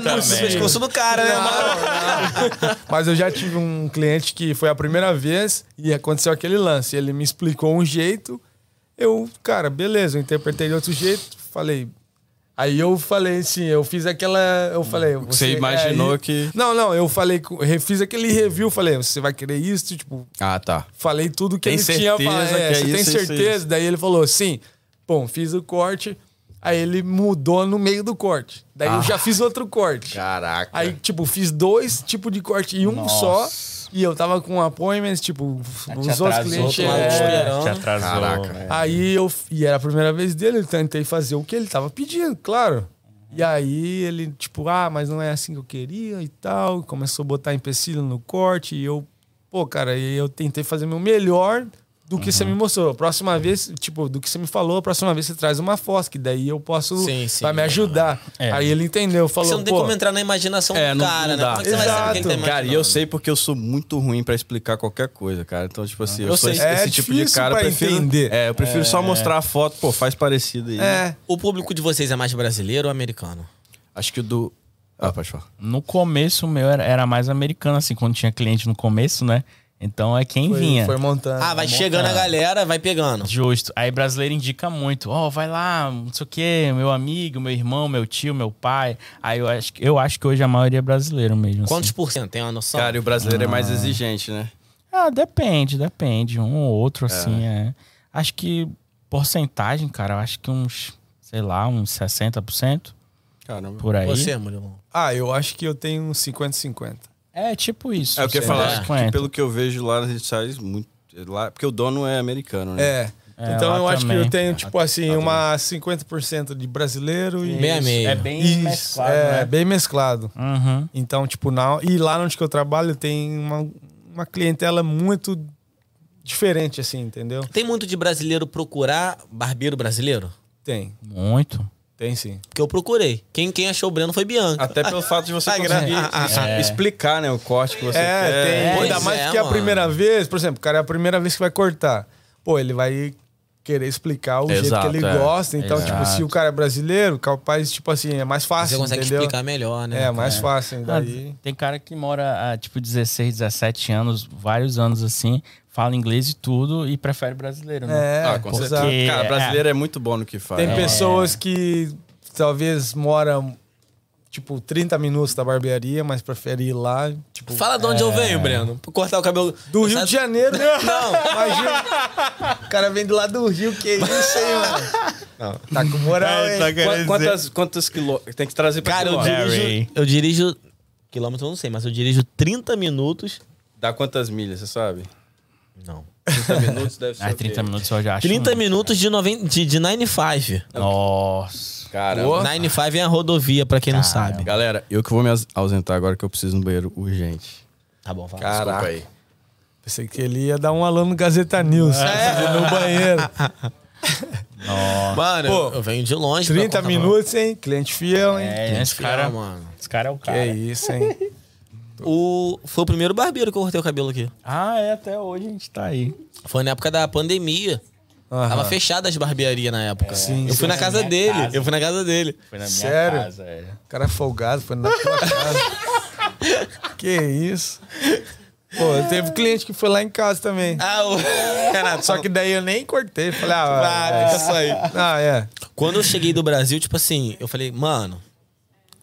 no
também.
possível.
pescoço tá do cara, né, mano?
Não, não. Mas eu já tive um cliente que foi a primeira vez e aconteceu aquele lance. Ele me explicou um jeito, eu, cara, beleza, eu interpretei de outro jeito, falei. Aí eu falei assim, eu fiz aquela. Eu falei.
você imaginou
é, e-
que-
Não, não, eu falei, com- refiz aquele review, falei, você vai querer isso? Tipo,
Ah, tá.
Falei tudo que
Tem
ele tinha
certeza
falado.
que é
É, você tem
isso, isso,
certeza?
isso.
Daí ele falou, sim. Bom, fiz o corte. Aí ele mudou no meio do corte. Daí
Ah,
eu já fiz outro corte.
Caraca.
É.
Aí, tipo, fiz dois tipos de corte e um só. E eu tava com appointments, tipo, os outros clientes.
Te
maluco né?
é.
esperando.
atrasou. Te atrasou.
Caraca.
Aí eu. E era a primeira vez dele, eu tentei fazer o que ele tava pedindo, claro. E aí ele, tipo, ah, mas não é assim que eu queria e tal. Começou a botar empecilho no corte. E eu, pô, cara, e eu tentei fazer meu melhor do que
Uhum.
você me mostrou. Próxima vez, tipo, do que você me falou, a próxima vez você traz uma foto, que daí eu posso.
Sim, sim.
Vai me ajudar.
É.
Aí ele entendeu, falou.
Você não tem
pô,
como entrar na imaginação
É,
do
não, não
cara, né?
dá.
Como é que você vai saber o que ele tá
Exato.
Cara, e eu
imaginando?
sei porque eu sou muito ruim pra explicar qualquer coisa, cara. Então, tipo assim, eu,
Ah. Eu
sou
sei.
esse,
É
esse tipo de
difícil
cara. Eu
pra
prefiro,
entender.
É, eu prefiro só mostrar a foto, pô, faz parecido aí.
É.
O público de vocês é mais brasileiro ou americano?
Acho que o do. Ah, pode falar.
No começo, o meu era, era mais americano, assim, quando tinha cliente no começo, né? Então é quem vinha.
Foi, foi montando.
Ah, vai chegando a galera, vai pegando.
Justo. Aí brasileiro indica muito. Ó, vai lá, não sei o quê, meu amigo, meu irmão, meu tio, meu pai. Aí eu acho, que- eu acho que hoje a maioria é brasileiro mesmo. assim.
Quantos por cento? Tem uma noção?
Cara, e o brasileiro é mais exigente, né?
Ah, depende, depende. Um ou outro, assim, é. Acho que porcentagem, cara, eu acho que uns, sei lá, uns 60%
Caramba.
por aí.
Você, Murilo.
Ah, eu acho que eu tenho uns 50-50.
É tipo isso.
É, eu queria falar
50.
que pelo que eu vejo lá nas redes sociais, muito. Lá, porque o dono é americano, né?
É.
É,
então
lá
eu acho que
também.
eu tenho, tipo assim, uma 50% de brasileiro e.
Meia meia.
É bem
Isso,
mesclado,
é,
né?
bem mesclado.
Uhum.
Então, tipo, na, e lá onde que eu trabalho tem uma, uma clientela muito diferente, assim, entendeu?
Tem muito de brasileiro procurar barbeiro brasileiro?
Tem,
Muito.
tem sim.
Porque eu procurei. Quem, quem achou o Breno foi Bianca.
Até pelo fato de
Ah,
você
Tá
conseguir
gra-
es- explicar, né, o corte que você quer.
É, tem.
Pois
Ainda mais
é,
que é a
mano.
primeira vez, por exemplo, o cara é a primeira vez que vai cortar. Pô, ele vai querer explicar o
Exato,
jeito que ele
é.
gosta. Então, tipo,
Exato.
se o cara é brasileiro, capaz, tipo assim, é mais
Você
fácil,
consegue
entendeu?
explicar melhor, né?
É, mais fácil.
Ah,
Daí...
tem cara que mora, ah, tipo, 16, 17 anos, vários anos assim, fala inglês e tudo e prefere brasileiro, né?
É,
Ah, com
exato.
certeza.
Porque-
Cara, brasileiro é muito bom no que faz.
Tem
É.
pessoas que talvez moram, tipo, 30 minutos da barbearia, mas preferem ir lá. Tipo,
Fala de onde eu venho, Breno. Pra cortar o cabelo.
do
Eu
Rio
saio-
de Janeiro. né?
Não,
Imagina. O cara vem do lado do Rio, que isso, hein, mano? Não, tá com moral, hein?
Qu- Quantas, quantas quilômetros? Tem que trazer pra
cara, eu
quilômetro.
dirijo. Eu dirijo. Quilômetro eu não sei, mas eu dirijo 30 minutos.
Dá quantas milhas, você sabe?
Não.
30 minutos
[laughs]
deve ser.
Ah,
o quê?
30 minutos eu já acho.
30
muito.
minutos de, 90, de, de 95.
Nossa.
Cara,
95 é a rodovia, pra quem não sabe.
galera, eu que vou me aus- ausentar agora que eu preciso no banheiro urgente.
Tá bom, fala.
Desculpa
Caraca.
aí.
Pensei que ele ia dar um alô no Gazeta News.
É.
[laughs]
[laughs]
No banheiro.
Mano,
Pô,
eu venho de longe. pra
30
cortar
minutos, hein? Cliente fiel, hein?
É,
cabelo.
esse cara,
mano.
esse cara é o
Que
cara.
é
[laughs]
isso, hein?
O, foi o primeiro barbeiro que eu cortei o cabelo aqui.
Ah, é, até hoje a gente tá aí.
Foi na época da pandemia.
Aham.
Tava fechada as barbearias na época.
É, Sim,
eu
sim.
fui na casa
Minha
dele.
casa.
Eu fui na casa dele.
Foi na minha
Sério?
casa, é.
O cara folgado, foi na
[laughs]
tua casa. que isso? Pô, teve cliente que foi lá em casa também.
Ah, o... [laughs] Renato,
Só que daí eu nem cortei. Falei,
Ah,
ah,
fica só aí.
ah, ah é.
Quando eu cheguei do Brasil, tipo assim, eu falei, mano,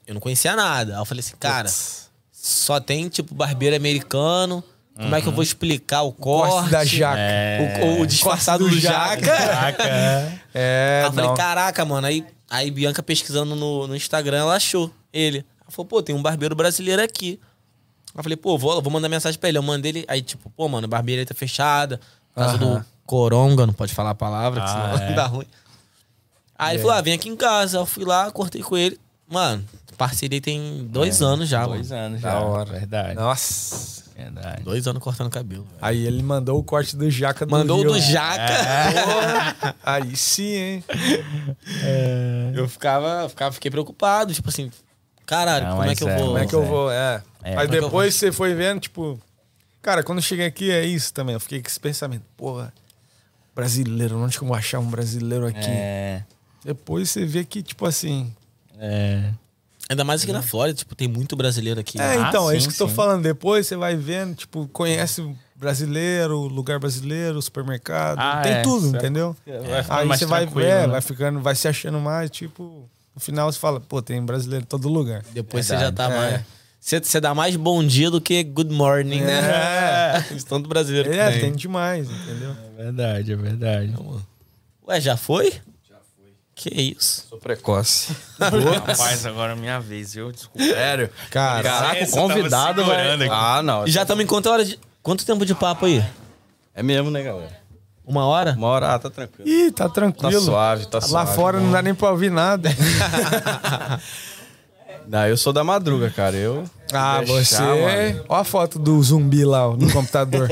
eu não conhecia nada. Aí eu falei assim, cara, só tem, tipo, barbeiro americano. Como é que eu
Uhum.
vou explicar o corte?
Corte da jaca.
O, o- o
É.
disfarçado do,
do
jaca.
jaca.
[laughs]
[laughs]
Caraca.
É,
Aí eu
não.
falei, caraca, mano. Aí, aí Bianca pesquisando no, no Instagram, ela achou ele. Ela falou, pô, tem um barbeiro brasileiro aqui. Eu falei, pô, vou, vou mandar mensagem pra ele. Eu mandei ele. Aí, tipo, pô, mano, barbearia tá fechada. Por causa do coronga, não pode falar a palavra, que
Ah,
senão [laughs]
é.
dá ruim. Aí ele falou, ah, vem aqui em casa. Eu fui lá, cortei com ele. Mano, parceria tem dois anos já,
É, Dois
mano.
anos já.
Da hora.
é
Verdade.
Nossa.
Verdade.
Dois anos cortando cabelo. velho.
Aí ele mandou o corte do Jaca do
Mandou o
Rio.
do
É.
Jaca.
Porra. Aí sim, hein?
Eu ficava, ficava, fiquei preocupado, tipo assim, caralho,
Não,
como é
mas
que eu
é,
vou.
Como é que eu vou? É.
É.
Mas depois você foi vendo, tipo... Cara, quando eu cheguei aqui é isso também. Eu fiquei com esse pensamento. Porra, brasileiro. Onde que eu vou achar um brasileiro aqui?
É.
Depois você vê que, tipo assim...
É.
Ainda mais aqui na Flórida, tipo, tem muito brasileiro aqui.
Uhum.
né?
É,
Ah,
então, é
sim,
isso que eu tô
sim.
falando. Depois você vai vendo, tipo, conhece o brasileiro, o lugar brasileiro, o supermercado.
Ah,
tem
é,
tudo,
certo.
entendeu?
Vai ficando
Aí
mais
você vai,
tranquilo,
é,
né?
vai ficando, vai se achando mais, tipo, no final você fala, pô, tem brasileiro em todo lugar.
Depois você já
Verdade.
tá
é.
mais. Você, você dá mais bom dia do que good morning, né? De Tanto brasileiro que
É,
tem.
tem demais, entendeu?
É verdade, é verdade.
Ué, já foi? Já foi. Que isso?
Sou precoce.
Rapaz, agora é minha vez, eu desculpa.
Sério?
Cara,
Caraca, o
essa eu tava
convidado
segurando
vai...
aqui.
Ah, não.
E já estamos em quanto hora de. Quanto tempo de papo aí?
É mesmo, né, galera?
Uma hora?
Uma hora, ah, tá tranquilo.
ih, tá
Tá
tranquilo.
suave, tá
Lá
suave.
fora não dá nem pra ouvir nada.
Não, eu sou da madruga, cara. Eu...
ah, você.
Deixar, mano.
Ó a foto do zumbi lá ó, no
[laughs]
computador.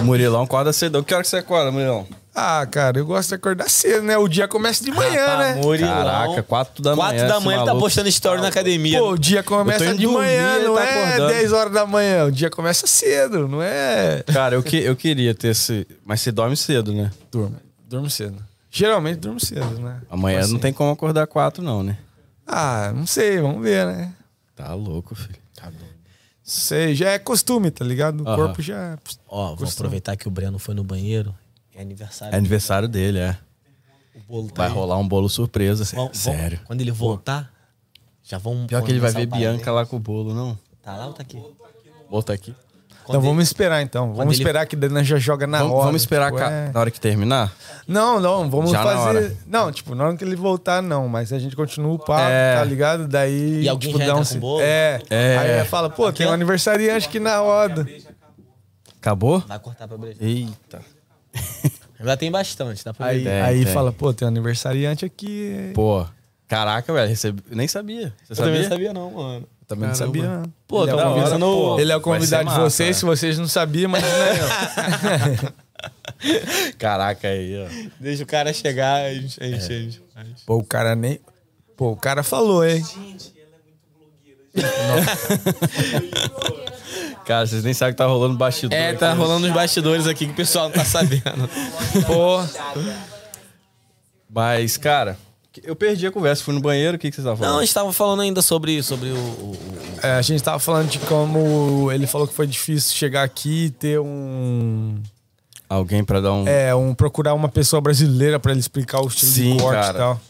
O Murilão acorda cedo. Que hora que você acorda, Murilão?
ah, cara, eu gosto de acordar cedo, né? O dia começa de
Ah,
manhã, né?
Murilão.
Caraca, 4 da manhã.
tá, Quatro da
esse
manhã ele tá
maluco.
postando story na academia.
Pô, o dia
Eu tô
começa
indo
de manhã,
dormir,
não
tá
é
acordando.
10 horas da manhã. O dia começa cedo, não é?
Cara, eu, que, eu queria ter esse... Mas você dorme cedo, né?
Durmo. Durmo cedo. Geralmente durmo cedo, né?
Amanhã não tem como acordar 4, não, né?
Ah, não sei, vamos ver, né?
Tá louco, filho.
Sei, já é costume, tá ligado? O
Aham.
corpo já. é
Ó, vou aproveitar que o Breno foi no banheiro. É aniversário.
É aniversário dele, é.
O bolo tá
Vai
aí.
rolar um bolo surpresa, sé-
Vamos- vamos-
sério.
Quando ele voltar, já vamos.
Pior que ele vai ver
começar né? o
Bianca lá com o bolo, não?
parabéns. Tá lá ou tá aqui?
Bota aqui.
Então vamos esperar então. Vamos
ele-
esperar que Dana já joga na
Vamos,
hora.
vamos esperar
tipo,
ca-
é.
na hora que terminar?
Não, não, vamos
Já na hora.
fazer. Não, tipo, na hora que ele voltar, não. Mas a gente continua o papo,
É.
tá ligado? Daí.
E alguém
tipo,
já
dá
entra
um...
com
se-
bolo?
É.
É.
Aí ela fala, pô, tem um aniversariante aqui na roda.
Acabou?
Vai cortar pra breja.
Eita.
Ainda tem bastante, dá pra
Aí,
Tem,
aí
tem.
fala, pô, tem um aniversariante aqui.
Pô, caraca, velho, recebi... nem sabia. Você sabia?
sabia não, mano.
Eu também não sabia. não.
Pô, tá
ele, é o
convidando-
convidado-
pô,
ele é o
vai ser
convidado de
massa,
vocês,
né?
se vocês não sabiam, mas
[laughs] Caraca aí, ó.
Deixa o cara chegar, a gente, a gente, a gente.
Pô, o cara nem. Pô, o cara falou, hein?
Cara, vocês nem sabem o que tá rolando bastidor. né?
É, tá rolando os bastidores aqui que o pessoal não tá sabendo.
Pô. Mas, cara, eu perdi a conversa. Fui no banheiro, o que, que vocês estavam
[laughs] Não, a
falando?
gente tava falando ainda sobre, sobre o, o- o-
É, a gente tava falando de como ele falou que foi difícil chegar aqui e ter um.
Alguém pra dar um.
É, um procurar uma pessoa brasileira pra ele explicar o estilo
Sim,
de corte
cara.
e tal.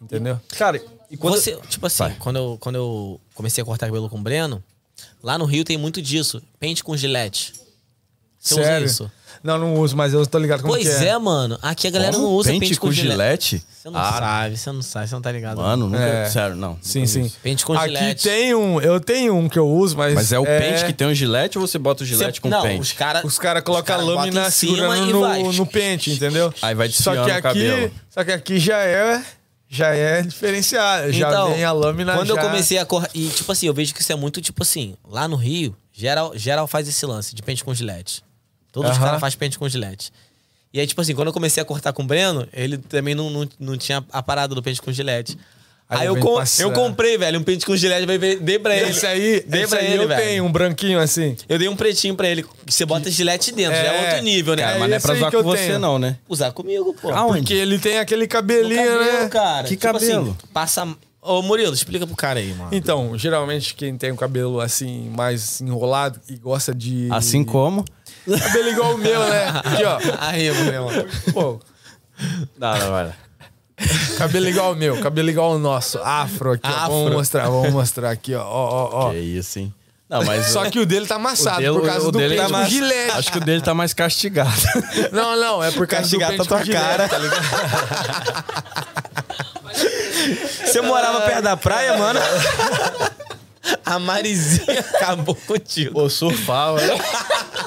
Entendeu?
Cara, e quando.
Você, tipo assim, quando eu, quando eu comecei a cortar cabelo com o Breno, lá no Rio tem muito disso. Pente com gilete. Você usa
Sério?
isso?
Não, não uso, mas eu tô ligado como
pois
que
é.
é.
mano. Aqui a galera
Como?
não usa pente,
pente
com gilete.
gilete?
Você não
ah,
sabe, você não sabe, você não tá ligado.
mano, nunca.
É.
Sério, não.
Sim, sim.
Pente com
Aqui
gilete.
tem um. Eu tenho um que eu uso, mas.
Mas é o pente que tem um gilete ou você bota o
Você-
gilete com
não,
pente?
os caras.
Os caras colocam a
caras botam
lâmina
em cima
segurando
e vai.
no, no pente, entendeu?
Aí vai
só
desfiando
que
o
aqui,
cabelo.
Só que aqui já é. Já é diferenciado. já
Então,
vem a lâmina
Quando
já-
eu comecei a correr. E, tipo assim, eu vejo que isso é muito, tipo assim, lá no Rio, geral, geral faz esse lance de pente com gilete. Todos os
Aham.
caras fazem pente com gilete. E aí, tipo assim, quando eu comecei a cortar com o Breno, ele também não, não, não tinha a parada do pente com gilete. Aí,
Aí
eu,
vem
com-
passar.
eu comprei, velho, um pente com gilete, vai ver- dei pra ele.
Esse aí,
Dei
esse
pra
aí
ele,
eu
velho.
tenho, um branquinho assim.
Eu dei um pretinho pra ele. que Você bota gilete dentro, já é
É,
outro nível, né?
Cara,
é
mas não é pra
esse aí
zoar
que
com
eu
você,
tenho.
não, né?
Usar comigo, pô.
Porque ele tem aquele
No
cabelinho,
cabelo,
né?
cara.
Que
Tipo assim,
cabelo?
passa. Ô, Murilo, explica pro cara aí, mano.
Então, geralmente quem tem o cabelo assim, mais enrolado e gosta de.
Assim como.
Cabelo igual o meu, né? Aqui,
[laughs]
ó.
Aí, Murilo.
Pô,
Não, não, vai [laughs] lá.
cabelo igual o meu, cabelo igual o nosso. Afro aqui, ó. Vamos
Afro.
mostrar, vamos mostrar aqui, ó. Ó, ó, ó.
Que É isso, hein? Não, mas.
Só que o dele tá amassado
dele-
por causa
o
do
dele
pente
tá
com
mais-
gilete.
Acho que o dele tá mais [laughs] castigado.
Não, não, é por causa do
Castigar
pente
tá tua
com gilete,
cara.
tá ligado?
Você morava perto da praia, mano? A [laughs] Marizinha acabou contigo.
Pô, surfava. né?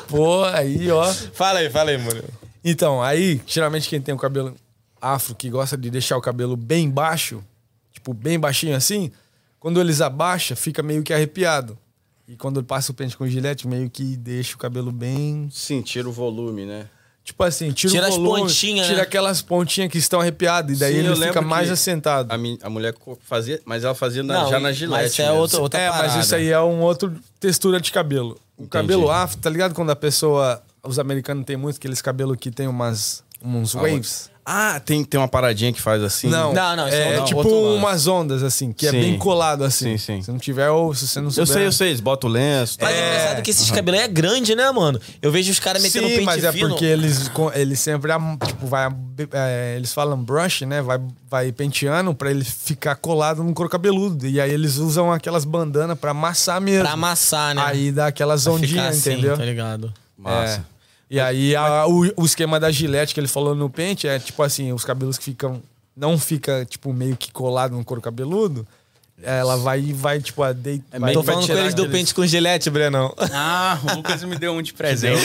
Pô, aí, ó.
Fala aí, fala aí, Murilo.
Então, aí, geralmente quem tem o cabelo afro, que gosta de deixar o cabelo bem baixo, tipo, bem baixinho assim, quando eles abaixa, fica meio que arrepiado. E quando passa o pente com gilete, meio que deixa o cabelo bem.
Sim, tira o volume, né?
Tipo assim, tira,
Tira
o
as
volume,
pontinhas,
Tira
né?
aquelas pontinhas que estão arrepiadas. E daí
Sim, eu
ele
lembro
fica mais
que
assentado.
A, mi- a mulher co- fazia, mas ela fazia na- já na gilete.
Mas isso é
mesmo.
outra, outra
é,
parada.
mas isso aí é um outro textura de cabelo. O cabelo
Entendi.
afro, tá ligado? Quando a pessoa. Os americanos têm muito aqueles cabelos que tem umas. Uns waves.
Ah, tem, tem uma paradinha que faz assim?
Não,
Não, não, isso é
é,
outro-
tipo
outro lance.
umas ondas, assim, que
Sim.
é bem colado, assim.
Sim, sim.
Se não tiver, ou se você não
Eu
souber...
sei, eu sei, eles botam o lenço.
Mas
tá?
é engraçado que esses cabelos aí é grande, né, mano? Eu vejo os caras metendo
Sim,
pente
mas é
fino.
porque eles, co- eles sempre, am- tipo, vai, é, eles falam brush, né? Vai, vai penteando pra ele ficar colado no couro cabeludo. E aí eles usam aquelas bandanas pra amassar mesmo.
Pra amassar, né?
Aí dá aquelas
Pra ficar
ondinhas,
assim,
entendeu?
Tá ligado?
Massa.
É. E aí a- o, o esquema da gilete que ele falou no pente é tipo assim, os cabelos que ficam não fica tipo meio que colado no couro cabeludo, ela vai e vai tipo a deitar.
É meio que
Tô falando com eles do pente com gilete,
né,
Brenão.
Ah, o Lucas me deu um
[laughs]
de presente.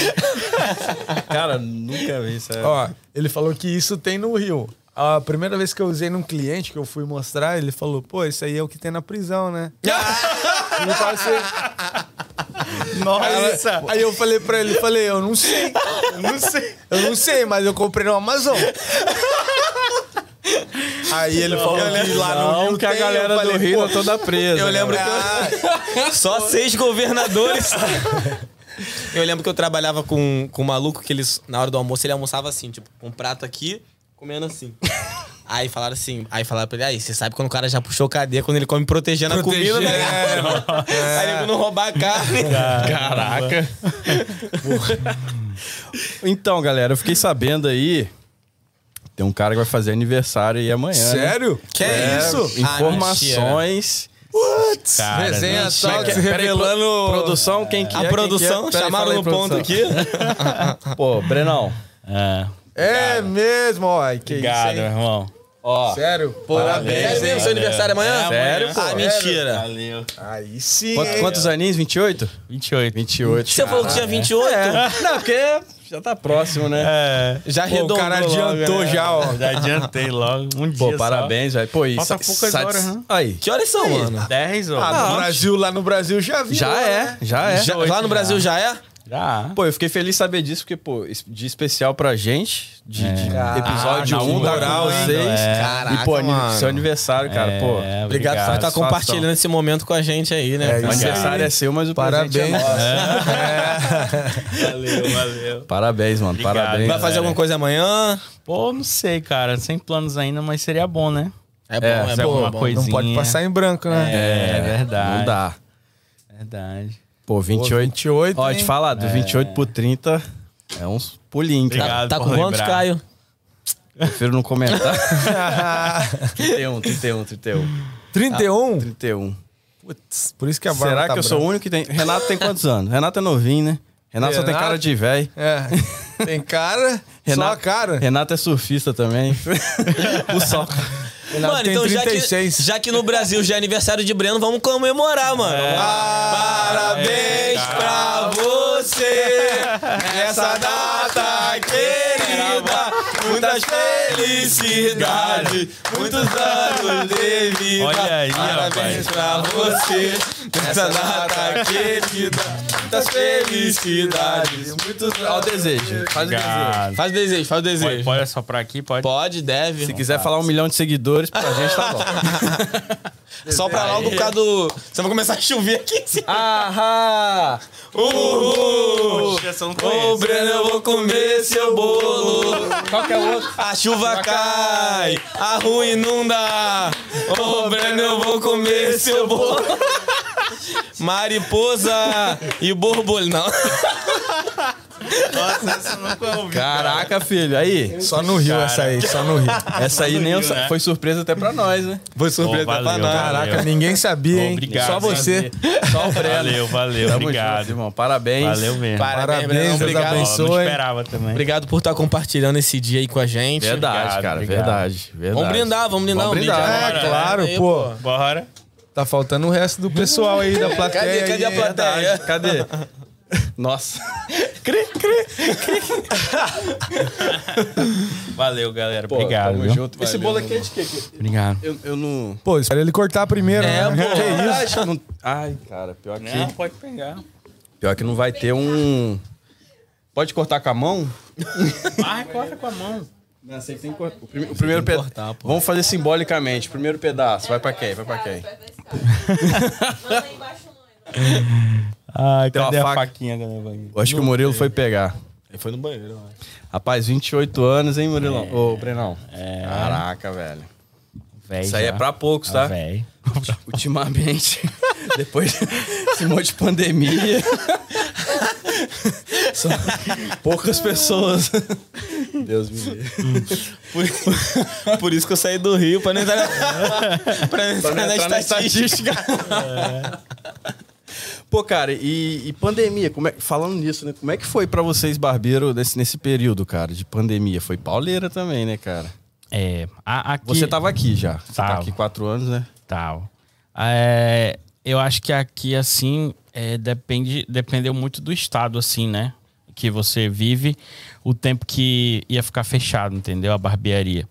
Cara, nunca vi isso. é.
Ó, ele falou que isso tem no Rio. A primeira vez que eu usei num cliente que eu fui mostrar, ele falou: "Pô, isso aí é o que tem na prisão, né?" Eu passei- Aí,
Nossa!
aí eu falei pra ele, falei, eu não sei.
Não sei.
Eu não sei, mas eu comprei no Amazon. Aí ele falou que lá no
não,
Rio
que a
tem, eu
galera
falei,
do Rio
pô,
tá toda presa.
Eu lembro
cara.
que
Ah,
[laughs] eu... Só seis governadores. [laughs] eu lembro que eu trabalhava com, com um maluco que ele, na hora do almoço, ele almoçava assim, tipo, com um prato aqui,
[laughs]
comendo assim. Aí falaram assim, aí falaram pra ele, aí, você sabe quando o cara já puxou cadeia, quando ele come protegendo a comida, né?
é.
[laughs] Aí ele não roubar a
[laughs]
carne.
Ah, Caraca. então, galera, eu fiquei sabendo aí. Tem um cara que vai fazer aniversário aí amanhã. né?
Sério?
Que
É,
isso? Ah,
Informações. é?
Cara,
Resenha
não
só
chega.
se revelando.
Produção, quem que é,
a
quem
produção,
que é? Peraí,
chamaram
fala aí,
no ponto
produção. [laughs]
aqui.
Pô, Brenão.
É,
É mesmo, ó. Que
obrigado,
isso,
meu
hein?
irmão.
Ó. Sério?
É
Parabéns.
mesmo, seu aniversário
É,
amanhã?
Sério, pô?
Ah, mentira.
Valeu.
Aí sim.
Quanto-
hein?
Quantos aninhos? 28?
28.
28.
Você falou que tinha 28?
Não, porque já tá próximo, né?
É,
Já
Pô, o cara adiantou já, ó.
né? [laughs] já adiantei logo. Um dia
Pô,
só.
parabéns, velho. Pô, isso.
Falta poucas horas, né?
Aí.
Que horas são, mano?
10 horas.
Ah, no Brasil, lá no Brasil já né? vi.
Já é, já é.
Já- lá no Brasil já é?
Já.
Pô, eu fiquei feliz de saber disso, porque, pô, es- de especial pra gente, de,
É.
de episódio
Ah, na
1 um, tá
moral,
com
hein?
vocês.
É.
E, pô,
Caraca,
ani-
mano.
seu aniversário, cara,
É,
pô.
obrigado.
Obrigado por estar
satisfação.
compartilhando esse momento com a gente aí, né?
O
cara?
aniversário é seu, mas o presente
Parabéns.
é nosso.
Valeu, valeu.
Parabéns, mano.
Obrigado.
Parabéns.
Vai
É.
fazer alguma coisa amanhã?
Pô, não sei, cara. Sem planos ainda, mas seria bom, né?
É bom,
fazer alguma coisinha.
Não pode passar em branco, né?
É, verdade.
Não dá.
Verdade.
Pô, 28.
28,
Ó,
hein?
te falar, do 28 pro 30 é uns pulinhos, cara.
É. Obrigado
Tá
por
com quantos,
lembrar.
Caio?
Prefiro não comentar.
[laughs]
31, 31, 31.
31?
31.
Putz, Tá. por isso que um. a barba
Será
tá
que eu sou o
branca.
único que tem. Renato tem quantos anos? Renato é novinho, né? Renato só tem
Renato?
cara de velho.
É. [laughs] Tem cara, só a
Renato-
cara.
Renato é surfista
[laughs]
também. o sol.
Renato tem
então já que,
36.
já que no Brasil já é aniversário de Breno, vamos comemorar, mano.
É.
Parabéns pra você nessa data querida. Muitas felicidades, muitos anos de vida.
Olha aí,
Parabéns pra
rapaz.
você nessa data querida. Muitas felicidades, muitos
Olha o
anos.
desejo. Faz o desejo.
Obrigado.
Faz o desejo, faz o
Pode,
desejo.
pode assoprar aqui, pode.
Pode, deve. Tá.
Se quiser falar um milhão de seguidores, pra gente tá bom.
Só pra logo por causa do. Você vai começar a chover aqui.
Ahá!
Uhul!
Poxa, essa eu não
Ô,
conheço.
Breno, eu vou comer seu bolo.
Qual que é o outro?
A chuva cai, a rua inunda. Ô, Breno, eu vou comer seu bolo. Mariposa e borbolha. Não.
[laughs] Nossa, essa eu nunca ouvi.
Caraca, filho. Aí.
Só no Rio essa aí, só no Rio.
Essa aí nem eu sa-
né?
foi surpresa até pra nós, né?
Foi
surpresa pra nós.
Caraca,
Valeu.
ninguém sabia, hein?
Obrigado,
só você.
Só o Breno.
Valeu, valeu.
Tamo
obrigado.
junto, irmão. É, Parabéns.
Valeu mesmo.
Parabéns, Breno.
Parabéns, Deus
Ó,
Obrigado.
Não
abençoe.
esperava também.
Obrigado por estar compartilhando esse dia aí com a gente.
Verdade,
Obrigado,
cara.
obrigado.
Verdade, verdade.
Vamos brindar, vamos brindar.
Vamos
um brinde
brindar,
agora,
é,
né?
claro,
Aí,
pô.
Bora.
Tá faltando o resto do pessoal aí [laughs] da plateia.
Cadê, cadê a
aí?
plateia?
Cadê? Nossa.
Valeu, galera.
Pô,
obrigado.
tamo
viu?
junto, Esse bolo aqui é de quê? Que
Obrigado.
Eu, eu não.
Pô, espera ele cortar primeiro.
É,
né?
pô.
Que isso?
isso? Ai, cara, pior que.
Não, pode pegar.
Pior que não vai ter um. Pode cortar com a mão?
Ah, corta com a mão.
Não, sei que tem que cortar. O, prime- o primeiro pedaço. Vamos fazer simbolicamente. Primeiro pedaço. Vai pra quem? Vai pra quem?
Não, lá embaixo não.
Ai,
Tem uma
cadê a
faca.
faquinha, galera?
Eu acho que o Murilo foi pegar.
Ele foi no banheiro, né? É, eu acho.
Rapaz, 28 anos, hein, Murilão? Ô, Brenão.
é.
Caraca, velho.
Véi,
Isso aí é
já.
pra poucos,
Ah,
tá?
[laughs]
véi.
Ultimamente, [laughs] depois desse monte de
[laughs]
pandemia, só poucas pessoas. Deus me livre.
Por, [laughs] por isso que eu saí do Rio, pra não entrar
[laughs]
na, [laughs] pra não
Pra
entrar
não
na
entrar na É.
estatística.
Pô, cara, e, e pandemia, como é, falando nisso, né? Como é que foi pra vocês, barbeiro, nesse, nesse período, cara, de pandemia? Foi pauleira também, né, cara?
É, a- aqui...
Você tava aqui já. Você tá
Tava.
aqui quatro anos, né?
tal. É, eu acho que aqui, assim, é, depende, dependeu muito do estado, assim, né? Que você vive, o tempo que ia ficar fechado, entendeu? A barbearia.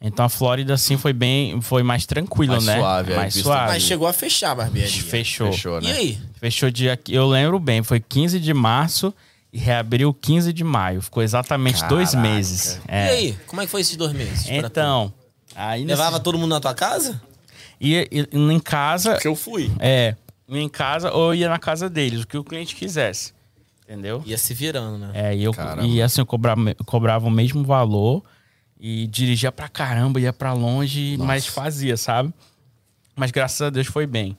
Então a Flórida, assim, foi bem, foi mais tranquilo,
Uhum. Mais
né?
suave, é,
mais
visto-
suave.
Mas chegou a fechar a barbearia.
Fechou.
Fechou,
E
né?
aí?
Fechou dia. que- Eu lembro bem, foi 15 de março e reabriu 15 de maio. Ficou exatamente dois
Caraca.
meses. É.
E aí? Como é que foi esses dois meses? pra tu?
Então, aí nesse-
Levava todo mundo na tua casa?
ia- ia- em casa,
eu fui.
é, ia em casa ou ia na casa deles, o que o cliente quisesse. Entendeu?
Ia se virando, né?
É, e, eu,
Caramba.
e assim, eu cobrava, eu cobrava o mesmo valor e dirigia pra caramba, ia pra longe, mas fazia, sabe? Mas graças a Deus foi bem.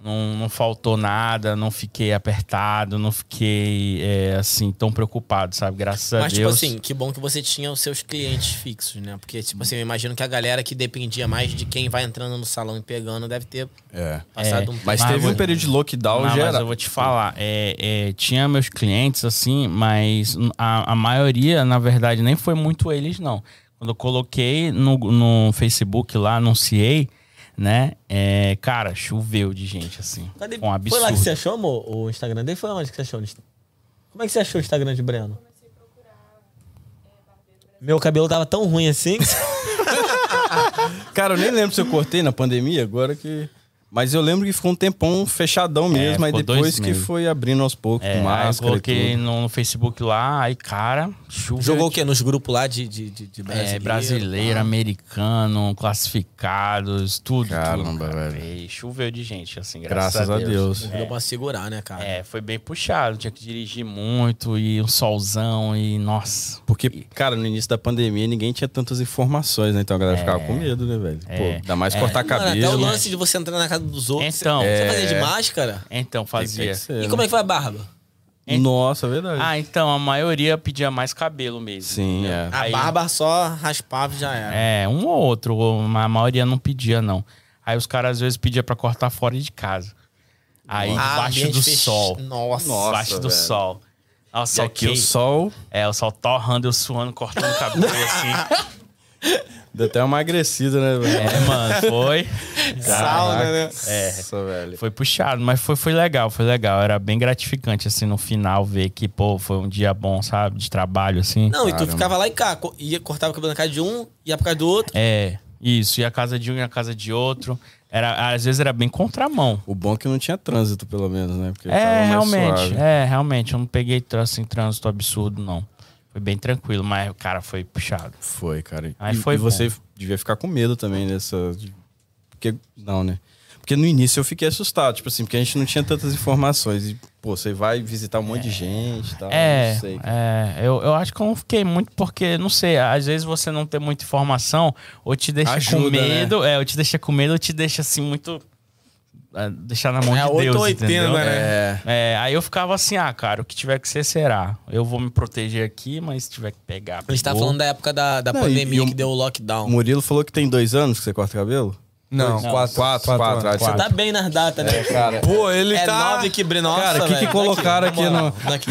Não, não faltou nada, não fiquei apertado, não fiquei, é, assim, tão preocupado, sabe? Graças a
Mas, tipo
Deus.
assim, que bom que você tinha os seus clientes fixos, né? Porque, tipo assim, eu imagino que a galera que dependia mais de quem vai entrando no salão e pegando deve ter
É.
passado um
Mas
Mas
teve
vou-
um período de lockdown
Não,
geral.
mas eu vou te falar, é, é, tinha meus clientes assim, mas a, a maioria, na verdade, nem foi muito eles, não. Quando eu coloquei no, no Facebook lá, anunciei, né? É, cara, choveu de gente, assim.
Cadê-
Foi um
Foi
absurdo.
lá que você achou, amor, o Instagram dele? Foi onde que você achou? Como é que você achou o Instagram de Breno? Meu cabelo tava tão ruim assim.
Cara, eu nem lembro se eu cortei na pandemia, agora que. Mas eu lembro que ficou um tempão fechadão mesmo, aí
É, ficou dois
depois que
meses.
foi abrindo aos poucos,
É,
com
aí eu
máscara
coloquei
e tudo.
no, no Facebook lá, aí, cara, choveu.
Jogou o
de-
quê? Nos grupos lá de, de, de, de brasileiro?
É,
tá?
brasileiro, americano, classificados, tudo.
Caramba,
tudo,
velho.
E choveu de gente, assim, graças,
Graças a Deus.
Deu pra segurar, né, cara?
É, foi bem puxado, tinha que dirigir muito e um solzão e nossa.
Porque, cara, no início da pandemia ninguém tinha tantas informações, né? Então a galera ficava com medo, né, velho? Pô,
É.
ainda mais cortar
Mano, até o
cabelo. né?
lance de você entrar na casa dos outros.
Então,
Você
É.
fazia de máscara?
então fazia.
E como é que foi a barba?
Nossa, é verdade.
Ah, então a maioria pedia mais cabelo mesmo.
Sim, é.
A
Aí-
barba só raspava e já era.
É, um ou outro, ou- mas a maioria não pedia não. Aí os caras às vezes pediam pra cortar fora de casa. Aí
Ah,
debaixo
ambiente
do
fech-
sol,
Nossa.
debaixo do
velho.
sol.
E
Nossa,
aqui
ok.
o sol
É, o sol torrando, eu suando, cortando o cabelo
[laughs]
assim.
deu até uma emagrecida, né, velho?
É, mano, foi.
Sauna, né?
É.
Nossa, velho.
Foi puxado, mas foi, foi legal, foi legal. Era bem gratificante, assim, no final, ver que, pô, foi um dia bom, sabe? De trabalho, assim.
Não, e tu
Caramba.
ficava lá e cá. co- Ia, cortava o cabelo na casa de um, ia pra casa do outro.
É, isso. E a casa de um e a casa de outro. Era, às vezes era bem contramão.
O bom é que não tinha trânsito, pelo menos, né? Porque tava
É,
mais
realmente.
suave.
É, realmente. Eu não peguei, tr- assim, trânsito absurdo, não. Foi bem tranquilo, mas o cara foi puxado.
Foi, cara.
Aí
e,
foi
e
bom.
você devia ficar com medo também dessa. de- Porque. Não, né? Porque no início eu fiquei assustado, tipo assim, porque a gente não tinha tantas informações. E, pô, você vai visitar um monte de gente e tal.
É,
não sei. cara.
é eu, eu acho que eu não fiquei muito porque, não sei, às vezes você não tem muita informação ou te deixa com
Ajuda, né?
medo, é, ou te deixa com medo ou te deixa assim muito. é, deixar na mão
É,
de Deus,
880,
entendeu?
né?
É.
É, aí eu ficava assim, ah, cara, o que tiver que ser, será. Eu vou me proteger aqui, mas se tiver que pegar.
A gente tá
pegou.
falando da época da, da
Não, e-
pandemia
e o-
que deu o lockdown.
O Murilo falou que tem dois anos que você corta cabelo?
Não,
Não,
quatro,
Quatro, quatro.
anos.
Ah,
Você tá
quatro.
bem nas datas, né?
Cara,
Pô, ele
é
tá...
nove que brilha. Nossa,
Cara, o que que
velho.
colocaram aqui
na moral.
no-
Daqui.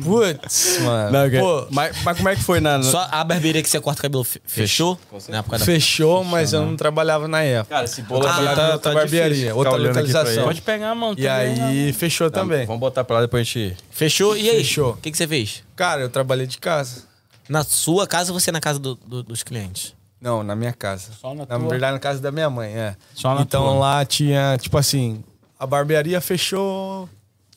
Putz, mano.
Não, cara,
Pô,
mas, mas como é que foi na. na-
Só a barbearia que você corta o cabelo fe- fechou? Na época da...
fechou, mas eu não trabalhava na época.
Cara, esse bolo
Ah,
aqui
tá-
tá,
tá
tá
barbearia,
difícil ficar
outra
olhando aqui pra
localização.
ele.
É. Pode pegar a mão tá
E aí, fechou também.
Vamos botar pra lá depois a gente.
Fechou? E aí?
Fechou.
O que, que você fez?
Cara, eu trabalhei de casa.
Na sua casa ou você na casa do- do- dos clientes?
Não, na minha casa.
Só na
Na
tua?
verdade, na casa da minha mãe, é.
Só na
então
tua.
lá tinha, tipo assim, a barbearia fechou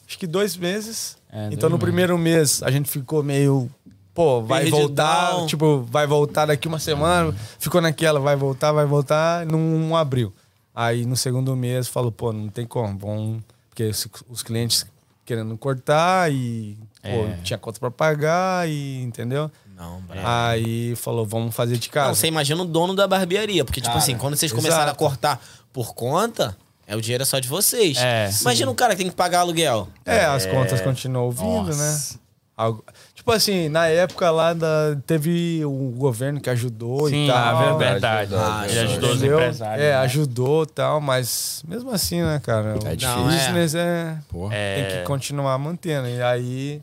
acho que dois meses.
É,
então
dois
no
meses.
primeiro mês a gente ficou meio. Pô, vai
Perdidão.
voltar, tipo, vai voltar daqui uma semana. Ficou naquela, vai voltar, vai voltar, não, não abriu. Aí no segundo mês falou, pô, não tem como, vão. Porque os, os clientes querendo cortar e. Pô,
É.
tinha conta pra pagar e. Entendeu?
Não, brother.
Aí falou, vamos fazer de casa.
Não, você imagina o dono da barbearia. Porque, tipo assim, quando vocês começaram a
exato.
cortar por conta, é o dinheiro é só de vocês.
É,
imagina um cara que tem que pagar aluguel.
É, as contas continuam vindo,
Nossa.
né? Algo- Tipo assim, na época lá da... teve o governo que ajudou
Sim,
e tal.
ah, verdade.
verdade.
Ele ajudou os
Entendeu?
empresários.
É,
né?
ajudou e tal, mas mesmo assim, né, cara? O
É difícil.
Não, é.
business é...
Porra.
É,
tem que continuar mantendo. E aí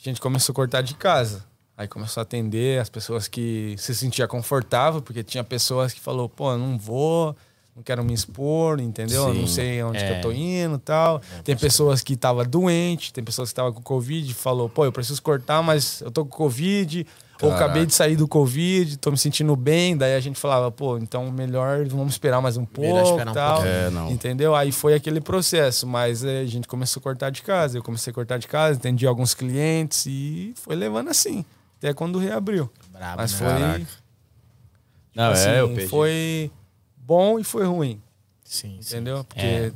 a gente começou a cortar de casa. Aí começou a atender as pessoas que se sentia confortável, porque tinha pessoas que falou, pô, eu não vou, não quero me expor, entendeu? Eu não sei onde
É.
que eu tô indo e tal. tem pessoas que tava doente, tem pessoas que tava com Covid, falou, pô, eu preciso cortar, mas eu tô com Covid, ou acabei de sair do Covid, tô me sentindo bem. Daí a gente falava, pô, então melhor vamos esperar mais um pouco.
Melhor esperar um
tal.
pouquinho.
É, não.
Entendeu? Aí foi aquele processo, mas eh, a gente começou a cortar de casa. Eu comecei a cortar de casa, atendi alguns clientes e foi levando assim. Até quando reabriu.
Brabo,
mas
né?
foi.
Caraca. Não,
assim,
é, eu perdi.
foi bom e foi ruim,
Sim, sim.
entendeu? Porque
É.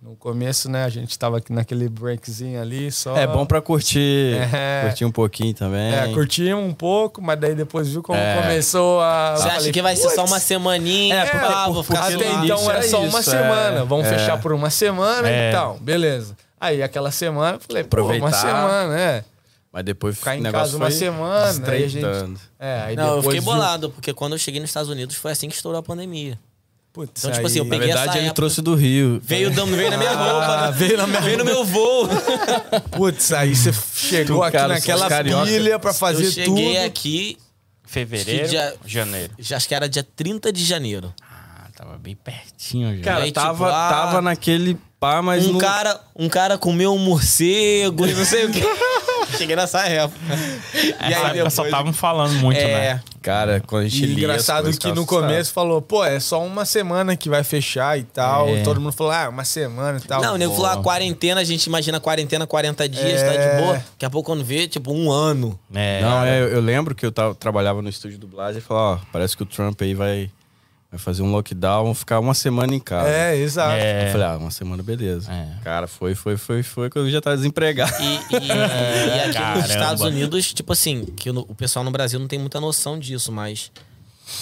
no começo, né, a gente tava aqui naquele breakzinho ali, só.
É bom pra curtir.
É.
Curtir um pouquinho também.
É, curtimos um pouco, mas daí depois viu como
É.
começou a.
Você
Eu
acha
falei,
que vai ser só
"Putz,
uma semaninha?
É,
pá,
porque-
ah, vou ficar
porque
lá.
Até
no
então
início
era
era
só
isso,
uma
é.
semana. Vamos
É.
fechar por uma semana
É.
e tal. Beleza. Aí aquela semana, eu falei, pô, uma
Aproveitar.
semana, é.
Mas depois
Ficar em
o negócio
casa uma
foi
semana, aí a gente-
estreitando.
É, aí
Não, eu
depois
fiquei
viu-
bolado, porque quando eu cheguei nos Estados Unidos foi assim que estourou a pandemia.
Putz,
Então, tipo assim, eu
aí-
Na
peguei essa
verdade, ele
época-
trouxe do Rio.
Veio, dando- veio na minha roupa, né? veio, no meu voo.
Putz, aí você chegou
Tu, [laughs]
aqui
cara,
[laughs]
naquela
os carioca-
pilha pra
eu
fazer
cheguei
tudo.
aqui,
Fevereiro,
que dia-
janeiro.
Já acho que era dia 30 de janeiro.
Ah, tava bem pertinho já.
Cara,
Aí, tipo,
tava,
ah,
tava naquele pá, mas
um,
não...
cara, um cara comeu um morcego e não sei [laughs] o quê. Cheguei nessa época. é, E
Essa época só estavam falando muito,
É,
né?
Cara, quando a gente
E
lia as
engraçado
coisas,
que
tá
tava
no
assustado.
começo falou, pô, é só uma semana que vai fechar e tal.
É.
E todo mundo falou, ah, uma semana e tal.
Não, o nego falou, ah, quarentena, a gente imagina quarentena, 40 dias, tá de boa. Daqui a pouco quando vê, tipo, um ano.
É.
Não, é, eu- eu lembro que eu tava- trabalhava no estúdio de dublagem e falava, ó, parece que o Trump aí vai, vai fazer um lockdown, vão ficar uma semana em
"Ah,
casa.
É, exato.
Eu falei, ah, uma semana, beleza.
É.
Cara, foi, foi, foi, foi, que eu já tava desempregado.
E, e- e aqui
Caramba.
nos Estados Unidos, tipo assim, que no- o pessoal no Brasil não tem muita noção disso, mas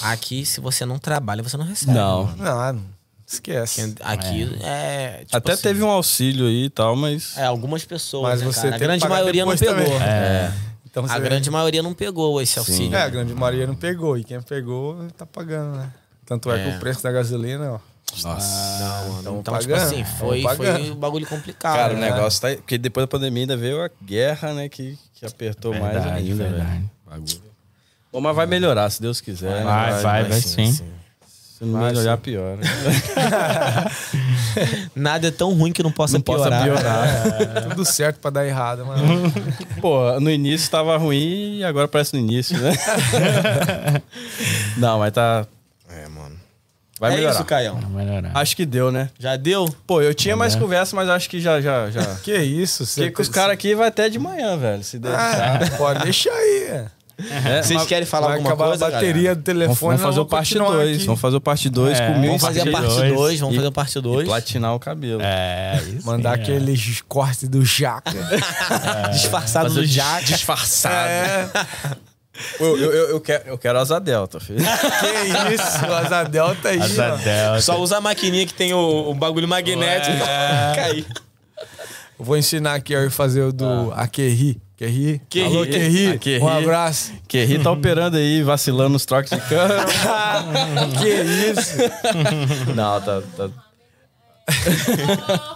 aqui, se você não trabalha, você não recebe.
Não. Tipo
Não, não, esquece.
Aqui é. tipo
Até
assim,
teve um auxílio aí e tal, mas.
É, algumas pessoas.
Mas
né,
você
cara? A
tem que
grande
pagar
maioria não
depois
pegou.
também.
É.
[laughs] Então,
A
você-
grande maioria não pegou esse auxílio.
É, a grande maioria não pegou. E quem pegou, tá pagando, né? Tanto é, que o preço da gasolina, ó.
Nossa.
Não, mano.
Ah, tão
Então, tipo
pagando,
assim,
tão
foi, foi
pagando.
um bagulho complicado.
Cara, o
né?
negócio tá. Porque depois da pandemia ainda veio a guerra, né? Que, que apertou mais
é
é
Verdade,
ainda,
verdade.
velho. Bagulho. Bom, mas vai melhorar, se Deus quiser. né?
Vai, vai, vai sim.
Se não melhorar, [laughs] pior.
Nada é tão ruim que não possa
Não possa
piorar.
piorar.
[laughs] Tudo certo pra dar errado, mano.
[laughs] Pô, no início tava ruim e agora parece no início, [laughs] né? não, mas tá.
É, mano.
Vai
é
melhorar.
isso, Caião.
Vai melhorar.
Acho que deu, né?
Já deu?
Pô, eu tinha mais conversa, mas acho que já, já, já. [laughs]
que isso? Você
Porque com os caras aqui vai até de manhã, velho. Se der.
Ah, pode deixar aí.
É,
Vocês
mas-
querem falar
Vai
alguma
acabar
coisa?
a bateria do
vamos,
telefone.
vamos
nós
fazer o parte
continuar
2.
aqui.
Vamos fazer o parte 2
É,
com mil
Vamos fazer a parte
Dois.
2, vamos
E-
fazer a parte 2.
Platinar o cabelo.
É, isso.
Mandar
aí,
aqueles cortes do [laughs] jaca.
Ah,
Disfarçado do Jaca.
Disfarçado. Eu, eu, eu, eu quero, eu quero asa delta, filho.
que isso? Asa Delta aí,
é. Asa
mano.
delta.
Só usa a maquininha que tem o, o bagulho magnético. [laughs] Cair.
Eu Vou ensinar aqui a fazer o do
Ah.
Akerri. Kerri? Alô, Kerri.
Akerri.
Um abraço.
[laughs] Que ri tá operando aí, vacilando nos troques de câmera.
que isso?
Não, tá. tá- [laughs]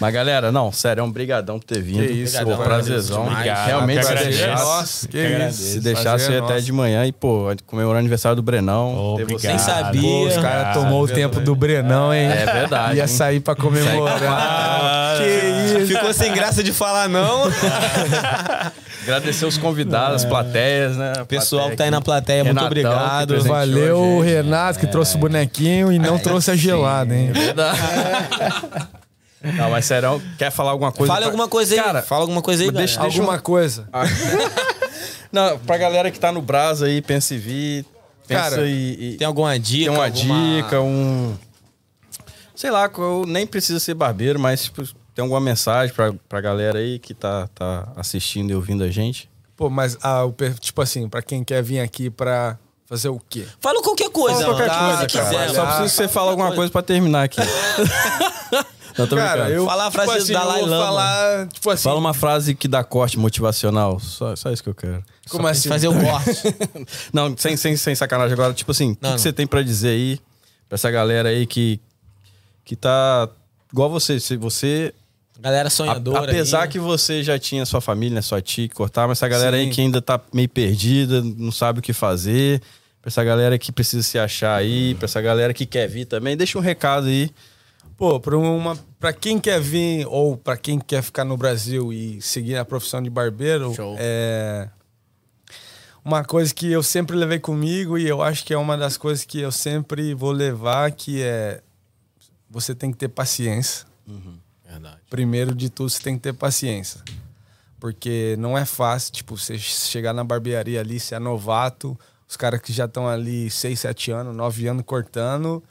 Mas galera, não, sério, é um brigadão por ter vindo.
Que isso,
pô,
valeu
prazerzão.
demais.
Realmente, se
Obrigado, eu
deixasse,
Nossa, que
se
isso.
deixasse eu ia
Prazer é
até
nosso.
de manhã e, pô, comemorar o aniversário do Brenão. ter
Obrigado. Ah,
você-
Nem sabia.
Pô, os
Ah,
caras tomou o tempo do Brenão, hein?
É verdade.
Ia
hein?
sair
[laughs]
pra comemorar. que isso?
Ficou sem graça de falar, não.
Agradecer os convidados, as plateias, né? A
Pessoal
plateia
que tá aí
aqui.
na plateia,
Renatão,
muito
que
obrigado.
presenteou
Valeu o
a gente.
Renato que trouxe o bonequinho e
É,
não trouxe a gelada, hein?
[laughs] Não, mas serão, quer falar alguma coisa?
Fala
pra-
alguma coisa aí.
Cara,
fala alguma coisa aí,
deixa-
galera.
Alguma coisa.
Não, pra galera que tá no Brasa aí, pensa e vi. Pensa
Cara,
e, e
Tem alguma dica?
tem uma
alguma-
dica, um. Sei lá, eu nem precisa ser barbeiro, mas tipo, tem alguma mensagem pra, pra galera aí que tá, tá assistindo e ouvindo a gente.
Pô, mas ah, o per- tipo assim, pra quem quer vir aqui pra fazer o quê?
Fala qualquer coisa.
Fala qualquer
mano.
coisa,
Se
cara.
quiser,
Só
mano.
preciso que você fale alguma coisa pra terminar aqui. [laughs] Não, tô brincando.
eu tipo assim,
Falar a frase do Dalai
eu vou
Lama.
falar, tipo assim,
Fala uma frase que dá corte motivacional. Só, só isso que eu quero.
como assim?
Fazer o corte.
Não, sem, sem, sem sacanagem agora. Tipo assim, o que,
Não,
que
não.
você tem pra dizer aí pra essa galera aí que, que tá igual você? Se você
Galera
a-
sonhadora.
apesar
aí.
que você já tinha sua família, né, sua tia que cortar, mas essa galera aí
né? Sim.
que ainda tá meio perdida, não sabe o que fazer, pra essa galera que precisa se achar aí, pra essa galera que quer vir também, deixa um recado aí.
Pô, pra, uma, pra quem quer vir ou pra quem quer ficar no Brasil e seguir a profissão de barbeiro,
Show.
é uma coisa que eu sempre levei comigo e eu acho que é uma das coisas que eu sempre vou levar, que é você tem que ter paciência.
Verdade.
Primeiro de tudo, você tem que ter paciência. Porque não é fácil, tipo, você chegar na barbearia ali, você é novato, os caras que já estão ali 6, 7 anos, 9 anos cortando,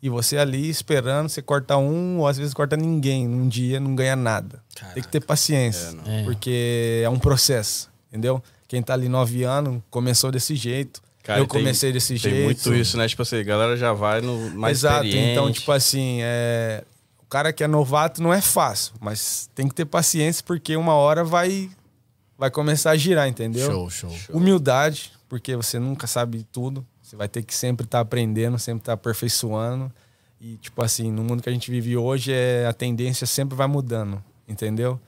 e você ali esperando, você corta um, ou às vezes corta ninguém, num dia não ganha nada. Tem que ter paciência, porque é um processo, entendeu? Quem tá ali 9 anos começou desse jeito, eu comecei desse jeito.
Tem muito isso, né? Tipo assim, a galera já vai no mais
Exato. Então,
experiente.
tipo assim, é... o cara que é novato não é fácil, mas tem que ter paciência porque uma hora vai vai começar a girar, entendeu?
Show, show.
Humildade, porque você nunca sabe tudo. Você vai ter que sempre estar aprendendo, sempre estar aperfeiçoando. E, tipo assim, no mundo que a gente vive hoje, é, a tendência sempre vai mudando, entendeu?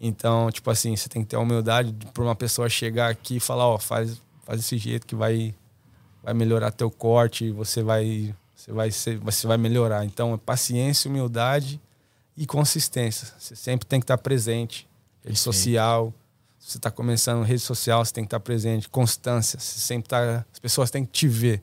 Então, tipo assim, você tem que ter a humildade para uma pessoa chegar aqui e falar, ó, faz, faz desse jeito que vai, vai melhorar teu corte, você vai, você, vai ser- você vai melhorar. Então, é paciência, humildade e consistência. Você sempre tem que estar presente. Rede social, se você está começando rede social, você tem que estar presente. Constância, você sempre tá, as pessoas têm que te ver.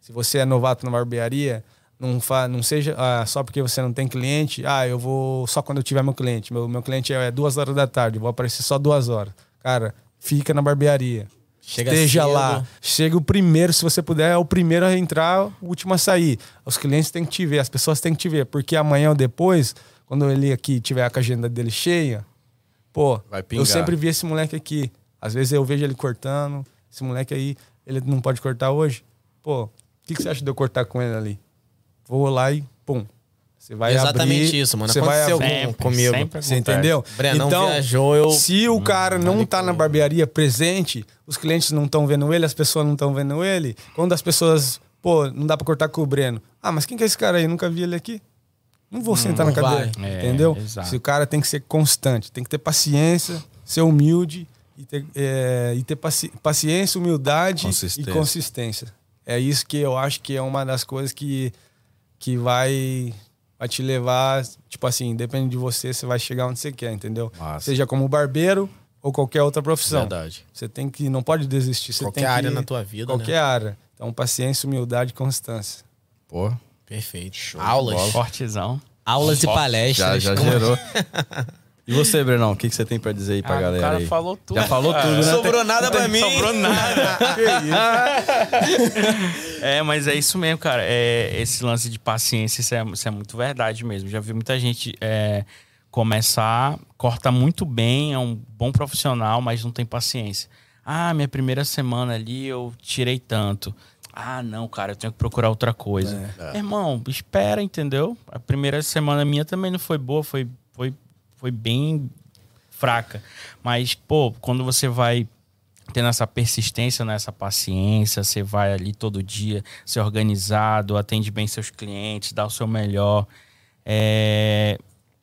Se você é novato na barbearia, não, fa, não seja ah, só porque você não tem cliente. Ah, eu vou só quando eu tiver meu cliente. Meu, meu cliente é, duas horas da tarde, eu vou aparecer só duas horas. Cara, fica na barbearia.
Chega
Esteja
cedo.
lá. Chega o primeiro, se você puder, é o primeiro a entrar, o último a sair. Os clientes têm que te ver, as pessoas têm que te ver. Porque amanhã ou depois, quando ele aqui tiver com a agenda dele cheia, pô,
Vai pingar.
eu sempre vi esse moleque aqui. Às vezes eu vejo ele cortando. Esse moleque aí, ele não pode cortar hoje. Pô, o que, que você acha de eu cortar com ele ali? Vou lá e pum. Você vai
É exatamente
abrir,
isso, mano.
Você vai
Aconteceu
abrir. um
Sempre, comigo.
sempre
Você
acontece.
entendeu?
Brenão
então,
viajou, eu-
se o cara não
falei
tá
com
na
ele.
barbearia presente, os clientes não estão vendo ele, as pessoas não estão vendo ele. Quando as pessoas, pô, não dá pra cortar com o Breno. Ah, mas quem que é esse cara aí? Nunca vi ele aqui. Não vou sentar na
não
cadeira,
vai. É,
entendeu?
exato.
Se o cara tem que ser constante, tem que ter paciência, ser humilde e ter, é, e ter paci- paciência, humildade
Consistência.
e consistência. É isso que eu acho que é uma das coisas que que vai, vai te levar, tipo assim, depende de você, você vai chegar onde você quer, entendeu?
Massa.
Seja como barbeiro ou qualquer outra profissão.
Verdade.
Você tem que, não pode desistir. Você
Qualquer
tem que-
área na tua vida,
Qualquer
né?
área. Então, paciência, humildade e constância.
Pô,
Perfeito. aulas.
Fortezão.
Aulas e
já,
É
palestras.
já
[laughs]
[laughs]
Como-
gerou. E você, Brenão, o que, que você tem pra dizer aí pra
Ah, o
galera
cara
aí?
falou tudo, Ah,
Já falou
cara.
tudo, né?
Não sobrou nada pra mim.
Sobrou tá nada. É, mas é isso mesmo, cara. É, esse lance de paciência, isso é, isso é muito verdade mesmo. Já vi muita gente é, começar, corta muito bem, é um bom profissional, mas não tem paciência. Ah, minha primeira semana ali eu tirei tanto. Ah, não, cara, eu tenho que procurar outra coisa.
É.
Irmão, espera, entendeu? A primeira semana minha também não foi boa, foi, foi, foi bem fraca. Mas, pô, quando você vai tendo essa persistência, né, essa paciência, você vai ali todo dia, ser organizado, atende bem seus clientes, dá o seu melhor. É,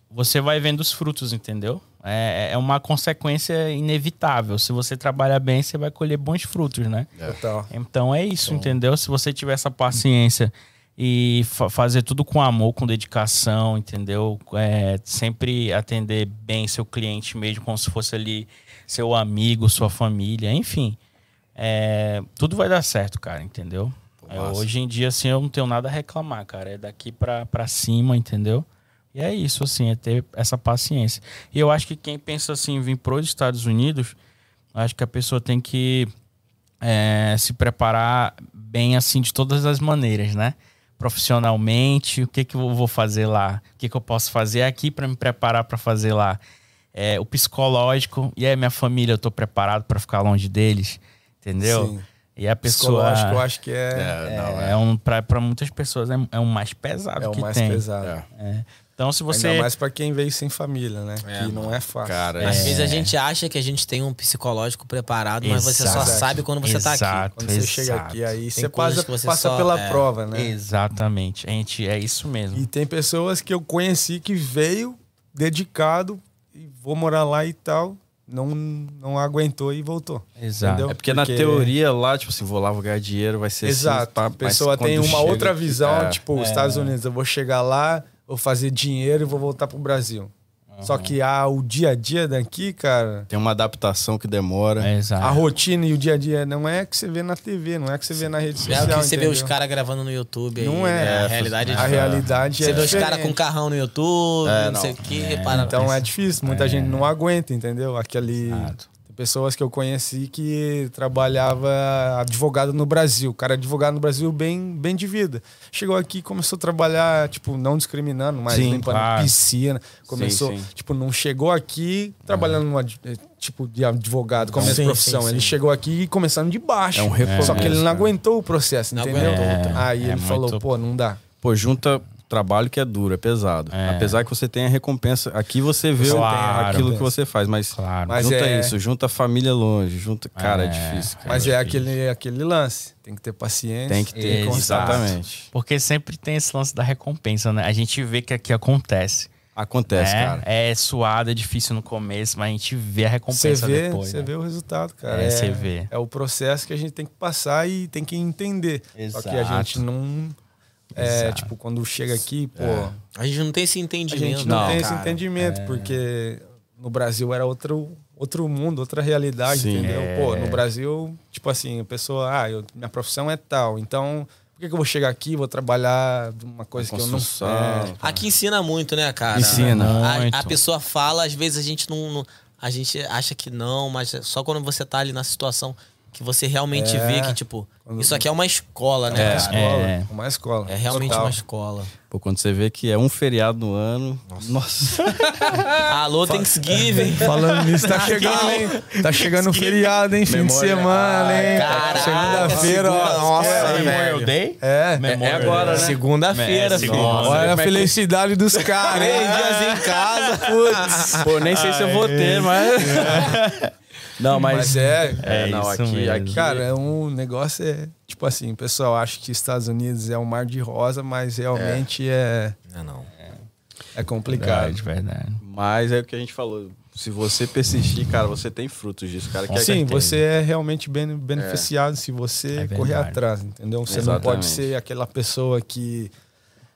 Você vai vendo os frutos, entendeu? É, é uma consequência inevitável. Se você trabalhar bem, você vai colher bons frutos, né?
Total.
Então é isso, entendeu? Se você tiver essa paciência e fa- fazer tudo com amor, com dedicação, entendeu? É, sempre atender bem seu cliente mesmo, como se fosse ali seu amigo, sua família, enfim. É, tudo vai dar certo, cara, entendeu? É, hoje em dia, assim, eu não tenho nada a reclamar, cara. É daqui pra, pra cima, entendeu? E é isso, assim, é ter essa paciência. E eu acho que quem pensa assim, em vir pros Estados Unidos, acho que a pessoa tem que é, se preparar bem assim de todas as maneiras, né? Profissionalmente, o que que eu vou fazer lá? O que que eu posso fazer aqui para me preparar para fazer lá? É, o psicológico, e aí minha família, eu tô preparado para ficar longe deles, entendeu?
Sim.
E a pessoa
Psicológico, eu acho que é,
É,
é,
não, é.
é um para muitas pessoas é, é o mais pesado
é, o
que
mais
tem.
pesado.
É.
Então se você
Ainda mais pra quem veio sem família, né? que não é fácil.
Cara,
[laughs] Às
é.
vezes a gente acha que a gente tem um psicológico preparado, mas você só
Exato.
sabe quando você
exato,
tá aqui.
Quando você chega
exato.
aqui, aí você
coisas
passa,
que você
passa
só-
pela
é,
prova, né?
Exatamente, gente, é isso mesmo.
E tem pessoas que eu conheci que veio dedicado e vou morar lá e tal, não, não aguentou e voltou.
Exato.
entendeu?
É porque, na
Porque-
teoria lá, tipo assim, vou lá, vou ganhar dinheiro, vai ser
Exato.
assim. pá,
a
mas
pessoa tem
quando
uma
chega
outra
aqui,
visão,
é,
tipo, os Estados Unidos, eu vou chegar lá, vou fazer dinheiro e vou voltar pro Brasil. Só que ah, o dia a dia daqui, cara,
Tem uma adaptação que demora.
É, exato.
a rotina e o dia a dia não é que você vê na TV, não é que você vê na
É
rede
o
social.
que você vê
entendeu?
os caras gravando no YouTube aí,
Não é.
né?
É,
A realidade é
A
diferente.
realidade
Você
é
vê os caras
diferente.
com carrão no YouTube,
É,
não,
não.
sei o que, para-
Então é difícil, muita gente não aguenta, entendeu? Aquele.
Exato.
Tem pessoas que eu conheci que trabalhava advogado no Brasil. Cara, advogado no Brasil bem, bem de vida. Chegou aqui e começou a trabalhar, tipo, não discriminando, mas
Sim,
limpando
claro.
piscina. Começou,
sim.
tipo, não chegou aqui trabalhando numa, eh, tipo de advogado, como
Sim,
essa
sim,
profissão.
sim.
Ele chegou aqui começando de baixo.
É um recomeço,
Só que ele não
cara.
aguentou o processo,
Não
entendeu?
aguentou.
Aí
É,
ele
é
falou,
muito-
pô, não dá.
Pô, junta trabalho que é duro, é pesado.
É.
Apesar que você tem a recompensa. Aqui você vê o-
Claro.
aquilo que você faz, mas
Claro.
Mas
junta
é-
isso, junta a família longe, junta. Cara, é,
É.
difícil, cara.
Mas é
difícil.
aquele, aquele lance. Tem que ter paciência.
Tem que ter,
Exato.
exatamente.
Porque sempre tem esse lance da recompensa, né? A gente vê que aqui acontece.
Acontece,
né?
cara.
É suado, é difícil no começo, mas a gente vê a
Você
recompensa
vê,
depois.
você
né?
vê o resultado, cara.
É, você vê.
É o processo que a gente tem que passar e tem que entender. Só que a
Exato.
gente não. É,
Exato. É.
tipo, quando chega aqui, pô,
A gente não tem esse
a
entendimento. né,
gente não,
Não, É.
tem esse
cara.
entendimento, porque no Brasil era outro, outro mundo, outra realidade,
Sim.
entendeu?
É.
Pô, no Brasil, tipo assim, a pessoa, ah, eu- minha profissão é tal, então por que, que eu vou chegar aqui, vou trabalhar de uma coisa que eu não é, tipo,
Construção.
sei?
Aqui ensina muito, né, cara?
Ensina.
A, a
Muito.
pessoa fala, às vezes a gente não, não- A gente acha que não, mas é só quando você tá ali na situação que você realmente
É.
vê que, tipo,
Quando-
isso aqui é uma escola, né,
É, uma
cara?
escola,
É.
uma escola.
É realmente
total.
uma escola.
Pô, quando você vê que é um feriado no ano. Nossa.
É,
Alô,
[laughs]
Thanksgiving.
Falando nisso, tá
Natal.
chegando, hein? Tá chegando o feriado, hein? Fim de semana, hein?
Caraca,
Segunda-feira, ó.
segunda-
é,
Nossa,
Memorial
velho.
Day?
É.
Memorial
agora,
Day.
né? Segunda-feira,
É,
filho.
segunda.
Olha a felicidade dos caras, hein?
Dias em casa.
Putz. [laughs] Pô, nem sei se eu vou ter, mas. Não, mas.
Mas é,
É,
não,
isso
aqui-
mesmo.
aqui-
Cara, é um negócio é. Tipo assim, o pessoal acha que Estados Unidos é um mar de rosa, mas realmente é,
Não, não.
é, complicado.
Verdade, verdade.
Tipo,
Mas é o que a gente falou. Se você persistir, cara, você tem frutos disso, cara. Que é-
Sim, você é realmente bene- beneficiado se você
É
correr
verdade.
atrás, entendeu? Você
Exatamente.
não pode ser aquela pessoa que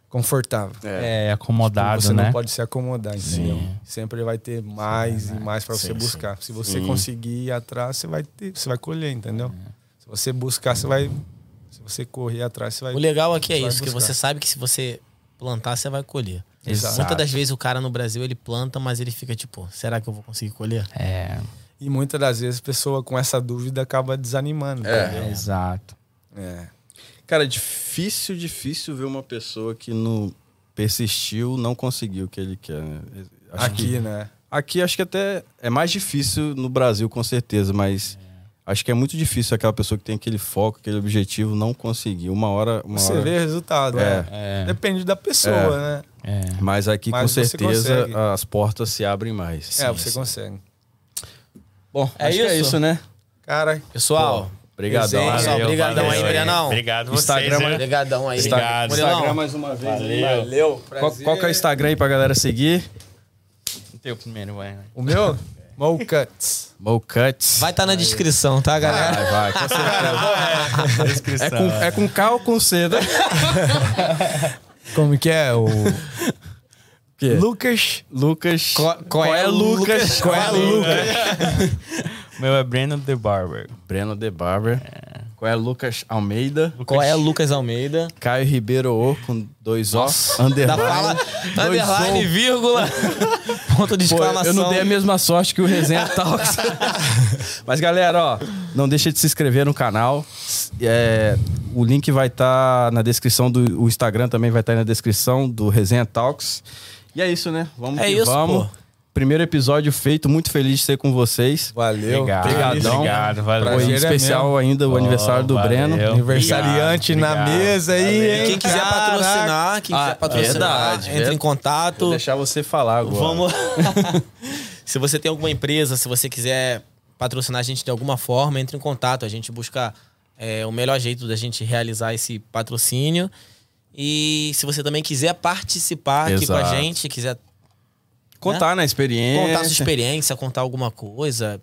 confortável.
É, acomodado,
você
né?
não pode se acomodar, entendeu? Sempre vai ter mais
É,
e mais para você buscar. Se você conseguir ir atrás, você vai ter, você vai colher, entendeu?
É.
Se você buscar, você vai se você correr atrás, você vai
O legal aqui é
Vai
isso, que
buscar.
você sabe que se você plantar, você vai colher.
Exato.
Muitas das vezes o cara no Brasil, ele planta, mas ele fica tipo, será que eu vou conseguir colher?
É,
E muitas das vezes a pessoa com essa dúvida acaba desanimando. É.
exato.
é.
Cara, é difícil, difícil ver uma pessoa que não persistiu, não conseguiu o que ele quer. né? Acho
Aqui,
que-
né?
aqui acho que até é mais difícil no Brasil, com certeza, mas acho que é muito difícil aquela pessoa que tem aquele foco, aquele objetivo, não conseguir. Uma hora. Uma
Você
hora...
vê resultado.
É.
né?
É,
Depende da pessoa, né?
é.
Mas aqui,
Mas
com
você
certeza,
consegue.
as portas se abrem mais.
é, você consegue.
Bom,
É
acho que é
isso?
isso, né?
Cara,
Pessoal,
Obrigadão.
Pessoal,
Valeu,
obrigadão
valeu,
aí,
hein?
Brenão.
Obrigado vocês,
Instagram,
né?
hein?
Obrigadão aí.
é Obrigado.
Murilão,
mais uma vez.
Valeu.
Qual, qual que é o Instagram aí pra galera seguir?
O teu primeiro, vai. né?
o
[laughs]
meu Mo Cuts.
Mocuts.
vai estar na descrição, tá,
Vai,
galera?
vai. É com certeza.
Descrição.
É com, é com K ou com C, né?
Como que é o
quê?
Lucas?
Lucas.
Co-
Qual é Lucas?
Qual é Lucas?
Meu é Brandon The Barber.
Breno The Barber. Qual é Lucas Almeida?
Qual é Lucas Almeida?
Caio Ribeiro O com dois O. Underline.
Da fala,
dois
underline,
O.
vírgula,
[laughs]
ponto de
Pô,
exclamação.
eu não dei a mesma sorte que o
[laughs]
Resenha Talks. Mas galera, ó, não deixa de se inscrever no canal. É, o link vai estar na descrição do o Instagram também vai estar na descrição do Resenha Talks. E é isso, né? Vamos
É
que
isso,
vamos.
pô.
Primeiro episódio feito, muito feliz de ser com vocês.
Valeu.
Obrigado.
Obrigadão.
Obrigado, valeu.
Foi
Prazer é
especial
meu.
ainda o
Oh,
aniversário do
valeu.
Breno.
Aniversariante na
Obrigado, obrigado.
mesa aí, hein?
Quem quiser
Caraca.
patrocinar, quem quiser
Ah,
patrocinar,
verdade, é
entre em
verdade. Vou
contato.
deixar você falar agora.
Vamos. né?
[laughs]
[laughs] se você tem alguma empresa, se você quiser patrocinar a gente de alguma forma, entre em contato. A gente busca é, o melhor jeito da gente realizar esse patrocínio. E se você também quiser participar aqui com a
Exato.
gente, quiser
contar na experiência.
contar sua experiência, contar alguma coisa,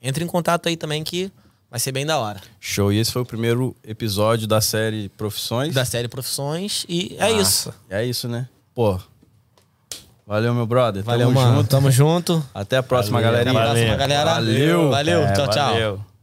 entre em contato aí também que vai ser bem da hora.
Show. E esse foi o primeiro episódio da série Profissões.
Da série Profissões. E é isso.
É isso, né? Pô. Valeu, meu brother.
Valeu,
Tamo
mano.
junto.
Tamo junto.
Até a próxima,
Valeu,
galerinha.
Até a próxima,
Valeu.
galera.
Valeu.
Valeu.
É,
tchau, tchau.
valeu.